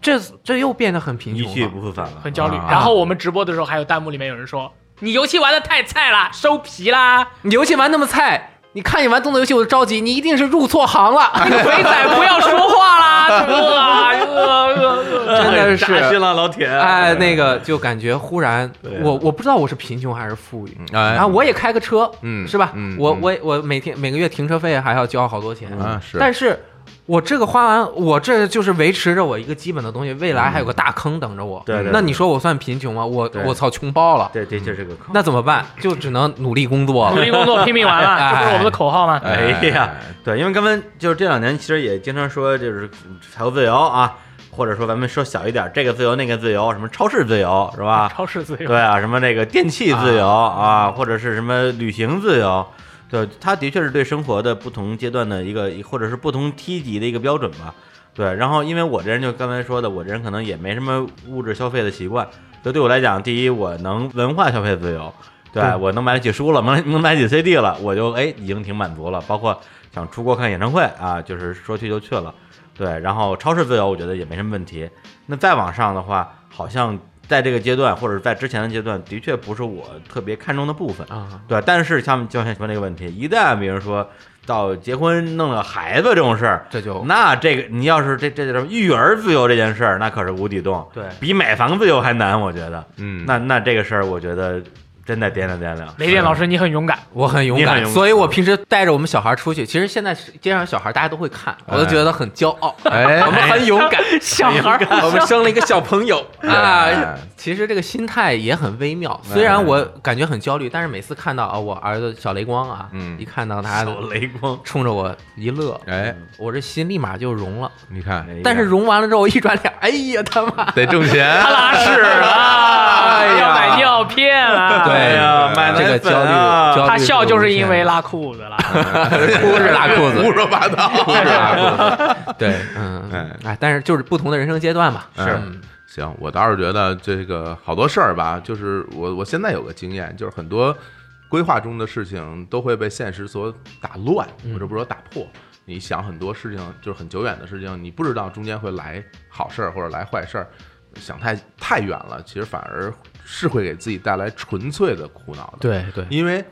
这这又变得很贫
一
穷
去
了。
不复返了
很。焦虑。
啊
然后我们直播的时候，还有弹幕里面有人说：“你游戏玩的太菜了，收皮啦！
你游戏玩那么菜，你看你玩动作游戏我就着急，你一定是入错行
哎
了。
你个肥仔不要说话啦！”呃呃呃呃
真的是
扎
啊
心了，老铁！
哎，那个就感觉忽然
对，嗯
我我不知道我是贫穷还是富裕，
哎
然后我也开个车，
嗯
是吧
嗯？
我
嗯
嗯
我我每天每个月停车费还要交好多钱
啊是
但是我这个花完，我这就是维持着我一个基本的东西，未来还有个大坑等着我。
嗯对对对
那你说我算贫穷吗？我
对
我操，穷爆了。
对，这就是个坑。
那怎么办？就只能努力工作
努
了。
力工作，拼命 完了，这不是我们的口号吗？
哎呀
哎，
对，因为刚才就是这两年，其实也经常说就是财务自由啊，或者说咱们说小一点，这个自由那个自由，什么超市自由是吧？
超市自由，
对啊，什么那个电器自由啊或者是什么旅行自由，对，它的确是对生活的不同阶段的一个，或者是不同梯级的一个标准吧。对，然后因为我这人就刚才说的，我这人可能也没什么物质消费的习惯，就对我来讲，第一，我能文化消费自由，对
对
我能买得起书了，能能买得起 CD 了，我就哎已经挺满足了。包括想出国看演唱会啊，就是说去就去了。对，然后超市自由，我觉得也没什么问题。那再往上的话，好像在这个阶段或者在之前的阶段，的确不是我特别看重的部分。
啊，
对，但是像就像前面那个问题，一旦比如说到结婚弄了孩子这种事儿，
这就
那这个你要是这这叫什么育儿自由这件事儿，那可是无底洞，
对
比买房自由还难，我觉得。
嗯，
那那这个事儿，我觉得真得掂量掂量。
雷电老师，你很勇敢，
我很勇
你很
敢，
勇敢嗯
所以我平时带着我们小孩出去，其实现在是街上小孩大家都会看，我都觉得很骄傲。
哎
我们很勇敢，
小孩儿
我们生了一个小朋友啊
哎。
其实这个心态也很微妙，虽然我感觉很焦虑，但是每次看到啊我儿子小雷光啊，
嗯
一看到他
小雷光，
冲着我一乐，
哎，
我这心立马就融了。
你
哎
看
但是融完了之后，我一转脸，哎呀他妈！
得挣钱，
他拉屎
哎
了，
呀
要买尿片了，
对
哎呀，买
这个
奶粉
焦虑，
啊
焦虑
他笑就是因为拉裤子了。
哭是拉裤子，
胡说八道，
哭是 拉裤子。 对，嗯
哎，
哎，但是就是不同的人生阶段嘛，
是
嗯
行，我倒是觉得这个好多事儿吧，就是我我现在有个经验，就是很多规划中的事情都会被现实所打乱，
嗯
或者不说打破。你想很多事情就是很久远的事情，你不知道中间会来好事儿或者来坏事儿，想太太远了，其实反而是会给自己带来纯粹的苦恼的。
对对，
因为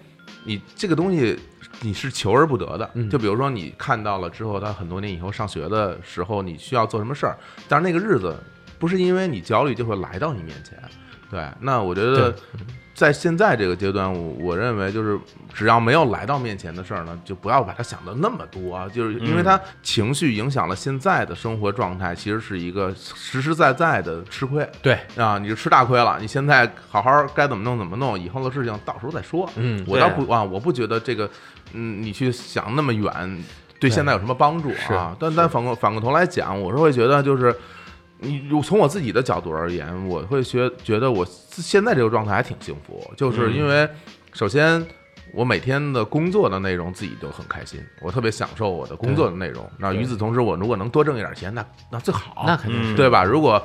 你这个东西你是求而不得的。
嗯
就比如说你看到了之后，他很多年以后上学的时候，你需要做什么事儿，但是那个日子不是因为你焦虑就会来到你面前。对，那我觉得
对
在现在这个阶段，我我认为就是只要没有来到面前的事儿呢，就不要把它想的那么多啊，就是
嗯
因为它情绪影响了现在的生活状态，其实是一个实实在在的吃亏。
对
啊，你就吃大亏了。你现在好好该怎么弄怎么弄，以后的事情到时候再说。
嗯
我
对
倒不啊，我不觉得这个，嗯，你去想那么远，对现在有什么帮助啊？但但反过反过头来讲，我是会觉得就是。你如从我自己的角度而言，我会觉觉得我现在这个状态还挺幸福，就是
嗯
因为首先我每天的工作的内容自己都很开心，我特别享受我的工作的内容。那与此同时，我如果能多挣一点钱，那那最好，
那肯定是
嗯
对吧？如果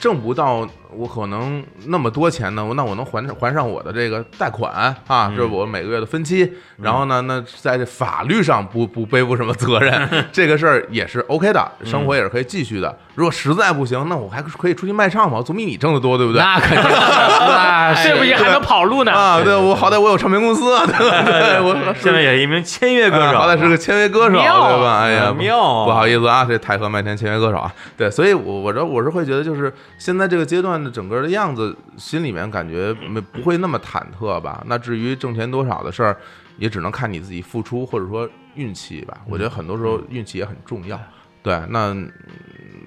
挣不到我可能那么多钱呢，那我能还还上我的这个贷款啊，这是我每个月的分期。然后呢，那在这法律上不不背负什么责任，这个事儿也是 OK 的，生活也是可以继续的。如果实在不行，那我还可以出去卖唱嘛，总比你挣得多，对不对？
那 肯定是，那
这不行，还能跑路呢。
啊，对我好歹我有唱片公司，啊对不对？我
现在也是一名签约歌手，
啊好歹是个签约歌手，
妙
对吧？哎呀，
嗯妙啊
不好意思啊，这太和麦田签约歌手啊，对，所以我我这我是会觉得，就是现在这个阶段的整个的样子，心里面感觉没不会那么忐忑吧？那至于挣钱多少的事儿，也只能看你自己付出或者说运气吧。
嗯
我觉得很多时候运气也很重要。对，那嗯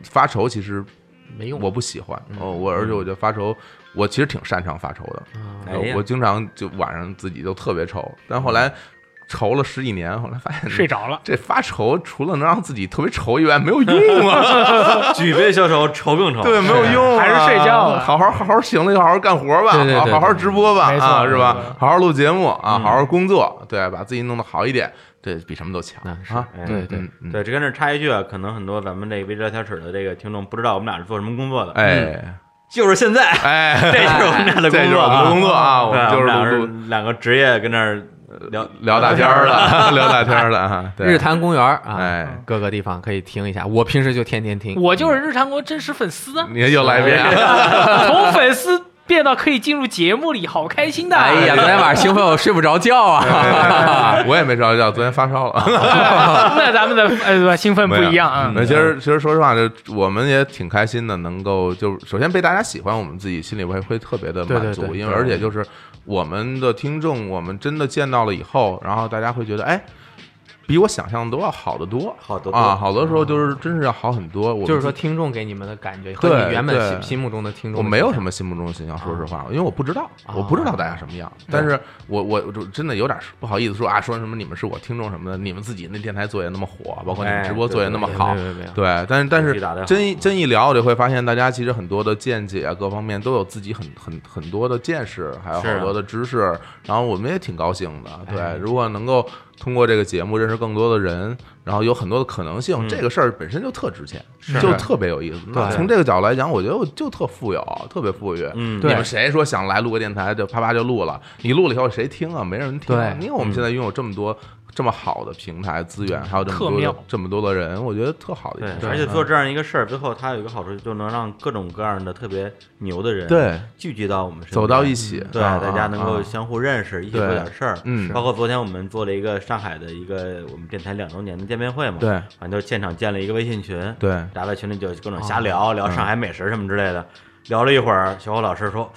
发愁其实
没用。
我不喜欢，
嗯
哦，我而且我觉得发愁，我其实挺擅长发愁的。
哎
我
呀嗯
我经常就晚上自己就特别愁，但后来愁了十几年，后来发现
睡着了，
这发愁除了能让自己特别愁以外，没有用啊，
举杯消愁愁更愁。哎
对，没有用啊、
还是睡觉吧
好好好好行了，就好好干活吧，
对对对
好
对
好好直播吧，
没错
啊，
没
是
错
吧？好好录节目啊，好好工作，对，把自己弄得好一点，这比什么都强
那是
啊。
哎
对对
嗯，嗯
对，这跟这儿插一句啊，可能很多咱们这个微聊天室的这个听众不知道我们俩是做什么工作的，
嗯
哎
就是现在，
哎，
这就是我们俩的
这
工
就是
作
我们的工作啊，
对我
我们就是
俩
录
是
录
两个职业跟那儿聊
聊大天儿了，聊大天儿了啊，对
日坛公园啊，
哎
各个地方可以听一下。我平时就天天听。
我就是日常国真实粉丝 啊，
你又来一遍，
从粉丝变到可以进入节目里，好开心的。
哎呀，昨天晚上兴奋，我睡不着 觉啊！
哎我也没着觉，昨天发烧了。
那咱们的呃兴 奋不一样啊。
那其实其实说实话，就我们也挺开心的，能够就是首先被大家喜欢，我们自己心里会会特别的
对对
满足，
对
因为而且就是我们的听众，我们真的见到了以后，然后大家会觉得哎。比我想象的都要好得多，
好得多
啊，好多时候就是真是要好很多。我们
就
自
是说，听众给你们的感觉和你原本心
对
心目啊中的听众，
我没有什么心目中的形象，说实话，因为我不知道，我不知道大家什么样。但是我我我就真的有点不好意思说啊，说什么你们是我听众什么的，你们自己那电台做也那么火，包括你们
哎
直播做也那么
对
好
没有没有没有，
对。但是但
自己打得
是
好
真一真一聊，我就会发现大家其实很多的见解啊，各方面都有自己很很很多的见识，还有
是啊嗯
好多的知识。然后我们也挺高兴的，对。如果能够通过这个节目认识更多的人，然后有很多的可能
嗯
性，这个事儿本身就特值钱，就特别有意思。那
对
从这个角度来讲，我觉得我就特富有，特别富裕。
嗯
对
你们谁说想来录个电台就啪啪就录了？你录了以后谁听啊？没人听啊。
对
因为我们现在拥有这么多这么好的平台资源，还有这么
特
多
妙
的这么多的人，我觉得特好的一
对
件，事。
而且做这样一个事儿，最后它有一个好处，就能让各种各样的特别牛的人
对
聚集到我们身边，
走到一起，
对，
啊
大家能够
啊
相互认识，一起做
对
点事儿。
嗯
包括昨天我们做了一个上海的一个我们电台两周年的见面会嘛，
对
反正就现场建了一个微信群，
对啊嗯
大家在群里就各种瞎聊，聊上海美食什么之类的。聊了一会儿，小虎老师说，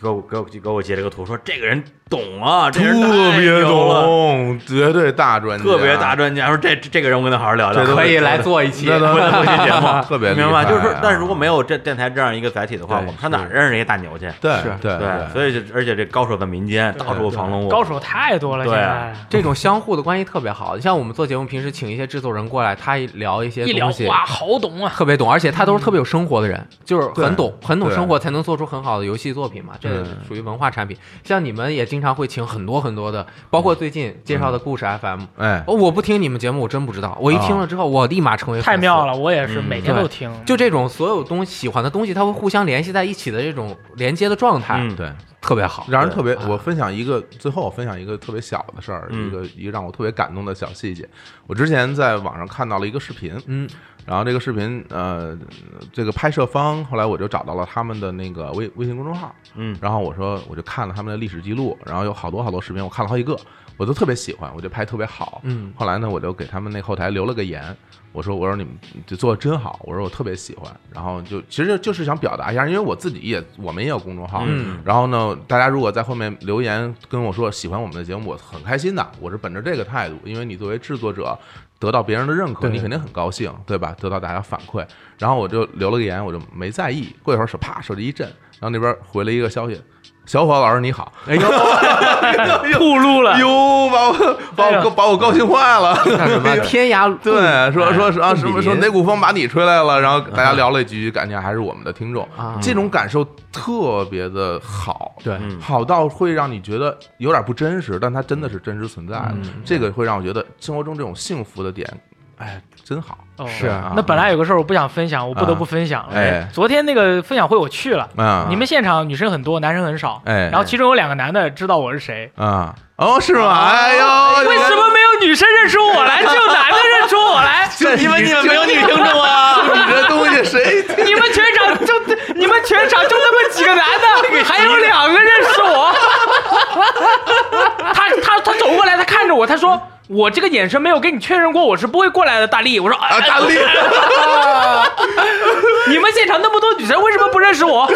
给我给我给我截了个图，说这个人懂啊，这个人
特
太
别
牛了，
懂，绝对大专家，
特别大专家。说这这个人我跟他好好聊聊，
这都
可以
是
来做一期
那 都
回头录期节目
特别厉害
明白吗？就是说
啊，
但是如果没有这电台这样一个载体的话，
对
我们上哪儿认识这些大牛去？
对
是
对
对，所以就而且这高手在民间，到处藏龙卧
高手太多了，
对
现在
这种相互的关系特别好。像我们做节目，平时请一些制作人过来，他一聊一些
一聊
东西，
哇，好懂啊！
特别懂，而且他都是特别有生活的人，就是很懂很懂
嗯对
生活，才能做出很好的游戏作品嘛。
嗯
这属于文化产品。像你们也经常会请很多很多的，包括最近介绍的
嗯
故事 FM。
哎，
哦，我不听你们节目，我真不知道。我
啊
一听了之后，我立马成为
太
粉丝
妙。了，我也是
嗯
每天
对
都听。
就这种所有东喜欢的东西，它会互相联系在一起的这种连接的状态，
嗯
对。
特别好。
让人特别，
啊
我分享一个，最后我分享一个特别小的事儿，
嗯
一个一个让我特别感动的小细节。我之前在网上看到了一个视频，
嗯，
然后这个视频，呃，这个拍摄方后来我就找到了他们的那个微微信公众号，
嗯
然后我说我就看了他们的历史记录，然后有好多好多视频，我看了好几个，我都特别喜欢，我觉得拍得特别好，
嗯
后来呢，我就给他们那后台留了个言，我说我说你们就做的真好，我说我特别喜欢，然后就其实就是想表达一下，因为我自己也我们也有公众号，
嗯
然后呢，大家如果在后面留言跟我说喜欢我们的节目，我很开心的，我是本着这个态度，因为你作为制作者得到别人的认可，
对
你肯定很高兴，对吧？得到大家反馈，然后我就留了个言，我就没在意，过一会儿手啪手机一震，然后那边回了一个消息。小伙老师你好，哎呦，哎
暴露了，
哟，把我把
哎
我
呀
把我高兴坏了，
那 什么天涯
对，说说是啊，什么说哪
那
股风把你吹来了，然后大家聊了几句，感觉还是我们的听众
啊，
这种感受特别的好，
对
嗯
好到会让你觉得有点不真实，但它真的是真实存在的
嗯，
这个会让我觉得生活中这种幸福的点，哎，真好，
哦
是啊
那本来有个事儿我不想分享，我不得不分享。
啊哎
昨天那个分享会我去了，
啊，
你们现场女生很多，男生很少。
哎
然后其中有两个男的知道我是谁，
啊，哦，是吗？哎呦，
为什么没有女生认出我来，只有男的认出我来？
就因为你们没有女听众啊？你这东西谁听？
你们全场就你们全场就那么几个男 的，还有两个认识我。 他他他走过来，他看着我，他说。我这个眼神没有跟你确认过，我是不会过来的，大力。我说，啊
啊，大力，
你们现场那么多女生，为什么不认识我？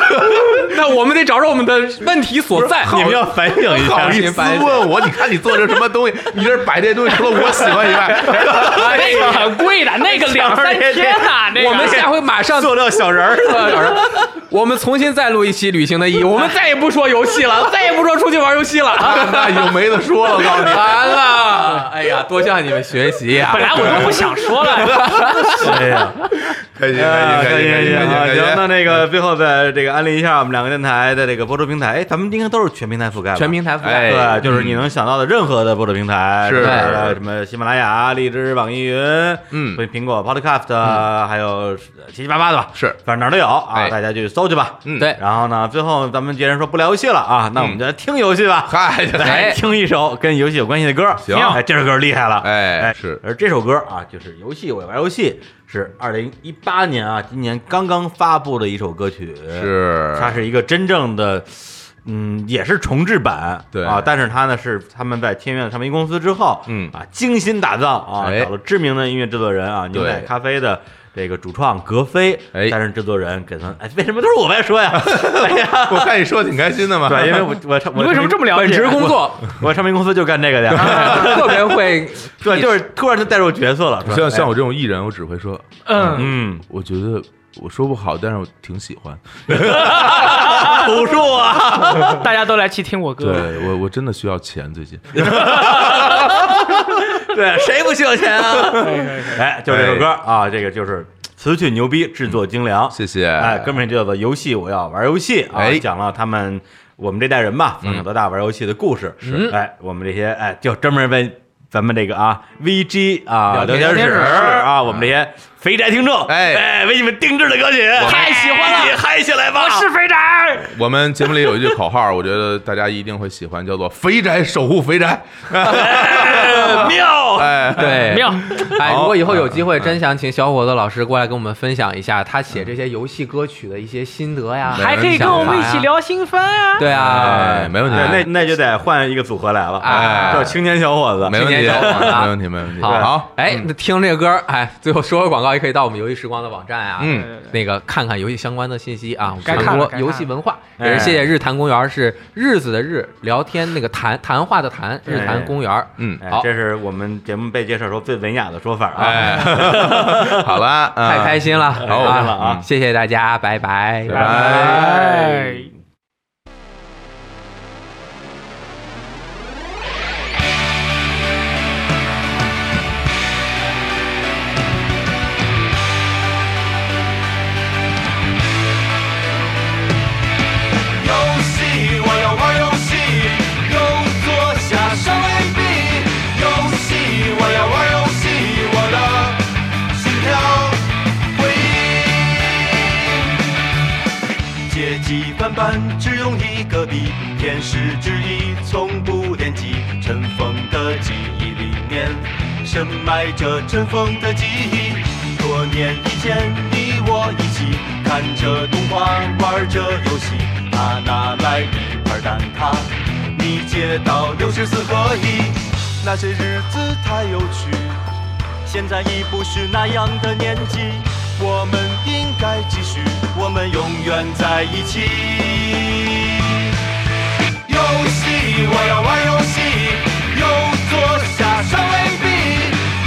那我们得找着我们的问题所在。
你们要反省一
好
下，
意思问我？你看你做这什么东西？你这摆这东西，除了我喜欢以外，
那个很哎贵的，那个两三千呐，那个
我们下回马上
塑料小人儿，
我们重新再录一期《旅行的意义》，我们再也不说游戏了，再也不说出去玩游戏了。
那就没得说了。我告 诉你，
完了，哎呀，多向你们学习呀、
本来我都不想说了，
哎呀，
开心
啊开心开心啊！
开
行，那
心！
那个最后再这个安利一下我们两个电台的这个播出平台，哎，咱们应该都是全平台覆盖吧，
全平台覆盖。
哎
对，就是你能想到的任何的播客平台，
是
吧什么喜马拉雅、荔枝、网易云，
嗯
所以苹果 Podcast，啊还有七七八八的吧，
是
反正哪儿都有啊，
哎
大家去搜去吧。
嗯
对
然后呢，最后咱们既然说不聊游戏了啊，那我们就来听游戏吧。
嗨，
来听一首跟游戏有关系的歌，
行
哎，这首歌厉害了，
哎
哎
是
而这首歌啊，就是游戏我也玩游戏，是二零一八年啊，今年刚刚发布的一首歌曲，它
是
是一个真正的，嗯，也是重制版，
对
啊，但是它呢是他们在天愿唱片公司之后，
嗯
啊，精心打造啊，
哎
找了知名的音乐制作人啊，牛奶
对
咖啡的。这个主创格飞
哎
担任制作人，给他哎，为什么都是我来说呀？ 哎 呀，
我看你说得挺开心的嘛，
对，因为我我唱我
你为什么这么了
本
解？啊
职工作
我唱片公司就干这个的 呀，
特别会，
对，就是突然就带入角色了，是吧 哎
像像我这种艺人，我只会说，
嗯，
嗯，
我觉得我说不好，但是我挺喜欢。
朴树 啊，
大家都来去听我歌，
对我哎我真的需要钱，最近
对，谁不需要钱啊？
可以可以可以
哎，就这首歌啊，这个就是词曲牛逼，制作精良，
谢谢。
哎，哥们儿就叫做游戏，我要玩游戏啊，
哎
讲了他们我们这代人吧，从小到大玩游戏的故事。是，哎，我们这些哎，就专门为咱们这个啊，VG 啊，聊
聊
天
天
室
室
啊，我们这些肥宅听众，
哎
哎，为你们定制的歌曲，
太喜欢了
哎嗨起来吧！
我是肥宅，
我们节目里有一句口号，我觉得大家一定会喜欢，叫做“肥宅守护肥宅
哎 妙，”。
哎，
对，
没有。
嗯
哎，如果以后有机会，真想请小伙子老师过来跟我们分享一下他写这些游戏歌曲的一些心得呀，
还可以跟我们一起。聊新番啊。
对啊
哎，，没问题，
对，那那就得换一个组合来了，
哎
叫青年小伙子，
没问题，
青年小伙子啊
没问题，没问题。
好，
好，
哎，那听这个歌，哎，最后说个广告，也可以到我们游戏时光的网站啊，
嗯
对，
那个看看游戏相关的信息啊，我
该
们
看了该
传播
看
游戏文化，
哎
也是谢谢日坛公园，是日子的日，聊天那个谈谈话的谈，日坛公园，
嗯，
哎
好
这是我们节目被介绍时候最文雅的说法啊。
哎，好了，嗯
太开心了，
好
啊
太开心了啊
谢谢大家，拜拜，
拜拜
拜
拜
游戏，我要玩游戏，右左下上 A B。游戏，我要玩游戏，我的心跳回忆。阶级翻版只用一个笔，天使之翼从不惦记，尘封的记忆里面深埋着尘封的记忆。多年以前，你我一起看着动画，玩着游戏。他拿来一块蛋挞，你接到六十四合一。那些日子太有趣，现在已不是那样的年纪。我们应该继续，我们永远在一起。游戏，我要玩游戏，右左下上 A B。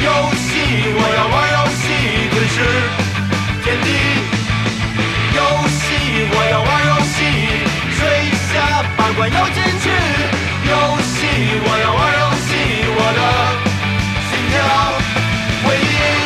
游戏，我要玩游戏，吞噬天地。游戏，我要玩游戏，水下八关要进去。游戏，我要玩游戏，我的心跳回忆。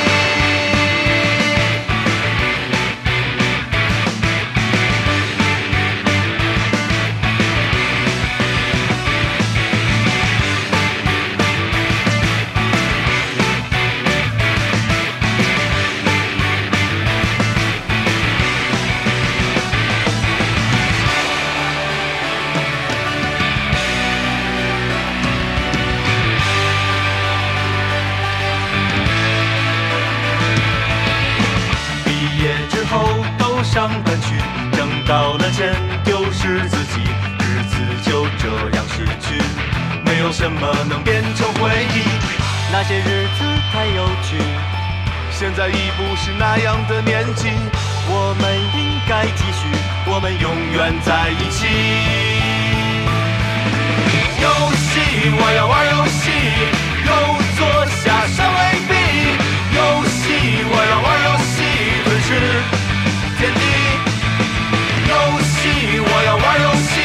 毕业之后都上班去，挣到了钱丢失自己，日子就这样逝去，没有什么能变成回忆。那些日子太有趣，现在已不是那样的年纪，我们应该继续，我们永远在一起。游戏，我要玩游戏，右左下上 A B。游戏，我要玩游戏，吞噬天地。游戏，我要玩游戏，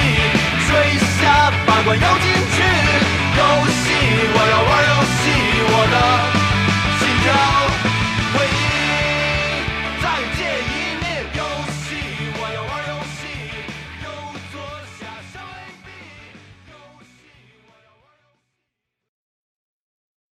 追下八关要进